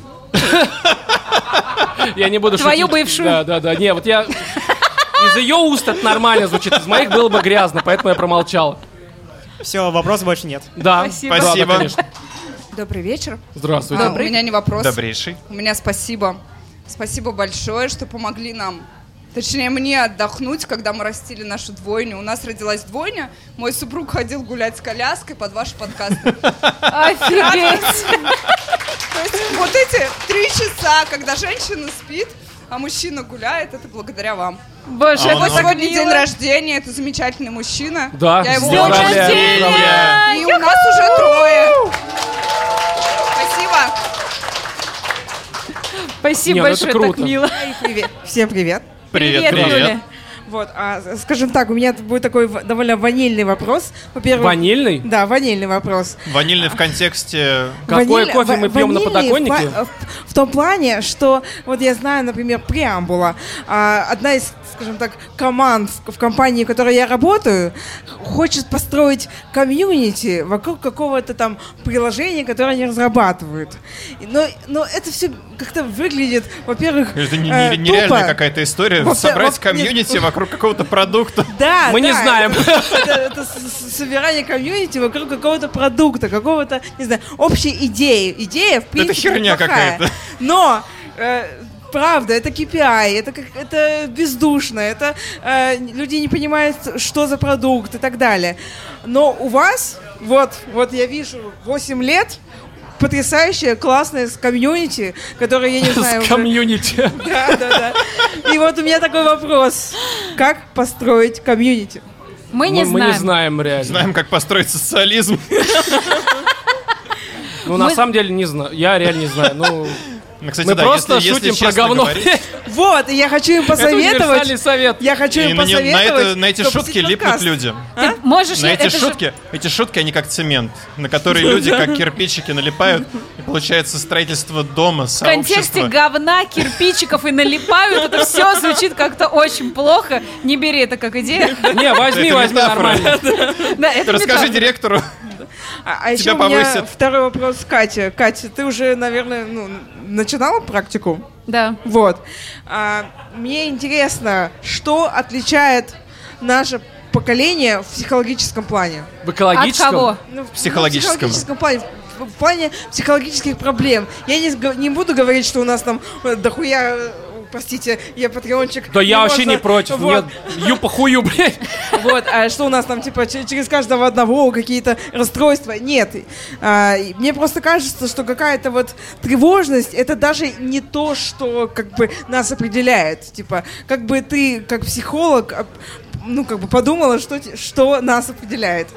[SPEAKER 1] Я не буду
[SPEAKER 3] Твою
[SPEAKER 1] шутить.
[SPEAKER 3] бывшую.
[SPEAKER 1] Да, да, да. Не, вот я... Из ее уст это нормально звучит, из моих было бы грязно, поэтому я промолчал.
[SPEAKER 17] Все, вопросов больше нет.
[SPEAKER 1] Да,
[SPEAKER 6] Спасибо.
[SPEAKER 1] да, да,
[SPEAKER 6] Спасибо.
[SPEAKER 1] конечно.
[SPEAKER 6] Добрый вечер.
[SPEAKER 1] Здравствуйте.
[SPEAKER 6] А, у меня не вопрос.
[SPEAKER 2] Добрейший.
[SPEAKER 6] У меня спасибо. Спасибо большое, что помогли нам. Точнее, мне отдохнуть, когда мы растили нашу двойню. У нас родилась двойня. Мой супруг ходил гулять с коляской под ваш подкаст.
[SPEAKER 3] Офигеть!
[SPEAKER 6] То есть вот эти три часа, когда женщина спит, а мужчина гуляет, это благодаря вам.
[SPEAKER 1] Боже,
[SPEAKER 6] У
[SPEAKER 1] А
[SPEAKER 6] него
[SPEAKER 1] он-
[SPEAKER 6] сегодня
[SPEAKER 1] как мило.
[SPEAKER 6] день рождения, это замечательный мужчина.
[SPEAKER 1] Да,
[SPEAKER 6] Я его
[SPEAKER 1] с днем
[SPEAKER 6] очень
[SPEAKER 1] рождения!
[SPEAKER 6] люблю. И у нас уже трое. Спасибо.
[SPEAKER 3] Спасибо
[SPEAKER 6] Не, ну это
[SPEAKER 3] большое, так
[SPEAKER 6] круто.
[SPEAKER 3] мило.
[SPEAKER 19] Привет. Всем привет.
[SPEAKER 3] Привет, Привет, привет. Юля.
[SPEAKER 19] Вот, а, скажем так, у меня будет такой в- довольно ванильный вопрос. Во-первых,
[SPEAKER 1] Ванильный?
[SPEAKER 19] Да, ванильный вопрос.
[SPEAKER 2] Ванильный в контексте...
[SPEAKER 19] Ваниль- ва- ванильный в пла- В, в том плане, что вот я знаю, например, преамбула. А, одна из, скажем так, команд в, в компании, в которой я работаю, хочет построить комьюнити вокруг какого-то там приложения, которое они разрабатывают. И- Но, но это все как-то выглядит, во-первых,
[SPEAKER 2] Это не-
[SPEAKER 19] э,
[SPEAKER 2] не- нереальная
[SPEAKER 19] тупо.
[SPEAKER 2] какая-то история.
[SPEAKER 19] Во-
[SPEAKER 2] Собрать
[SPEAKER 19] во- (laughs)
[SPEAKER 2] комьюнити
[SPEAKER 19] нет.
[SPEAKER 2] вокруг какого-то продукта.
[SPEAKER 19] Да,
[SPEAKER 1] Мы не
[SPEAKER 19] да, (laughs)
[SPEAKER 1] знаем.
[SPEAKER 19] Это, это- это с- с- собирание комьюнити вокруг какого-то продукта, какого-то, не знаю, общей идеи. Идея, в принципе,
[SPEAKER 2] херня
[SPEAKER 19] неплохая.
[SPEAKER 2] какая-то.
[SPEAKER 19] Но э, Правда, это KPI, это как это бездушно, это э, люди не понимают, что за продукт и так далее. Но у вас, вот, вот я вижу, 8 лет потрясающее, классное с комьюнити, которое я не знаю.
[SPEAKER 1] С
[SPEAKER 19] уже-
[SPEAKER 1] комьюнити.
[SPEAKER 19] Да, да, да. И вот у меня такой вопрос: как построить комьюнити?
[SPEAKER 3] Мы
[SPEAKER 1] Мы не знаем реально.
[SPEAKER 2] Знаем, как построить социализм.
[SPEAKER 1] (laughs) Ну, на
[SPEAKER 19] Мы-
[SPEAKER 1] самом деле, не знаю. Я реально не знаю. Ну,
[SPEAKER 2] кстати,
[SPEAKER 1] мы
[SPEAKER 2] да,
[SPEAKER 1] просто
[SPEAKER 2] если- если
[SPEAKER 1] шутим про
[SPEAKER 2] честно
[SPEAKER 1] говно.
[SPEAKER 2] говорить-
[SPEAKER 19] Вот, и я хочу им
[SPEAKER 1] Это универсальный
[SPEAKER 19] посоветовать.
[SPEAKER 1] совет.
[SPEAKER 19] Я хочу
[SPEAKER 2] И
[SPEAKER 19] им
[SPEAKER 2] на, нем- на
[SPEAKER 19] посоветовать.
[SPEAKER 2] это- на эти
[SPEAKER 19] чтобы
[SPEAKER 2] шутки
[SPEAKER 19] посетить
[SPEAKER 2] липнут
[SPEAKER 19] подкаст.
[SPEAKER 2] люди.
[SPEAKER 19] А?
[SPEAKER 2] на эти шутки, эти шутки, они как цемент, на которые люди как кирпичики налипают, и получается строительство дома,
[SPEAKER 3] В контексте
[SPEAKER 2] сообщества.
[SPEAKER 3] говна, кирпичиков и налипают, это все звучит как-то очень плохо. Не бери это как идею.
[SPEAKER 1] Не, возьми,
[SPEAKER 2] Это
[SPEAKER 1] возьми,
[SPEAKER 2] метафора.
[SPEAKER 3] (laughs)
[SPEAKER 1] нормально.
[SPEAKER 19] Да, это метафора.
[SPEAKER 2] Расскажи директору.
[SPEAKER 19] А, а еще
[SPEAKER 2] тебя
[SPEAKER 19] у меня
[SPEAKER 2] повысят.
[SPEAKER 19] второй вопрос, Катя. Катя, ты уже, наверное, ну, начинала практику?
[SPEAKER 3] Да.
[SPEAKER 19] Вот. А, мне интересно, что отличает наше поколение в психологическом плане?
[SPEAKER 1] В экологическом? От кого?
[SPEAKER 19] Ну, в- ну, в
[SPEAKER 2] Психологическом.
[SPEAKER 19] психологическом плане. В- В плане психологических проблем. Я не, сго- не буду говорить, что у нас там э, дохуя... э, Простите, я патреончик.
[SPEAKER 1] Да я
[SPEAKER 19] не
[SPEAKER 1] вообще
[SPEAKER 19] можно.
[SPEAKER 1] не против.
[SPEAKER 19] Вот.
[SPEAKER 1] Нет, юпа хую, блядь.
[SPEAKER 19] (laughs) Вот, а что у нас там, типа, че- через каждого одного какие-то расстройства? Нет. А, и мне просто кажется, что какая-то вот тревожность, это даже не то, что как бы нас определяет. Типа, как бы ты, как психолог, оп- ну, как бы подумала, что, те- что нас определяет.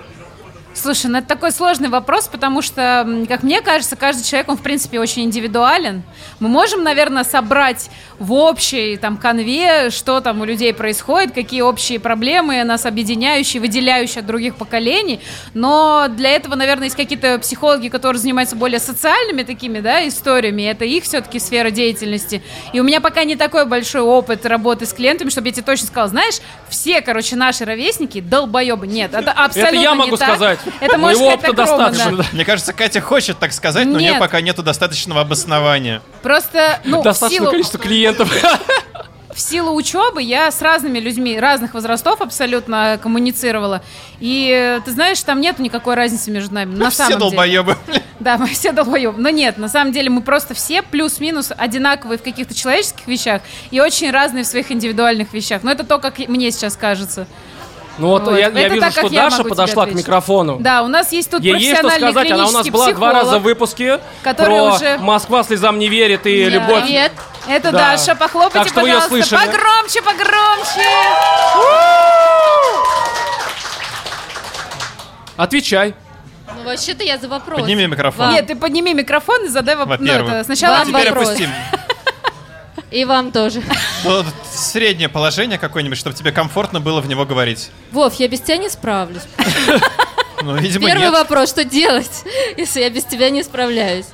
[SPEAKER 3] Слушай, ну это такой сложный вопрос, потому что, м, как мне кажется, каждый человек, он, в принципе, очень индивидуален. Мы можем, наверное, собрать в общей там конве, что там у людей происходит, какие общие проблемы нас объединяющие, выделяющие от других поколений, но для этого, наверное, есть какие-то психологи, которые занимаются более социальными такими, да, историями, это их все-таки сфера деятельности. И у меня пока не такой большой опыт работы с клиентами, чтобы я тебе точно сказала, знаешь, все, короче, наши ровесники долбоебы. Нет, это абсолютно
[SPEAKER 2] Это я
[SPEAKER 3] не
[SPEAKER 2] могу
[SPEAKER 3] так.
[SPEAKER 2] сказать.
[SPEAKER 3] Это можно
[SPEAKER 2] Моего
[SPEAKER 3] сказать так
[SPEAKER 2] опыта
[SPEAKER 3] ровно,
[SPEAKER 2] достаточно.
[SPEAKER 3] да.
[SPEAKER 2] Мне кажется, Катя хочет так сказать, но у нее
[SPEAKER 3] Нет.
[SPEAKER 2] пока нету достаточного обоснования.
[SPEAKER 3] Просто, ну, в
[SPEAKER 1] Достаточное
[SPEAKER 3] силу,
[SPEAKER 1] количество
[SPEAKER 3] (laughs)
[SPEAKER 1] клиентов.
[SPEAKER 3] в силу учебы я с разными людьми разных возрастов абсолютно коммуницировала. И э, ты знаешь, там нету никакой разницы между нами.
[SPEAKER 1] (laughs)
[SPEAKER 3] На
[SPEAKER 2] Ну, Все
[SPEAKER 3] самом деле.
[SPEAKER 2] долбоебы.
[SPEAKER 3] Да, мы все долбоебы. Но нет, на самом деле мы просто все плюс-минус одинаковые в каких-то человеческих вещах и очень разные в своих индивидуальных вещах. Но это то, как мне сейчас кажется.
[SPEAKER 1] (laughs) Ну вот,
[SPEAKER 3] Вот.
[SPEAKER 1] я, я
[SPEAKER 3] Это
[SPEAKER 1] вижу,
[SPEAKER 3] так,
[SPEAKER 1] что
[SPEAKER 3] как я
[SPEAKER 1] Даша
[SPEAKER 3] могу тебе
[SPEAKER 1] подошла к
[SPEAKER 3] ответить.
[SPEAKER 1] микрофону.
[SPEAKER 3] Да, у нас есть тут
[SPEAKER 1] Ну. Ей есть что
[SPEAKER 3] профессиональный
[SPEAKER 1] сказать, она у нас
[SPEAKER 3] клинический
[SPEAKER 1] была два раза в
[SPEAKER 3] психолог.
[SPEAKER 1] выпуске
[SPEAKER 3] который
[SPEAKER 1] про
[SPEAKER 3] уже-
[SPEAKER 1] «Москва слезам не верит» и
[SPEAKER 3] Нет,
[SPEAKER 1] «Любовь».
[SPEAKER 3] Нет, это
[SPEAKER 1] Да.
[SPEAKER 3] Даша. Похлопайте,
[SPEAKER 1] Так что вы её
[SPEAKER 3] пожалуйста.
[SPEAKER 1] слышали.
[SPEAKER 3] Погромче, погромче.
[SPEAKER 1] Отвечай.
[SPEAKER 20] Ну, вообще-то я за вопрос.
[SPEAKER 2] Подними микрофон.
[SPEAKER 3] Нет, ты подними микрофон и задай вопрос.
[SPEAKER 2] Во-первых.
[SPEAKER 3] Ну, сначала
[SPEAKER 2] Вам Теперь вопрос. опустим.
[SPEAKER 20] И вам тоже.
[SPEAKER 2] Ну, вот Среднее положение какое-нибудь, чтобы тебе комфортно было в него говорить.
[SPEAKER 20] Вов, я без тебя не справлюсь.
[SPEAKER 2] Ну, видимо,
[SPEAKER 20] Первый
[SPEAKER 2] нет.
[SPEAKER 20] вопрос, что делать, (laughs) если я без тебя не справляюсь?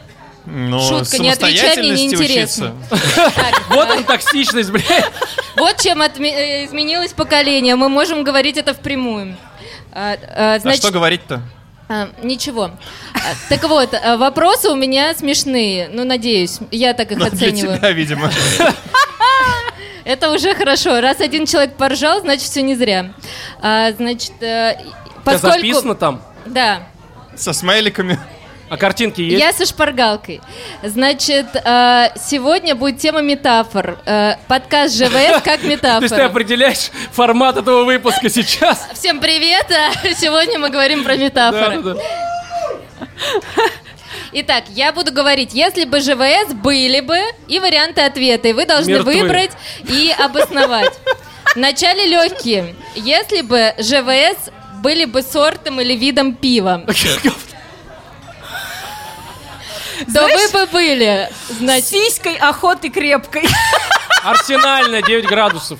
[SPEAKER 2] Ну,
[SPEAKER 20] Шутка, не отвечай, мне
[SPEAKER 2] самостоятельности
[SPEAKER 20] неинтересно. (laughs)
[SPEAKER 1] (laughs) Вот он токсичность, блядь.
[SPEAKER 20] Вот чем отме- э, изменилось поколение, мы можем говорить это впрямую. А, а,
[SPEAKER 2] А
[SPEAKER 20] значит,
[SPEAKER 2] что
[SPEAKER 20] (laughs)
[SPEAKER 2] говорить-то?
[SPEAKER 20] А, ничего. А, Так вот, а, вопросы у меня смешные. Ну, надеюсь, я так их
[SPEAKER 2] Ну, Для
[SPEAKER 20] оцениваю.
[SPEAKER 2] тебя,
[SPEAKER 20] (laughs)
[SPEAKER 2] видимо.
[SPEAKER 20] Это уже хорошо. Раз один человек поржал, значит, все не зря. А, значит, э,
[SPEAKER 1] У тебя
[SPEAKER 20] поскольку...
[SPEAKER 1] записано там?
[SPEAKER 20] Да.
[SPEAKER 2] Со смайликами.
[SPEAKER 1] А картинки есть?
[SPEAKER 20] Я со шпаргалкой. Значит, э, сегодня будет тема метафор. Э, Подкаст ЖВС как
[SPEAKER 1] (laughs) То есть ты
[SPEAKER 20] метафора.
[SPEAKER 1] определяешь формат этого выпуска
[SPEAKER 20] (laughs)
[SPEAKER 1] сейчас?
[SPEAKER 20] Всем привет! а, Сегодня мы говорим про метафоры. Итак, я буду говорить, если бы ЖВС были бы и варианты ответа, и вы должны
[SPEAKER 10] Мертвы.
[SPEAKER 20] выбрать и обосновать. Вначале легкие. Если бы ЖВС были бы сортом или видом пива, то вы бы были.
[SPEAKER 3] Сиськой охоты крепкой.
[SPEAKER 1] Арсенальная 9 градусов.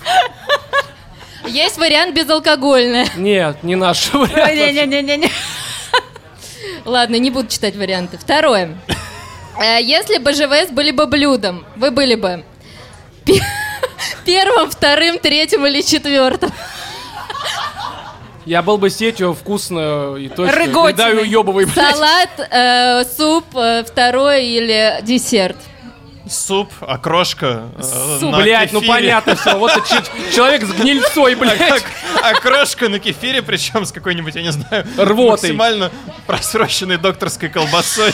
[SPEAKER 20] Есть вариант безалкогольный.
[SPEAKER 1] Нет, не (laughs) наш вариант.
[SPEAKER 20] Не-не-не-не-не. Ладно, не буду читать варианты. Второе. Э, Если бы ЖВС были бы блюдом, вы были бы пе- (laughs) первым, вторым, третьим или четвертым.
[SPEAKER 1] Я был бы сетью вкусно и точно.
[SPEAKER 20] Рыготиной.
[SPEAKER 1] И да, и уёбывай, блядь.
[SPEAKER 20] Салат, э, суп, э, второй или десерт.
[SPEAKER 2] Суп, окрошка. э,
[SPEAKER 1] Суп.
[SPEAKER 2] на
[SPEAKER 1] Блядь, ну
[SPEAKER 2] кефире.
[SPEAKER 1] понятно всё, вот это че- человек с гнильцой, блядь.
[SPEAKER 2] (laughs) Ок- Окрошка на кефире, причем с какой-нибудь, я не знаю,
[SPEAKER 1] Рвотой.
[SPEAKER 2] максимально просроченной докторской колбасой.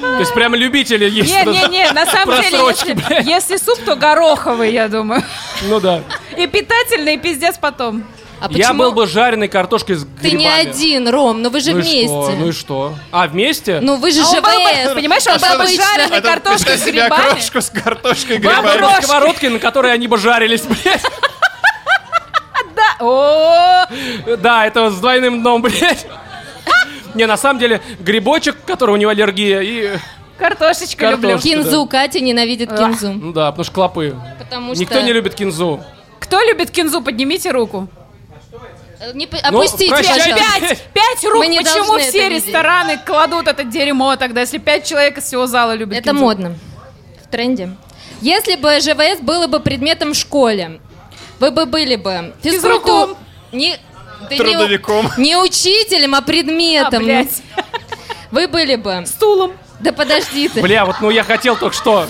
[SPEAKER 1] То есть прям любители есть.
[SPEAKER 3] Не-не-не, на самом деле,
[SPEAKER 1] Просрочка,
[SPEAKER 3] если, если суп, то гороховый, я думаю.
[SPEAKER 1] Ну да.
[SPEAKER 3] И питательный, и пиздец потом.
[SPEAKER 20] А
[SPEAKER 1] Я был бы жареной картошкой с
[SPEAKER 20] Ты не
[SPEAKER 1] грибами.
[SPEAKER 20] один, Ром, но вы же
[SPEAKER 1] Ну и
[SPEAKER 20] вместе.
[SPEAKER 1] что? Ну и что? А, вместе?
[SPEAKER 20] Ну вы же
[SPEAKER 3] А он был бы,
[SPEAKER 20] ЖВС,
[SPEAKER 3] понимаешь, он
[SPEAKER 20] как
[SPEAKER 3] был бы
[SPEAKER 20] обычно.
[SPEAKER 3] жареный
[SPEAKER 1] А
[SPEAKER 3] Это картошкой
[SPEAKER 2] Представь себе окрошку с картошкой и
[SPEAKER 1] Была бы
[SPEAKER 2] грибами.
[SPEAKER 1] сковородкой, на которой они бы жарились, блядь.
[SPEAKER 3] (laughs) Да, о
[SPEAKER 1] Да, это с двойным дном, блядь. Не, на самом деле, грибочек, который у него аллергия, и...
[SPEAKER 3] Картошечка
[SPEAKER 1] Картошка,
[SPEAKER 20] люблю.
[SPEAKER 1] да.
[SPEAKER 20] Кинзу, Катя ненавидит кинзу.
[SPEAKER 1] Ну да, потому что клопы.
[SPEAKER 20] Потому что...
[SPEAKER 1] Никто не любит
[SPEAKER 3] (laughs)
[SPEAKER 1] кинзу.
[SPEAKER 3] Кто любит кинзу? Поднимите руку.
[SPEAKER 20] Э, не по-
[SPEAKER 1] Ну,
[SPEAKER 20] Опустите,
[SPEAKER 3] Пять,
[SPEAKER 20] пожалуйста.
[SPEAKER 3] пять, пять рук.
[SPEAKER 20] Мы не
[SPEAKER 3] Почему
[SPEAKER 20] должны
[SPEAKER 3] все
[SPEAKER 20] это видеть.
[SPEAKER 3] рестораны кладут это дерьмо тогда, если пять человек из всего зала любят
[SPEAKER 20] Это
[SPEAKER 3] кинзу?
[SPEAKER 20] модно. В тренде. Если бы ЖВС было бы предметом в школе, вы бы были бы физкульту... Не... ты не у-
[SPEAKER 2] Трудовиком.
[SPEAKER 20] Не, учителем, а предметом.
[SPEAKER 3] А, блядь.
[SPEAKER 20] Вы были бы...
[SPEAKER 3] Стулом.
[SPEAKER 20] Да подожди ты.
[SPEAKER 1] Бля, вот ну я хотел только что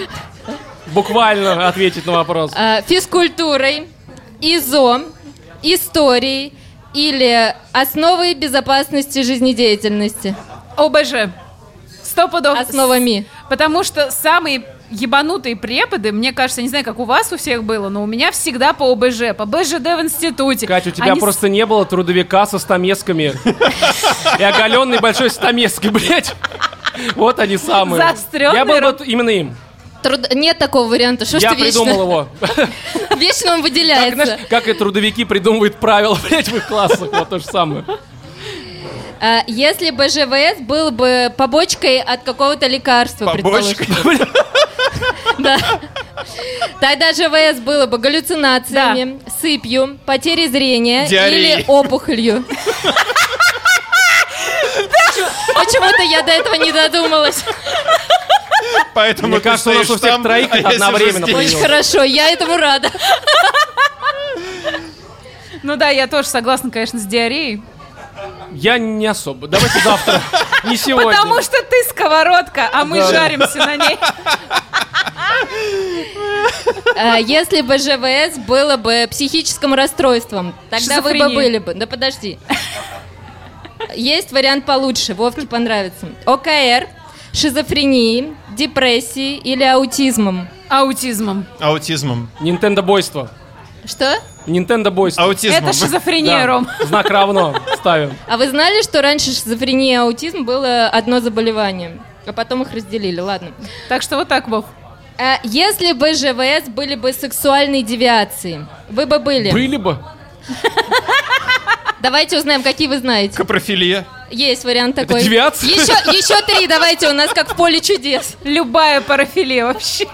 [SPEAKER 1] буквально ответить на вопрос.
[SPEAKER 20] А, физкультурой, ИЗО, историей или основой безопасности жизнедеятельности.
[SPEAKER 3] ОБЖ. Сто пудов.
[SPEAKER 20] Основами.
[SPEAKER 3] Потому что самые ебанутые преподы, мне кажется, не знаю, как у вас у всех было, но у меня всегда по ОБЖ, по БЖД в институте.
[SPEAKER 1] Кать, у тебя
[SPEAKER 3] Они с-
[SPEAKER 1] просто не было трудовика со стамесками. И оголенной большой стамеской, (laughs) блядь. Вот они самые.
[SPEAKER 20] Заострённый
[SPEAKER 1] Я был бы именно им.
[SPEAKER 20] Труд- Нет такого варианта. Что ж
[SPEAKER 1] Я
[SPEAKER 20] ты вечно-
[SPEAKER 1] придумал его.
[SPEAKER 20] (laughs) Вечно он выделяется.
[SPEAKER 1] Как и трудовики придумывают правила, (laughs) блядь, в их классах. Вот то же самое.
[SPEAKER 20] А, Если бы ЖВС был бы побочкой от какого-то лекарства,
[SPEAKER 1] Побочкой?
[SPEAKER 20] предположим. Да. Тогда ЖВС было бы галлюцинациями, сыпью, потерей зрения
[SPEAKER 3] Диареей.
[SPEAKER 20] или опухолью. Почему-то я до этого не додумалась.
[SPEAKER 2] Поэтому
[SPEAKER 1] Мне
[SPEAKER 2] ты
[SPEAKER 1] кажется, у нас
[SPEAKER 2] стоишь
[SPEAKER 1] у всех
[SPEAKER 2] там,
[SPEAKER 1] троих
[SPEAKER 2] а я сижу
[SPEAKER 1] одновременно
[SPEAKER 2] здесь.
[SPEAKER 1] появилось.
[SPEAKER 20] Очень хорошо, я этому рада.
[SPEAKER 3] Ну да, я тоже согласна, конечно, с диареей.
[SPEAKER 1] Я не особо. Давайте завтра. Не сегодня.
[SPEAKER 3] Потому что ты сковородка, а мы
[SPEAKER 1] Да.
[SPEAKER 3] жаримся на ней.
[SPEAKER 20] А, Если бы ЖВС было бы психическим расстройством, тогда вы бы
[SPEAKER 3] Шизофрения.
[SPEAKER 20] были бы. Да подожди. Есть вариант получше, Вовке понравится. ОКР, шизофренией, депрессией или аутизмом?
[SPEAKER 3] Аутизмом.
[SPEAKER 2] Аутизмом.
[SPEAKER 1] Нинтендо бойство.
[SPEAKER 20] Что?
[SPEAKER 1] Нинтендо бойство.
[SPEAKER 2] Аутизмом.
[SPEAKER 20] Это шизофрения,
[SPEAKER 1] Да.
[SPEAKER 20] Ром.
[SPEAKER 1] Знак равно. Ставим.
[SPEAKER 20] А вы знали, что раньше шизофрения и аутизм было одно заболевание? А потом их разделили, ладно. А
[SPEAKER 3] Так что вот так, Вов.
[SPEAKER 20] Если бы ЖВС были бы сексуальной девиацией, вы бы были.
[SPEAKER 1] Были бы.
[SPEAKER 20] Давайте узнаем, какие вы знаете.
[SPEAKER 2] Капрофилия.
[SPEAKER 20] Есть вариант такой.
[SPEAKER 2] девиация?
[SPEAKER 20] Еще, еще три, давайте, у нас как в поле чудес. А,
[SPEAKER 3] Любая парафилия вообще.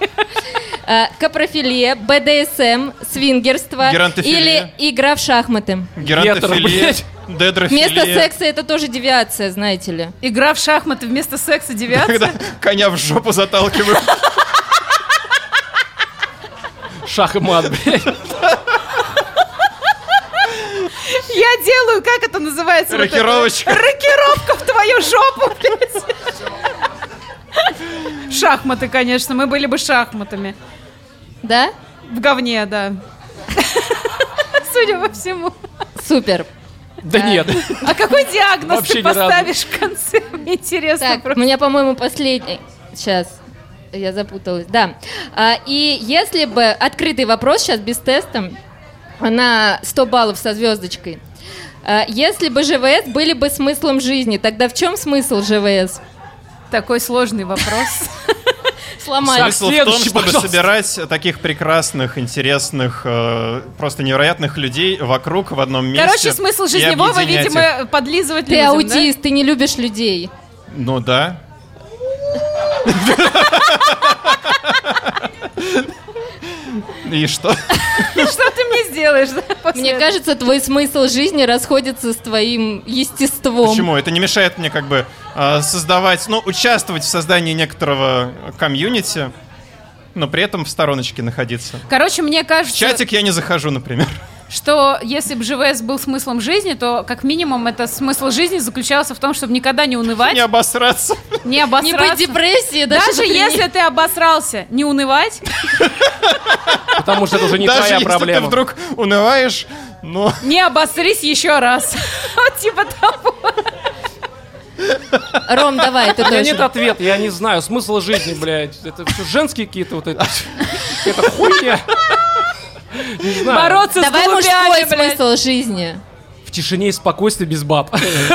[SPEAKER 20] Капрофилия, БДСМ, свингерство или
[SPEAKER 2] Геронтофилия.
[SPEAKER 20] игра в шахматы.
[SPEAKER 2] Геронтофилия.
[SPEAKER 1] блядь.
[SPEAKER 2] Дедрофилия.
[SPEAKER 20] Вместо секса это тоже девиация, знаете ли.
[SPEAKER 3] Игра в шахматы вместо секса девиация?
[SPEAKER 2] Коня в жопу заталкиваю.
[SPEAKER 1] Шах и мат, блядь.
[SPEAKER 3] Я делаю, как это называется? вот это?
[SPEAKER 1] Рокировочка.
[SPEAKER 3] Рокировка в твою жопу, блядь. Шахматы, конечно, мы были бы шахматами.
[SPEAKER 20] Да?
[SPEAKER 3] В говне, да. Судя по всему.
[SPEAKER 20] Супер.
[SPEAKER 1] Да нет.
[SPEAKER 3] А какой диагноз
[SPEAKER 20] Вообще
[SPEAKER 3] ты
[SPEAKER 20] ни разу.
[SPEAKER 3] поставишь в конце? Мне (laughs) интересно
[SPEAKER 20] Так, у
[SPEAKER 3] просто.
[SPEAKER 20] меня, по-моему, последний. Сейчас. Я запуталась. Да. А, и если бы открытый вопрос сейчас без теста на 100 баллов со звездочкой. А, Э, Если бы ЖВС были бы смыслом жизни, тогда в чем смысл ЖВС?
[SPEAKER 3] Такой сложный вопрос.
[SPEAKER 20] (laughs)
[SPEAKER 3] (laughs)
[SPEAKER 20] Сломали.
[SPEAKER 2] Смысл в том, чтобы собирать таких прекрасных, интересных, э, просто невероятных людей вокруг в одном месте.
[SPEAKER 3] Короче, смысл
[SPEAKER 2] и
[SPEAKER 3] жизневого,
[SPEAKER 2] объединять их.
[SPEAKER 3] видимо, подлизывать
[SPEAKER 20] Ты
[SPEAKER 3] людям, да?
[SPEAKER 20] аутист, ты не любишь людей.
[SPEAKER 2] Ну да. И что?
[SPEAKER 20] Ну, Что ты мне сделаешь? Мне кажется, твой смысл жизни расходится с твоим естеством.
[SPEAKER 2] Почему? Это не мешает мне как бы э, создавать, ну, участвовать в создании некоторого комьюнити, но при этом в стороночке находиться.
[SPEAKER 3] Короче, мне
[SPEAKER 2] В
[SPEAKER 3] кажется,
[SPEAKER 2] чатик я не захожу, например.
[SPEAKER 3] что если бы ЖВС был смыслом жизни, то как минимум это смысл жизни заключался в том, чтобы никогда не унывать. Не
[SPEAKER 2] обосраться.
[SPEAKER 3] Не обосраться.
[SPEAKER 20] Не быть в депрессии, да,
[SPEAKER 3] Даже
[SPEAKER 20] чтобы не-
[SPEAKER 3] если ты обосрался, не унывать.
[SPEAKER 1] Потому что это уже не
[SPEAKER 2] Даже
[SPEAKER 1] твоя
[SPEAKER 2] если
[SPEAKER 1] проблема.
[SPEAKER 2] ты вдруг унываешь, но...
[SPEAKER 3] Не обосрись еще раз. (laughs) Вот типа того.
[SPEAKER 20] Ром, давай, ты
[SPEAKER 1] У меня
[SPEAKER 20] тоже.
[SPEAKER 1] нет ответа, я не знаю. Смысл жизни, блядь. Это все женские какие-то вот эти... (laughs) Это хуйня. Не знаю.
[SPEAKER 20] Давай мужской смысл жизни.
[SPEAKER 1] В тишине и спокойствии без баб.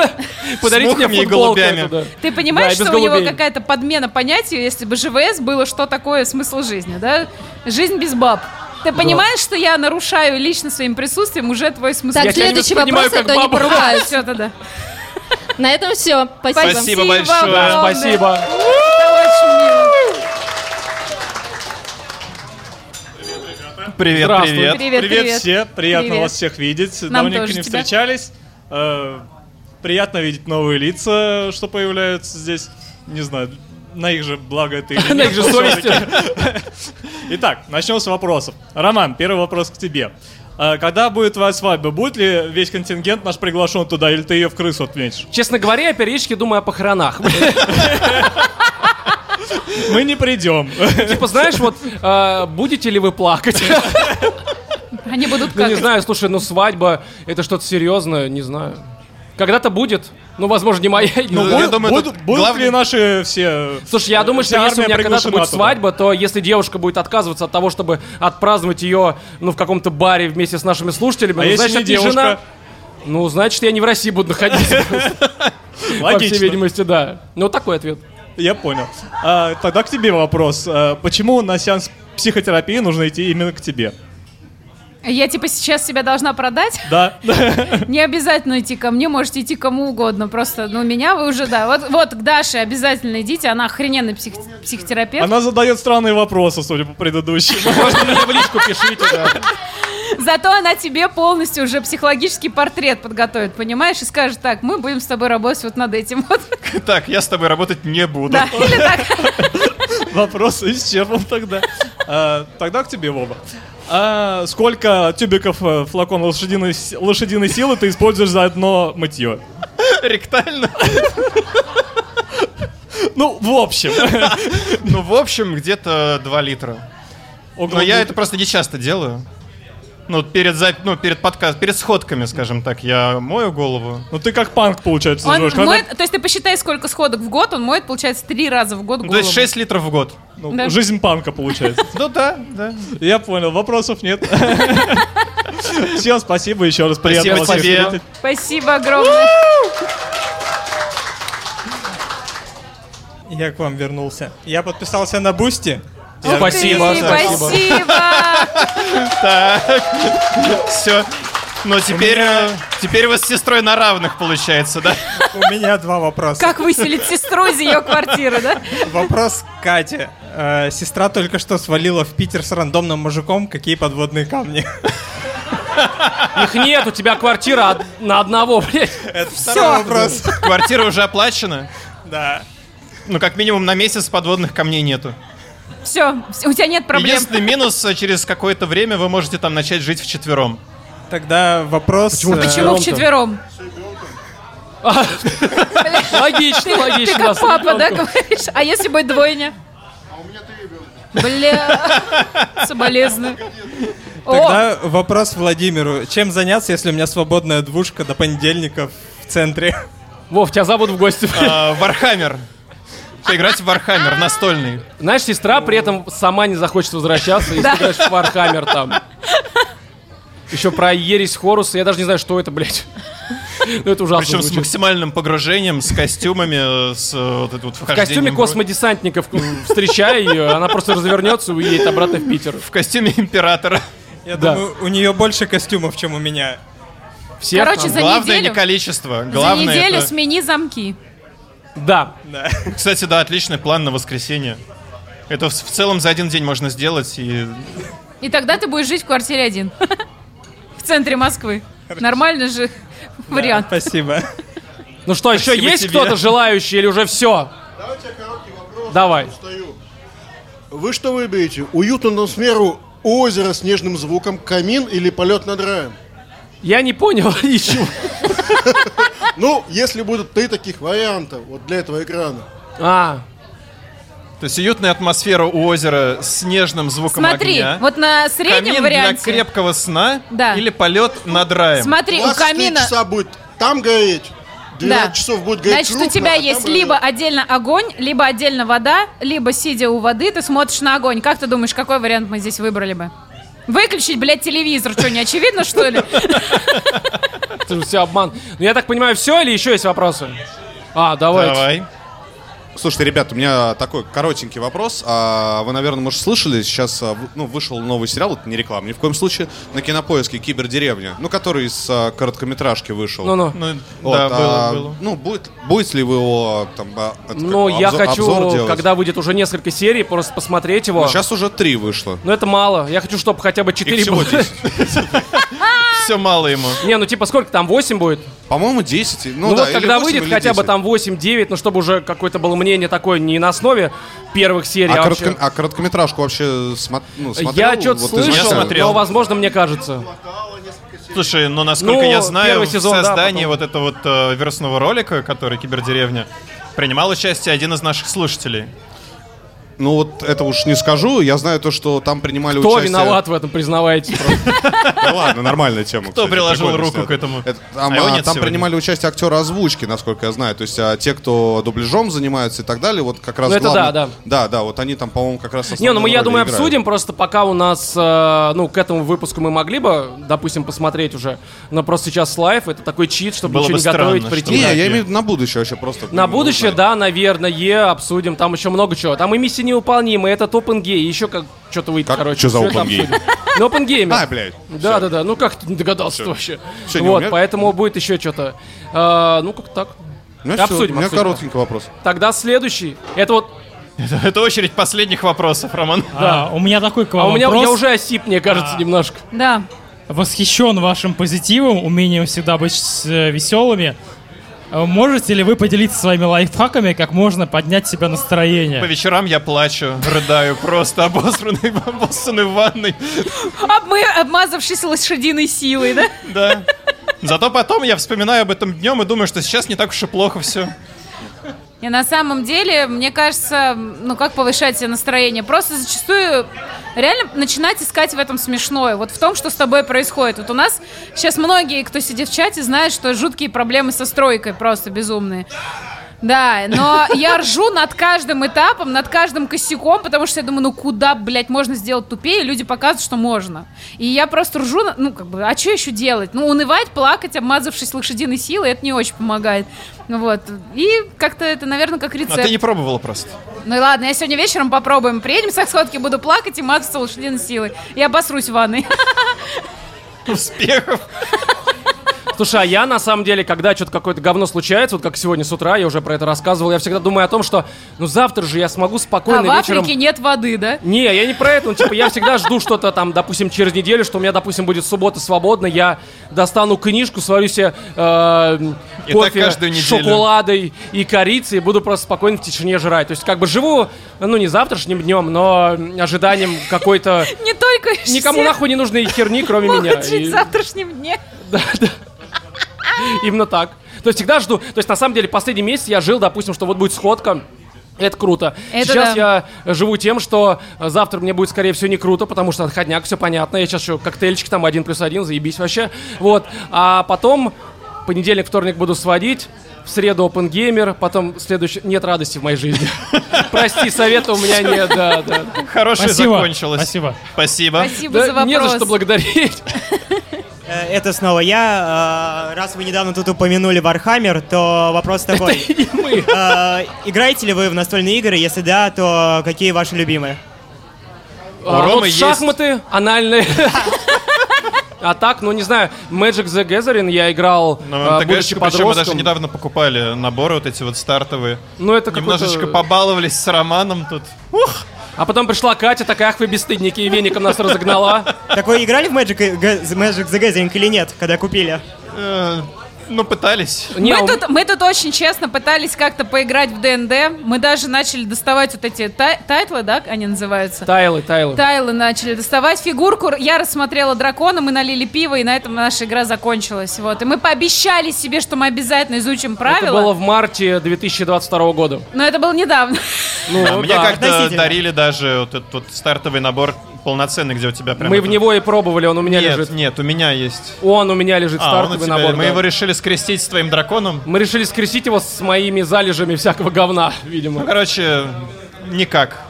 [SPEAKER 1] (laughs) Подарите мне
[SPEAKER 2] мухами и
[SPEAKER 1] футболку.
[SPEAKER 2] голубями.
[SPEAKER 1] эту, да.
[SPEAKER 3] Ты понимаешь,
[SPEAKER 1] Да, и без
[SPEAKER 3] что у него
[SPEAKER 1] голубей.
[SPEAKER 3] какая-то подмена понятия, если бы ЖВС было, что такое смысл жизни, да? Жизнь без баб. Ты понимаешь, что я нарушаю лично своим присутствием уже твой смысл?
[SPEAKER 20] Так, Я тебя не следующий воспринимаю вопрос, а как то они бабу. поругаются. (laughs)
[SPEAKER 3] Все, да-да.
[SPEAKER 20] На этом все. Спасибо.
[SPEAKER 1] Спасибо большое. Да,
[SPEAKER 20] огромное.
[SPEAKER 1] спасибо.
[SPEAKER 2] Привет,
[SPEAKER 1] Здравствуйте.
[SPEAKER 2] привет.
[SPEAKER 1] Привет, привет.
[SPEAKER 21] все, приятно
[SPEAKER 1] Привет.
[SPEAKER 21] вас всех видеть.
[SPEAKER 1] Нам
[SPEAKER 21] Давненько
[SPEAKER 1] тоже
[SPEAKER 21] не
[SPEAKER 1] тебя.
[SPEAKER 21] встречались. Э, Приятно видеть новые лица, что появляются здесь. Не знаю, на их же благо это
[SPEAKER 1] (laughs)
[SPEAKER 21] или
[SPEAKER 1] На
[SPEAKER 21] нет,
[SPEAKER 1] их же
[SPEAKER 21] но
[SPEAKER 1] совесть.
[SPEAKER 21] всё-таки. (laughs) Итак, начнем с вопросов. Роман, первый вопрос к тебе. Э, Когда будет твоя свадьба? Будет ли весь контингент наш приглашен туда, или ты ее в крысу отменишь? Ну,
[SPEAKER 1] Честно говоря, я периодически думаю о похоронах.
[SPEAKER 21] Мы не придем.
[SPEAKER 1] (laughs) Типа, знаешь, вот э, будете ли вы плакать?
[SPEAKER 3] Они (laughs) будут
[SPEAKER 1] Ну, не
[SPEAKER 3] как?
[SPEAKER 1] знаю, слушай, ну свадьба, это что-то серьезное, не знаю. Когда-то будет, ну, возможно, не моя.
[SPEAKER 21] Ну,
[SPEAKER 1] я
[SPEAKER 21] буд-
[SPEAKER 1] думаю,
[SPEAKER 21] буд-
[SPEAKER 1] тут
[SPEAKER 21] будут
[SPEAKER 1] главный-
[SPEAKER 21] ли наши все...
[SPEAKER 1] Слушай, я думаю,
[SPEAKER 21] вся
[SPEAKER 1] что если у
[SPEAKER 21] армия
[SPEAKER 1] меня когда-то
[SPEAKER 21] приглашена
[SPEAKER 1] будет
[SPEAKER 21] туда?
[SPEAKER 1] свадьба, то если девушка будет отказываться от того, чтобы отпраздновать ее, ну, в каком-то баре вместе с нашими слушателями,
[SPEAKER 21] А
[SPEAKER 1] ну,
[SPEAKER 21] если
[SPEAKER 1] значит,
[SPEAKER 21] не
[SPEAKER 1] это
[SPEAKER 21] девушка?
[SPEAKER 1] жена. Ну, значит, я не в России
[SPEAKER 21] (laughs)
[SPEAKER 1] буду находиться. По всей
[SPEAKER 21] Логично.
[SPEAKER 1] видимости, да. Ну, такой ответ.
[SPEAKER 21] Я понял. А, тогда к тебе вопрос. А, почему на сеанс психотерапии нужно идти именно к тебе?
[SPEAKER 3] Я типа сейчас себя должна продать?
[SPEAKER 21] Да.
[SPEAKER 3] Не обязательно идти ко мне, можете идти кому угодно. Просто, ну, меня вы уже, да. Вот, вот к Даше обязательно идите, она охрененный псих- психотерапевт.
[SPEAKER 21] Она задает странные вопросы, судя по предыдущим.
[SPEAKER 1] мне в личку пишите,
[SPEAKER 3] Зато она тебе полностью уже психологический портрет подготовит, понимаешь? И скажет так, мы будем с тобой работать вот над этим. Вот.
[SPEAKER 2] Так, я с тобой работать не буду.
[SPEAKER 3] Да, (laughs) или так.
[SPEAKER 21] Вопрос исчерпан тогда. (laughs) А, тогда к тебе, Вова. А, сколько тюбиков э, флакона лошадиной, с- лошадиной силы ты используешь за одно мытье?
[SPEAKER 2] Ректально.
[SPEAKER 21] Ну, в общем.
[SPEAKER 2] Ну, в общем, где-то 2 литра.
[SPEAKER 21] Около
[SPEAKER 2] Но я
[SPEAKER 21] двух-
[SPEAKER 2] это просто не часто делаю. Ну, перед, зап- ну, перед подкаст, перед сходками, скажем так, я мою голову.
[SPEAKER 21] Ну, ты как панк, получается,
[SPEAKER 3] Он
[SPEAKER 2] ну
[SPEAKER 3] моет- то есть ты посчитай, сколько сходок в год, он моет, получается, три раза в год
[SPEAKER 2] Ну,
[SPEAKER 3] голову.
[SPEAKER 2] То есть 6 литров в год.
[SPEAKER 21] Ну,
[SPEAKER 3] Да.
[SPEAKER 21] Жизнь панка получается.
[SPEAKER 2] Ну да, да.
[SPEAKER 21] Я понял, вопросов нет. (laughs) Всем спасибо еще раз.
[SPEAKER 2] Спасибо
[SPEAKER 21] Приятно вас
[SPEAKER 2] тебе.
[SPEAKER 21] встретить.
[SPEAKER 3] Спасибо огромное.
[SPEAKER 22] Я к вам вернулся. Я подписался на Бусти.
[SPEAKER 2] Ух Спасибо, ты, спасибо. (laughs) Так, все. Но теперь, э, теперь вы с сестрой на равных, получается, да?
[SPEAKER 22] У меня два вопроса.
[SPEAKER 3] Как выселить сестру из ее квартиры, да?
[SPEAKER 22] Вопрос к Кате. Э, Сестра только что свалила в Питер с рандомным мужиком. Какие подводные камни?
[SPEAKER 1] Их нет, у тебя квартира од- на одного, блядь.
[SPEAKER 22] Это
[SPEAKER 2] Второй вопрос. Квартира уже оплачена?
[SPEAKER 22] Да.
[SPEAKER 2] Ну, как минимум на месяц подводных камней нету.
[SPEAKER 3] Все, у тебя нет проблем.
[SPEAKER 2] Единственный минус, э, через какое-то время вы можете там начать жить вчетвером.
[SPEAKER 22] Тогда вопрос...
[SPEAKER 2] Почему
[SPEAKER 22] э,
[SPEAKER 3] А Почему вчетвером?
[SPEAKER 1] А, Логично,
[SPEAKER 3] Ты-
[SPEAKER 1] логично,
[SPEAKER 3] Ты как
[SPEAKER 1] с
[SPEAKER 3] папа, да,
[SPEAKER 1] ребенком.
[SPEAKER 3] говоришь? А если будет двойня? А у меня ты Бля, соболезную. О,
[SPEAKER 22] Тогда вопрос Владимиру. Чем заняться, если у меня свободная двушка до понедельника в центре?
[SPEAKER 1] Вов, тебя зовут в гости.
[SPEAKER 2] Э, Вархаммер. Поиграть в Вархаммер настольный.
[SPEAKER 1] Знаешь, сестра при этом сама не захочет возвращаться, если
[SPEAKER 3] Да.
[SPEAKER 1] ты играешь в Вархаммер там. Еще про ересь Хоруса, я даже не знаю, что это, блядь. Ну, это ужасно
[SPEAKER 2] Причем с
[SPEAKER 1] звучит.
[SPEAKER 2] максимальным погружением, с костюмами, с э, вот это вот
[SPEAKER 1] В костюме космодесантников э, встречай ее, она просто развернется и уедет обратно в Питер. В
[SPEAKER 2] костюме императора.
[SPEAKER 22] Я
[SPEAKER 1] Да.
[SPEAKER 22] думаю, у нее больше костюмов, чем у меня.
[SPEAKER 1] Всех Короче, там. за
[SPEAKER 2] Главное
[SPEAKER 1] неделю-
[SPEAKER 2] не количество.
[SPEAKER 3] За
[SPEAKER 2] Главное
[SPEAKER 3] неделю
[SPEAKER 2] это-
[SPEAKER 3] смени замки.
[SPEAKER 1] Да.
[SPEAKER 2] Кстати, да, отличный план на воскресенье. Это в в целом за один день можно сделать. И...
[SPEAKER 3] И тогда ты будешь жить в квартире один. (laughs) В центре Москвы. Нормально же вариант.
[SPEAKER 22] Спасибо.
[SPEAKER 1] Ну что, еще
[SPEAKER 22] Спасибо
[SPEAKER 1] есть
[SPEAKER 22] тебе.
[SPEAKER 1] кто-то желающий или уже все? Давай.
[SPEAKER 13] Вы что выберете? Уютную атмосферу озера с нежным звуком, камин или полет над раем?
[SPEAKER 1] Я не понял (laughs) ничего.
[SPEAKER 13] Ну, если будут три таких варианта вот для этого экрана.
[SPEAKER 1] А.
[SPEAKER 2] То есть уютная атмосфера у озера с нежным звуком
[SPEAKER 3] Смотри,
[SPEAKER 2] огня.
[SPEAKER 3] вот на среднем
[SPEAKER 2] а? Камин
[SPEAKER 3] варианте.
[SPEAKER 2] для крепкого сна
[SPEAKER 3] Да.
[SPEAKER 2] или полет над раем.
[SPEAKER 3] Смотри, у
[SPEAKER 13] 24
[SPEAKER 3] камина...
[SPEAKER 13] часа будет там гореть, 12
[SPEAKER 3] Да.
[SPEAKER 13] часов будет гореть
[SPEAKER 3] Значит, у
[SPEAKER 13] трупно,
[SPEAKER 3] тебя
[SPEAKER 13] а там
[SPEAKER 3] есть
[SPEAKER 13] будет-
[SPEAKER 3] либо отдельно огонь, либо отдельно вода, либо сидя у воды, ты смотришь на огонь. Как ты думаешь, какой вариант мы здесь выбрали бы? Выключить, блядь, телевизор, что, не очевидно, что ли?
[SPEAKER 1] Это же все обман. Ну я так понимаю, все или еще есть вопросы? А, давайте.
[SPEAKER 14] Слушайте, ребят, у меня такой коротенький вопрос. А, Вы, наверное, может, слышали, сейчас а, вы- ну, вышел новый сериал, это не реклама, ни в коем случае, на кинопоиске «Кибердеревня», ну, который из а, короткометражки вышел.
[SPEAKER 1] Ну-ну.
[SPEAKER 2] Ну,
[SPEAKER 14] Вот,
[SPEAKER 2] да, было,
[SPEAKER 14] а,
[SPEAKER 2] было.
[SPEAKER 14] Ну, будет, будет ли вы его там, а, это как
[SPEAKER 1] Ну,
[SPEAKER 14] его,
[SPEAKER 1] я
[SPEAKER 14] обзо- обзор
[SPEAKER 1] хочу,
[SPEAKER 14] делать?
[SPEAKER 1] когда выйдет уже несколько серий, просто посмотреть его.
[SPEAKER 14] Ну, сейчас уже три вышло.
[SPEAKER 1] Ну это мало. Я хочу, чтобы хотя бы 4
[SPEAKER 14] всего
[SPEAKER 2] Все мало ему.
[SPEAKER 1] Не, ну типа сколько там? 8 будет?
[SPEAKER 14] По-моему, 10.
[SPEAKER 1] Ну,
[SPEAKER 14] Ну, да,
[SPEAKER 1] вот
[SPEAKER 14] или
[SPEAKER 1] когда
[SPEAKER 14] 8,
[SPEAKER 1] выйдет
[SPEAKER 14] или
[SPEAKER 1] хотя бы
[SPEAKER 14] 10.
[SPEAKER 1] там 8-9, ну чтобы уже какое-то было мнение такое не на основе первых серий,
[SPEAKER 14] А,
[SPEAKER 1] а,
[SPEAKER 14] коротко-
[SPEAKER 1] вообще.
[SPEAKER 14] а короткометражку вообще смо- ну, смотрел?
[SPEAKER 1] Я что-то
[SPEAKER 14] Вот э, из
[SPEAKER 1] слышал,
[SPEAKER 14] начала?
[SPEAKER 1] но, возможно, мне кажется.
[SPEAKER 2] Слушай, но насколько
[SPEAKER 1] Ну,
[SPEAKER 2] я знаю,
[SPEAKER 1] первый
[SPEAKER 2] в
[SPEAKER 1] сезон, да,
[SPEAKER 2] создании
[SPEAKER 1] потом.
[SPEAKER 2] вот этого вот э, верстного ролика, который «Кибердеревня», принимал участие один из наших слушателей.
[SPEAKER 14] Ну, вот это уж не скажу. Я знаю то, что там принимали
[SPEAKER 1] Кто
[SPEAKER 14] участие...
[SPEAKER 1] виноват в этом, признавайте.
[SPEAKER 14] Да ладно, нормальная тема.
[SPEAKER 2] Кто
[SPEAKER 14] кстати,
[SPEAKER 2] приложил
[SPEAKER 14] прикольно
[SPEAKER 2] руку
[SPEAKER 14] снято.
[SPEAKER 2] к этому?
[SPEAKER 14] Это- Там,
[SPEAKER 2] А его
[SPEAKER 14] а,
[SPEAKER 2] нет
[SPEAKER 14] там
[SPEAKER 2] сегодня.
[SPEAKER 14] принимали участие актеры озвучки, насколько я знаю. То есть а, те, кто дубляжом занимаются и так далее, вот как раз
[SPEAKER 1] Ну, это
[SPEAKER 14] главный-
[SPEAKER 1] да, да.
[SPEAKER 14] Да, да, вот они там, по-моему, как раз
[SPEAKER 1] Не, ну мы,
[SPEAKER 14] основные
[SPEAKER 1] я
[SPEAKER 14] роли
[SPEAKER 1] думаю,
[SPEAKER 14] играют.
[SPEAKER 1] обсудим, просто пока у нас, э, ну, к этому выпуску мы могли бы, допустим, посмотреть уже, но просто сейчас лайв, это такой чит, чтобы
[SPEAKER 14] Было
[SPEAKER 1] ничего
[SPEAKER 14] бы
[SPEAKER 1] не готовить,
[SPEAKER 14] странно,
[SPEAKER 1] прийти.
[SPEAKER 14] что- Не, я имею в виду на будущее вообще просто.
[SPEAKER 1] На будущее, да, наверное, обсудим, там еще много чего. Там и миссии неуполнимые, этот Open Gay, еще как что-то выйдет, короче.
[SPEAKER 14] чё за
[SPEAKER 1] всё это
[SPEAKER 14] Open Gay?
[SPEAKER 1] обсудим. Ну, Open Gamer.
[SPEAKER 14] (laughs) А, блядь.
[SPEAKER 1] Да, да, да, ну как ты не догадался
[SPEAKER 14] Всё.
[SPEAKER 1] вообще?
[SPEAKER 14] Всё, не
[SPEAKER 1] Вот,
[SPEAKER 14] умею.
[SPEAKER 1] поэтому будет еще что-то. А, Ну, как так.
[SPEAKER 14] Ну, всё,
[SPEAKER 1] Обсудим,
[SPEAKER 14] у меня
[SPEAKER 1] обсудим.
[SPEAKER 14] коротенький вопрос.
[SPEAKER 1] Тогда следующий. Это вот...
[SPEAKER 2] Это очередь последних вопросов, Роман.
[SPEAKER 1] Да.
[SPEAKER 23] А, у меня такой к
[SPEAKER 1] А
[SPEAKER 23] вам
[SPEAKER 1] у меня
[SPEAKER 23] вопрос.
[SPEAKER 1] я уже осип, мне кажется,
[SPEAKER 23] А.
[SPEAKER 1] немножко.
[SPEAKER 3] Да.
[SPEAKER 23] Восхищен вашим позитивом, умением всегда быть с- э, веселыми. Э, Можете ли вы поделиться своими лайфхаками, как можно поднять себе настроение?
[SPEAKER 2] По вечерам я плачу, рыдаю, просто (laughs) обосранный, обоссанный в ванной.
[SPEAKER 3] Обмы- обмазавшись лошадиной силой, да?
[SPEAKER 2] Да. Зато потом я вспоминаю об этом днем и думаю, что сейчас не так уж и плохо А все.
[SPEAKER 3] И на самом деле, мне кажется, ну как повышать себе настроение? Просто зачастую реально начинать искать в этом смешное. Вот в том, что с тобой происходит. Вот у нас сейчас многие, кто сидит в чате, знают, что жуткие проблемы со стройкой просто безумные. Да, но я
[SPEAKER 6] (laughs)
[SPEAKER 3] ржу над каждым этапом, над каждым косяком, потому что я думаю, ну куда, блядь, можно сделать тупее, люди показывают, что можно. И я просто ржу, на- ну как бы, а что еще делать? Ну унывать, плакать, обмазавшись лошадиной силой, это не очень помогает. Вот. И как-то это, наверное, как
[SPEAKER 2] А
[SPEAKER 3] рецепт.
[SPEAKER 2] ты не пробовала просто.
[SPEAKER 3] Ну и ладно, я сегодня вечером попробуем. Приедем с сходки, буду плакать и мазаться лошадиной силой. И обосрусь в ванной.
[SPEAKER 2] Успехов!
[SPEAKER 1] (laughs) Слушай, а я на самом деле, когда что-то какое-то говно случается, вот как сегодня с утра, я уже про это рассказывал, я всегда думаю о том, что ну завтра же я смогу
[SPEAKER 3] А
[SPEAKER 1] спокойно
[SPEAKER 3] в
[SPEAKER 1] вечером...
[SPEAKER 3] Африке нет воды, да?
[SPEAKER 1] Не, я не про это, ну типа я всегда жду что-то там, допустим, через неделю, что у меня, допустим, будет суббота свободна, я достану книжку, сварю себе э,
[SPEAKER 2] И так
[SPEAKER 1] кофе
[SPEAKER 2] каждую
[SPEAKER 1] с
[SPEAKER 2] неделю.
[SPEAKER 1] шоколадой и корицей, и буду просто спокойно в тишине жрать. То есть как бы живу, ну не завтрашним днем, но ожиданием какой-то...
[SPEAKER 3] Не только
[SPEAKER 1] А, Никому
[SPEAKER 3] все
[SPEAKER 1] нахуй не нужной херни, кроме меня.
[SPEAKER 3] могут жить
[SPEAKER 1] И-
[SPEAKER 3] в завтрашнем дне.
[SPEAKER 1] (laughs) Именно так. То есть всегда жду. То есть на самом деле последний месяц я жил, допустим, что вот будет сходка. Это круто.
[SPEAKER 3] Это
[SPEAKER 1] сейчас
[SPEAKER 3] да.
[SPEAKER 1] я живу тем, что э, завтра мне будет, скорее всего, не круто, потому что отходняк, все понятно. Я сейчас еще коктейльчик там один плюс один, заебись вообще. Вот. А потом понедельник, вторник буду сводить. В среду Open Gamer, потом следующий... Нет радости в моей жизни. (laughs) Прости, совета у меня нет, да, да.
[SPEAKER 2] Хорошее
[SPEAKER 1] Спасибо.
[SPEAKER 2] закончилось.
[SPEAKER 1] Спасибо.
[SPEAKER 2] Спасибо.
[SPEAKER 3] Спасибо за
[SPEAKER 1] Не за
[SPEAKER 3] вопрос.
[SPEAKER 1] что благодарить.
[SPEAKER 17] Это снова я. Э, Раз вы недавно тут упомянули Вархаммер, то вопрос
[SPEAKER 1] (laughs)
[SPEAKER 17] такой. Э, Играете ли вы в настольные игры? Если да, то какие ваши любимые?
[SPEAKER 1] А,
[SPEAKER 17] Ромы
[SPEAKER 1] вот
[SPEAKER 17] есть.
[SPEAKER 1] шахматы анальные. (laughs) А так, ну не знаю, Magic the Gathering я играл,
[SPEAKER 2] Ну,
[SPEAKER 1] э,
[SPEAKER 2] ты говоришь,
[SPEAKER 1] будучи
[SPEAKER 2] причем мы даже
[SPEAKER 1] подростком.
[SPEAKER 2] недавно покупали наборы вот эти вот стартовые.
[SPEAKER 1] Ну, это какой-то-
[SPEAKER 2] Немножечко побаловались с Романом тут.
[SPEAKER 1] Ух! А потом пришла Катя, такая, ах вы бесстыдники, и веником нас разогнала.
[SPEAKER 17] (laughs) Так вы играли в Magic, и- Га- Magic the Gathering или нет, когда купили?
[SPEAKER 2] Ну, пытались.
[SPEAKER 3] мы, тут, мы тут очень честно пытались как-то поиграть в ДНД. Мы даже начали доставать вот эти тай- тайтлы, да, они называются?
[SPEAKER 1] Тайлы, тайлы.
[SPEAKER 3] Тайлы начали доставать, фигурку. Я рассмотрела дракона, мы налили пиво, и на этом наша игра закончилась. Вот. И мы пообещали себе, что мы обязательно изучим (laughs) правила.
[SPEAKER 1] Это было в марте 2022 года.
[SPEAKER 3] Но это было недавно.
[SPEAKER 1] Ну,
[SPEAKER 2] А мне
[SPEAKER 1] да.
[SPEAKER 2] как-то
[SPEAKER 1] Относительно.
[SPEAKER 2] дарили даже вот этот вот стартовый набор полноценный, где у тебя прям...
[SPEAKER 1] Мы
[SPEAKER 2] этот-
[SPEAKER 1] в него и пробовали, он у меня
[SPEAKER 2] Нет,
[SPEAKER 1] лежит.
[SPEAKER 2] Нет, у меня есть.
[SPEAKER 1] Он у меня лежит,
[SPEAKER 2] А, он у
[SPEAKER 1] стартовый
[SPEAKER 2] тебя-
[SPEAKER 1] набор.
[SPEAKER 2] мы
[SPEAKER 1] да.
[SPEAKER 2] его решили скрестить с твоим драконом.
[SPEAKER 1] Мы решили скрестить его с моими залежами всякого говна, (laughs) видимо.
[SPEAKER 2] Ну, короче, никак.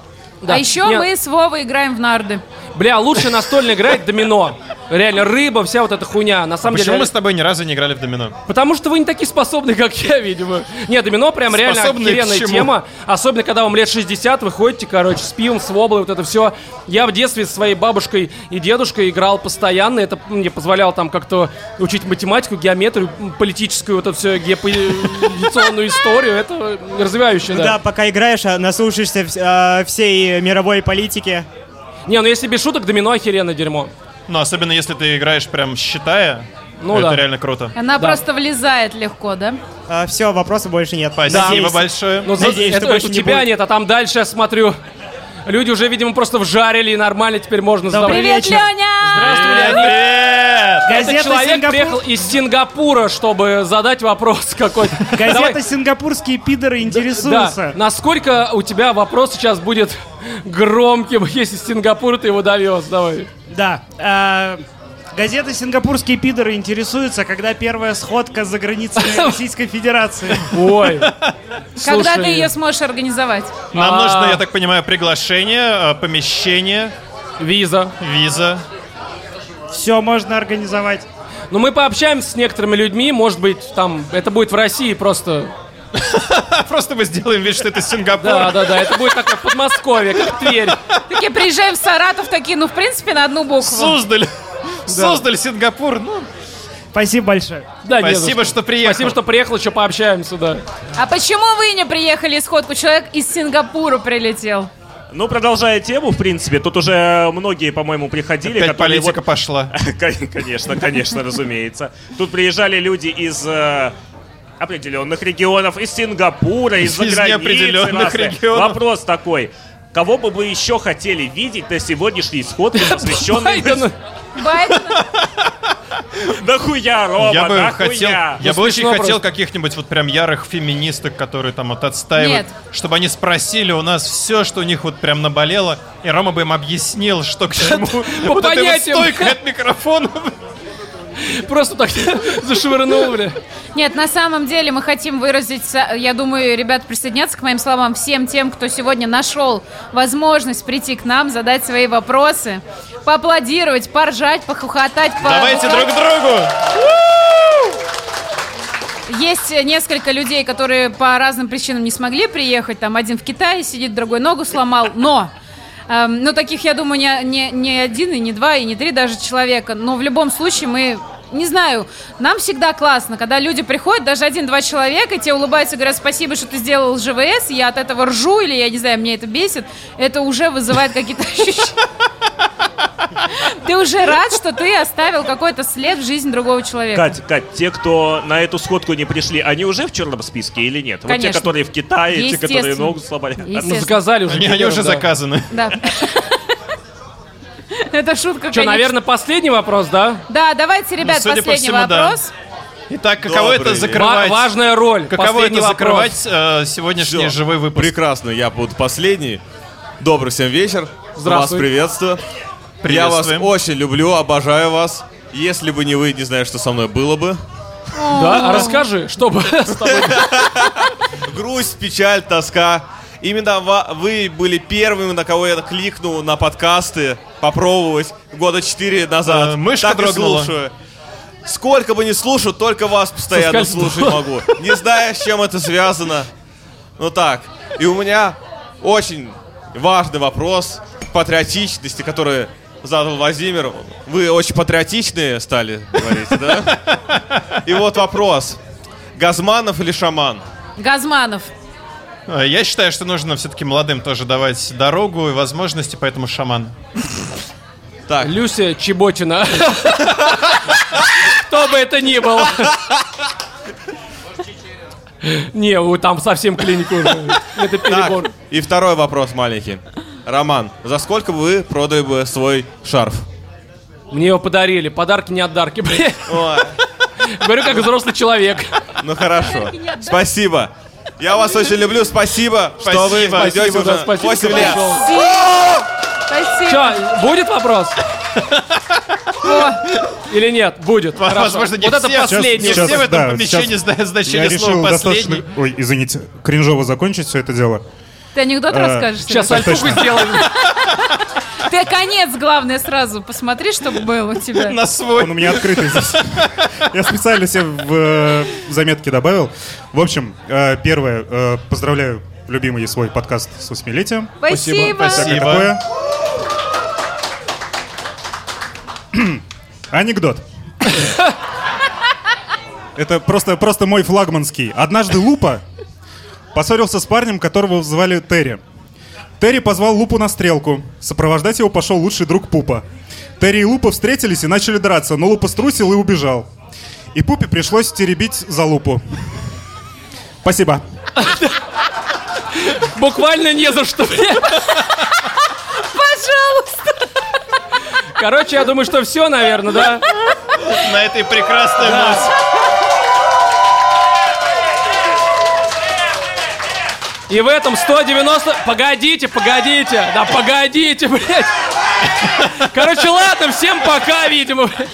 [SPEAKER 3] А еще мы с Вовой играем в нарды.
[SPEAKER 1] Бля, лучшая настольная игра это домино. Реально, рыба, вся вот эта хуйня. На самом
[SPEAKER 2] А Почему
[SPEAKER 1] деле...
[SPEAKER 2] мы с тобой ни разу не играли в домино?
[SPEAKER 1] Потому что вы не такие способные, как я, видимо. Нет, домино прям реально
[SPEAKER 2] Способные к
[SPEAKER 1] охеренная
[SPEAKER 2] чему?
[SPEAKER 1] тема. Особенно, когда вам лет 60, вы ходите, короче, с пивом, с воблой, вот это все. Я в детстве со своей бабушкой и дедушкой играл постоянно. Это мне позволяло там как-то учить математику, геометрию, м, политическую вот эту всю (laughs) геополитационную историю. Это развивающее,
[SPEAKER 17] Ну да, пока играешь, а наслушаешься вс- э, всей мировой политики.
[SPEAKER 1] Не, ну если без шуток, домино охеренно дерьмо.
[SPEAKER 2] Ну, особенно если ты играешь прям считая.
[SPEAKER 1] Ну
[SPEAKER 2] это
[SPEAKER 1] да.
[SPEAKER 2] реально круто.
[SPEAKER 3] Она просто влезает легко, да?
[SPEAKER 17] все, А, вопросов больше нет. Надеюсь-
[SPEAKER 1] Ну, за-
[SPEAKER 17] Надеюсь,
[SPEAKER 1] это
[SPEAKER 17] что больше
[SPEAKER 1] у
[SPEAKER 17] не
[SPEAKER 1] тебя
[SPEAKER 17] будет.
[SPEAKER 1] нет, а там дальше я смотрю. Люди уже, видимо, просто вжарили, и нормально теперь можно задавать.
[SPEAKER 3] Привет, Леня!
[SPEAKER 1] Здравствуй, Леонид!
[SPEAKER 3] Газета
[SPEAKER 1] Этот человек
[SPEAKER 3] Сингапур-
[SPEAKER 1] приехал из Сингапура, чтобы задать вопрос какой-то.
[SPEAKER 9] Газета
[SPEAKER 1] Давай.
[SPEAKER 9] «Сингапурские пидоры»
[SPEAKER 1] Да.
[SPEAKER 9] интересуется.
[SPEAKER 1] Насколько у тебя вопрос сейчас будет громким, (laughs) если из Сингапура ты его довез? Давай.
[SPEAKER 9] Да. а, Газета «Сингапурские пидоры» интересуется, когда первая сходка
[SPEAKER 2] (laughs)
[SPEAKER 9] за границами Российской Федерации.
[SPEAKER 1] Ой.
[SPEAKER 3] Когда
[SPEAKER 9] Слушай.
[SPEAKER 3] ты ее сможешь организовать?
[SPEAKER 2] Нам
[SPEAKER 9] А.
[SPEAKER 2] нужно, я так понимаю, приглашение, э, помещение.
[SPEAKER 1] Виза.
[SPEAKER 2] Виза.
[SPEAKER 9] Все можно организовать.
[SPEAKER 1] Ну, мы пообщаемся с некоторыми людьми, может быть, там, это будет в России просто.
[SPEAKER 2] (laughs) Просто мы сделаем вид, что это Сингапур.
[SPEAKER 1] Да, да, да, это будет такое Подмосковье, как Тверь.
[SPEAKER 3] Такие приезжаем в Саратов, такие, ну, в принципе, на одну
[SPEAKER 2] (laughs)
[SPEAKER 3] букву.
[SPEAKER 2] Суздаль. Суздаль, Сингапур, ну.
[SPEAKER 9] Спасибо большое.
[SPEAKER 1] Да, не за
[SPEAKER 2] Спасибо, что приехал.
[SPEAKER 1] Спасибо, что приехал, еще пообщаемся, да.
[SPEAKER 3] А почему вы не приехали исходку? Человек из Сингапура прилетел.
[SPEAKER 7] Ну, продолжая тему, в принципе, тут уже многие, по-моему, приходили.
[SPEAKER 2] Опять
[SPEAKER 7] которые
[SPEAKER 2] политика пошла.
[SPEAKER 7] (laughs) Кон- Конечно, конечно, разумеется. Тут приезжали люди из э, определенных регионов, из Сингапура, из-за
[SPEAKER 2] Из
[SPEAKER 7] границы
[SPEAKER 2] неопределенных
[SPEAKER 7] разные.
[SPEAKER 2] регионов.
[SPEAKER 7] Вопрос такой. Кого бы вы еще хотели видеть на
[SPEAKER 1] (laughs)
[SPEAKER 7] сегодняшней сходке, посвященной... (laughs) Да хуя, Рома,
[SPEAKER 2] Я бы
[SPEAKER 7] да
[SPEAKER 2] хотел,
[SPEAKER 7] хуя.
[SPEAKER 1] Ну,
[SPEAKER 2] я бы очень хотел каких-нибудь вот прям ярых феминисток, которые там вот отстаивают,
[SPEAKER 7] Нет.
[SPEAKER 2] чтобы они спросили у нас все, что у них вот прям наболело, и Рома бы им объяснил, что к чему.
[SPEAKER 1] По
[SPEAKER 2] Вот эта вот
[SPEAKER 1] понятиям.
[SPEAKER 2] стойка от микрофона.
[SPEAKER 1] Просто так (laughs) зашвырнул, бля.
[SPEAKER 3] Нет, на самом деле мы хотим выразить, со- я думаю, ребят присоединятся к моим словам, всем тем, кто сегодня нашел возможность прийти к нам, задать свои вопросы, поаплодировать, поржать, похохотать. по-
[SPEAKER 2] Давайте друг другу.
[SPEAKER 3] Есть несколько людей, которые по разным причинам не смогли приехать. Там один в Китае сидит, другой ногу сломал. Но, эм, ну, таких, я думаю, не, не, не один, и не два, и не три даже человека. Но в любом случае мы... Не знаю, нам всегда классно, когда люди приходят, даже один-два человека, и те улыбаются и говорят, спасибо, что ты сделал ЖВС, я от этого ржу, или, я не знаю, мне это бесит. Это уже вызывает какие-то ощущения. Ты уже рад, что ты оставил какой-то след в жизни другого человека.
[SPEAKER 7] Кать, Кать, те, кто на эту сходку не пришли, они уже в черном списке или нет? Вот те,
[SPEAKER 3] Конечно.
[SPEAKER 7] которые в Китае, те, которые
[SPEAKER 3] Естественно.
[SPEAKER 7] ногу сломали.
[SPEAKER 3] Естественно. Ну, заказали
[SPEAKER 1] уже
[SPEAKER 2] Они,
[SPEAKER 1] билеты,
[SPEAKER 2] они уже
[SPEAKER 1] да.
[SPEAKER 2] заказаны.
[SPEAKER 3] Да. Это шутка,
[SPEAKER 1] Что,
[SPEAKER 3] конечно.
[SPEAKER 1] наверное, последний вопрос, да?
[SPEAKER 3] Да, давайте, ребят,
[SPEAKER 2] ну, судя по
[SPEAKER 3] последний
[SPEAKER 2] всему, да.
[SPEAKER 3] вопрос.
[SPEAKER 2] Итак, каково
[SPEAKER 10] Добрый
[SPEAKER 2] это
[SPEAKER 10] вечер.
[SPEAKER 2] закрывать?
[SPEAKER 1] Ва- важная роль.
[SPEAKER 2] Каково
[SPEAKER 1] Последний
[SPEAKER 2] это
[SPEAKER 1] вопрос.
[SPEAKER 2] закрывать э, сегодняшний
[SPEAKER 10] Всё.
[SPEAKER 2] живой выпуск?
[SPEAKER 10] Прекрасно, я буду последний. Добрый всем вечер.
[SPEAKER 2] Здравствуй.
[SPEAKER 10] Вас приветствую. Я вас
[SPEAKER 2] Приветствуем.
[SPEAKER 10] очень люблю, обожаю вас. Если бы не вы, не знаю, что со мной было бы.
[SPEAKER 1] Да? А расскажи, что бы (laughs) с тобой...
[SPEAKER 10] Грусть, печаль, тоска. Именно ва- вы были первыми, на кого я кликнул на подкасты попробовать года четыре назад.
[SPEAKER 2] Э, мышка
[SPEAKER 10] так и
[SPEAKER 2] дрогнула.
[SPEAKER 10] слушаю.
[SPEAKER 24] Сколько бы ни слушал, только вас постоянно слушать могу. Не знаю, с чем это связано. Ну так. И у меня очень важный вопрос патриотичности, который задал Владимир. Вы очень патриотичные стали, говорите, да? И вот вопрос. Газманов или шаман?
[SPEAKER 3] Газманов.
[SPEAKER 2] Э, Я считаю, что нужно все-таки молодым тоже давать дорогу и возможности, поэтому шаман.
[SPEAKER 24] Так.
[SPEAKER 1] Люся Чеботина. Кто бы это ни был. Не, у- там совсем клинику. уже. Это перебор.
[SPEAKER 24] Так, и второй вопрос маленький. Роман, за сколько бы вы продали бы свой шарф?
[SPEAKER 1] Мне его подарили. Подарки не от дарки, блин.
[SPEAKER 24] Ой.
[SPEAKER 1] Говорю, как взрослый человек.
[SPEAKER 24] Ну хорошо.
[SPEAKER 1] Подарки не отдам.
[SPEAKER 24] Спасибо. Я вас очень люблю. Спасибо, что вы
[SPEAKER 1] Спасибо,
[SPEAKER 24] пойдете
[SPEAKER 1] спасибо, да,
[SPEAKER 24] уже
[SPEAKER 1] спасибо,
[SPEAKER 24] 8
[SPEAKER 1] что
[SPEAKER 24] лет.
[SPEAKER 1] пришел.
[SPEAKER 3] Спасибо.
[SPEAKER 1] Че, будет вопрос? Или нет? Будет. Хорошо.
[SPEAKER 2] возможно, не
[SPEAKER 1] Вот это
[SPEAKER 2] все.
[SPEAKER 1] последний.
[SPEAKER 2] Не все в этом помещении знают значение
[SPEAKER 25] я решил
[SPEAKER 2] слова
[SPEAKER 25] достаточно-
[SPEAKER 2] «последний».
[SPEAKER 25] Ой, извините, кринжово закончить все это дело.
[SPEAKER 3] Ты анекдот
[SPEAKER 25] Э,
[SPEAKER 3] расскажешь?
[SPEAKER 25] щас
[SPEAKER 3] Сергей?
[SPEAKER 25] альтуху Точно. сделаем.
[SPEAKER 3] (laughs) Ты конец, главное, сразу посмотри, чтобы было у
[SPEAKER 2] (laughs)
[SPEAKER 3] тебя.
[SPEAKER 2] На свой.
[SPEAKER 25] Он у меня
[SPEAKER 2] (laughs)
[SPEAKER 25] открытый здесь. Я специально себе в э, в заметки добавил. В общем, э, первое, э, поздравляю любимый свой подкаст с восьмилетием.
[SPEAKER 3] Спасибо. Спасибо.
[SPEAKER 25] Всякое
[SPEAKER 3] Спасибо.
[SPEAKER 25] такое. (clears throat) Анекдот. Это просто, просто мой флагманский. Однажды Лупа поссорился с парнем, которого звали Терри. Терри позвал Лупу на стрелку. Сопровождать его пошел лучший друг Пупа. Терри и Лупа встретились и начали драться, но Лупа струсил и убежал. И Пупе пришлось теребить за Лупу. Спасибо.
[SPEAKER 1] Буквально не за что.
[SPEAKER 3] Пожалуйста.
[SPEAKER 1] Короче, я думаю, что все, наверное, да?
[SPEAKER 2] На этой прекрасной ноте.
[SPEAKER 1] И в этом 190... Погодите, погодите. Да погодите, блядь. Короче, ладно, всем пока, видимо. блядь.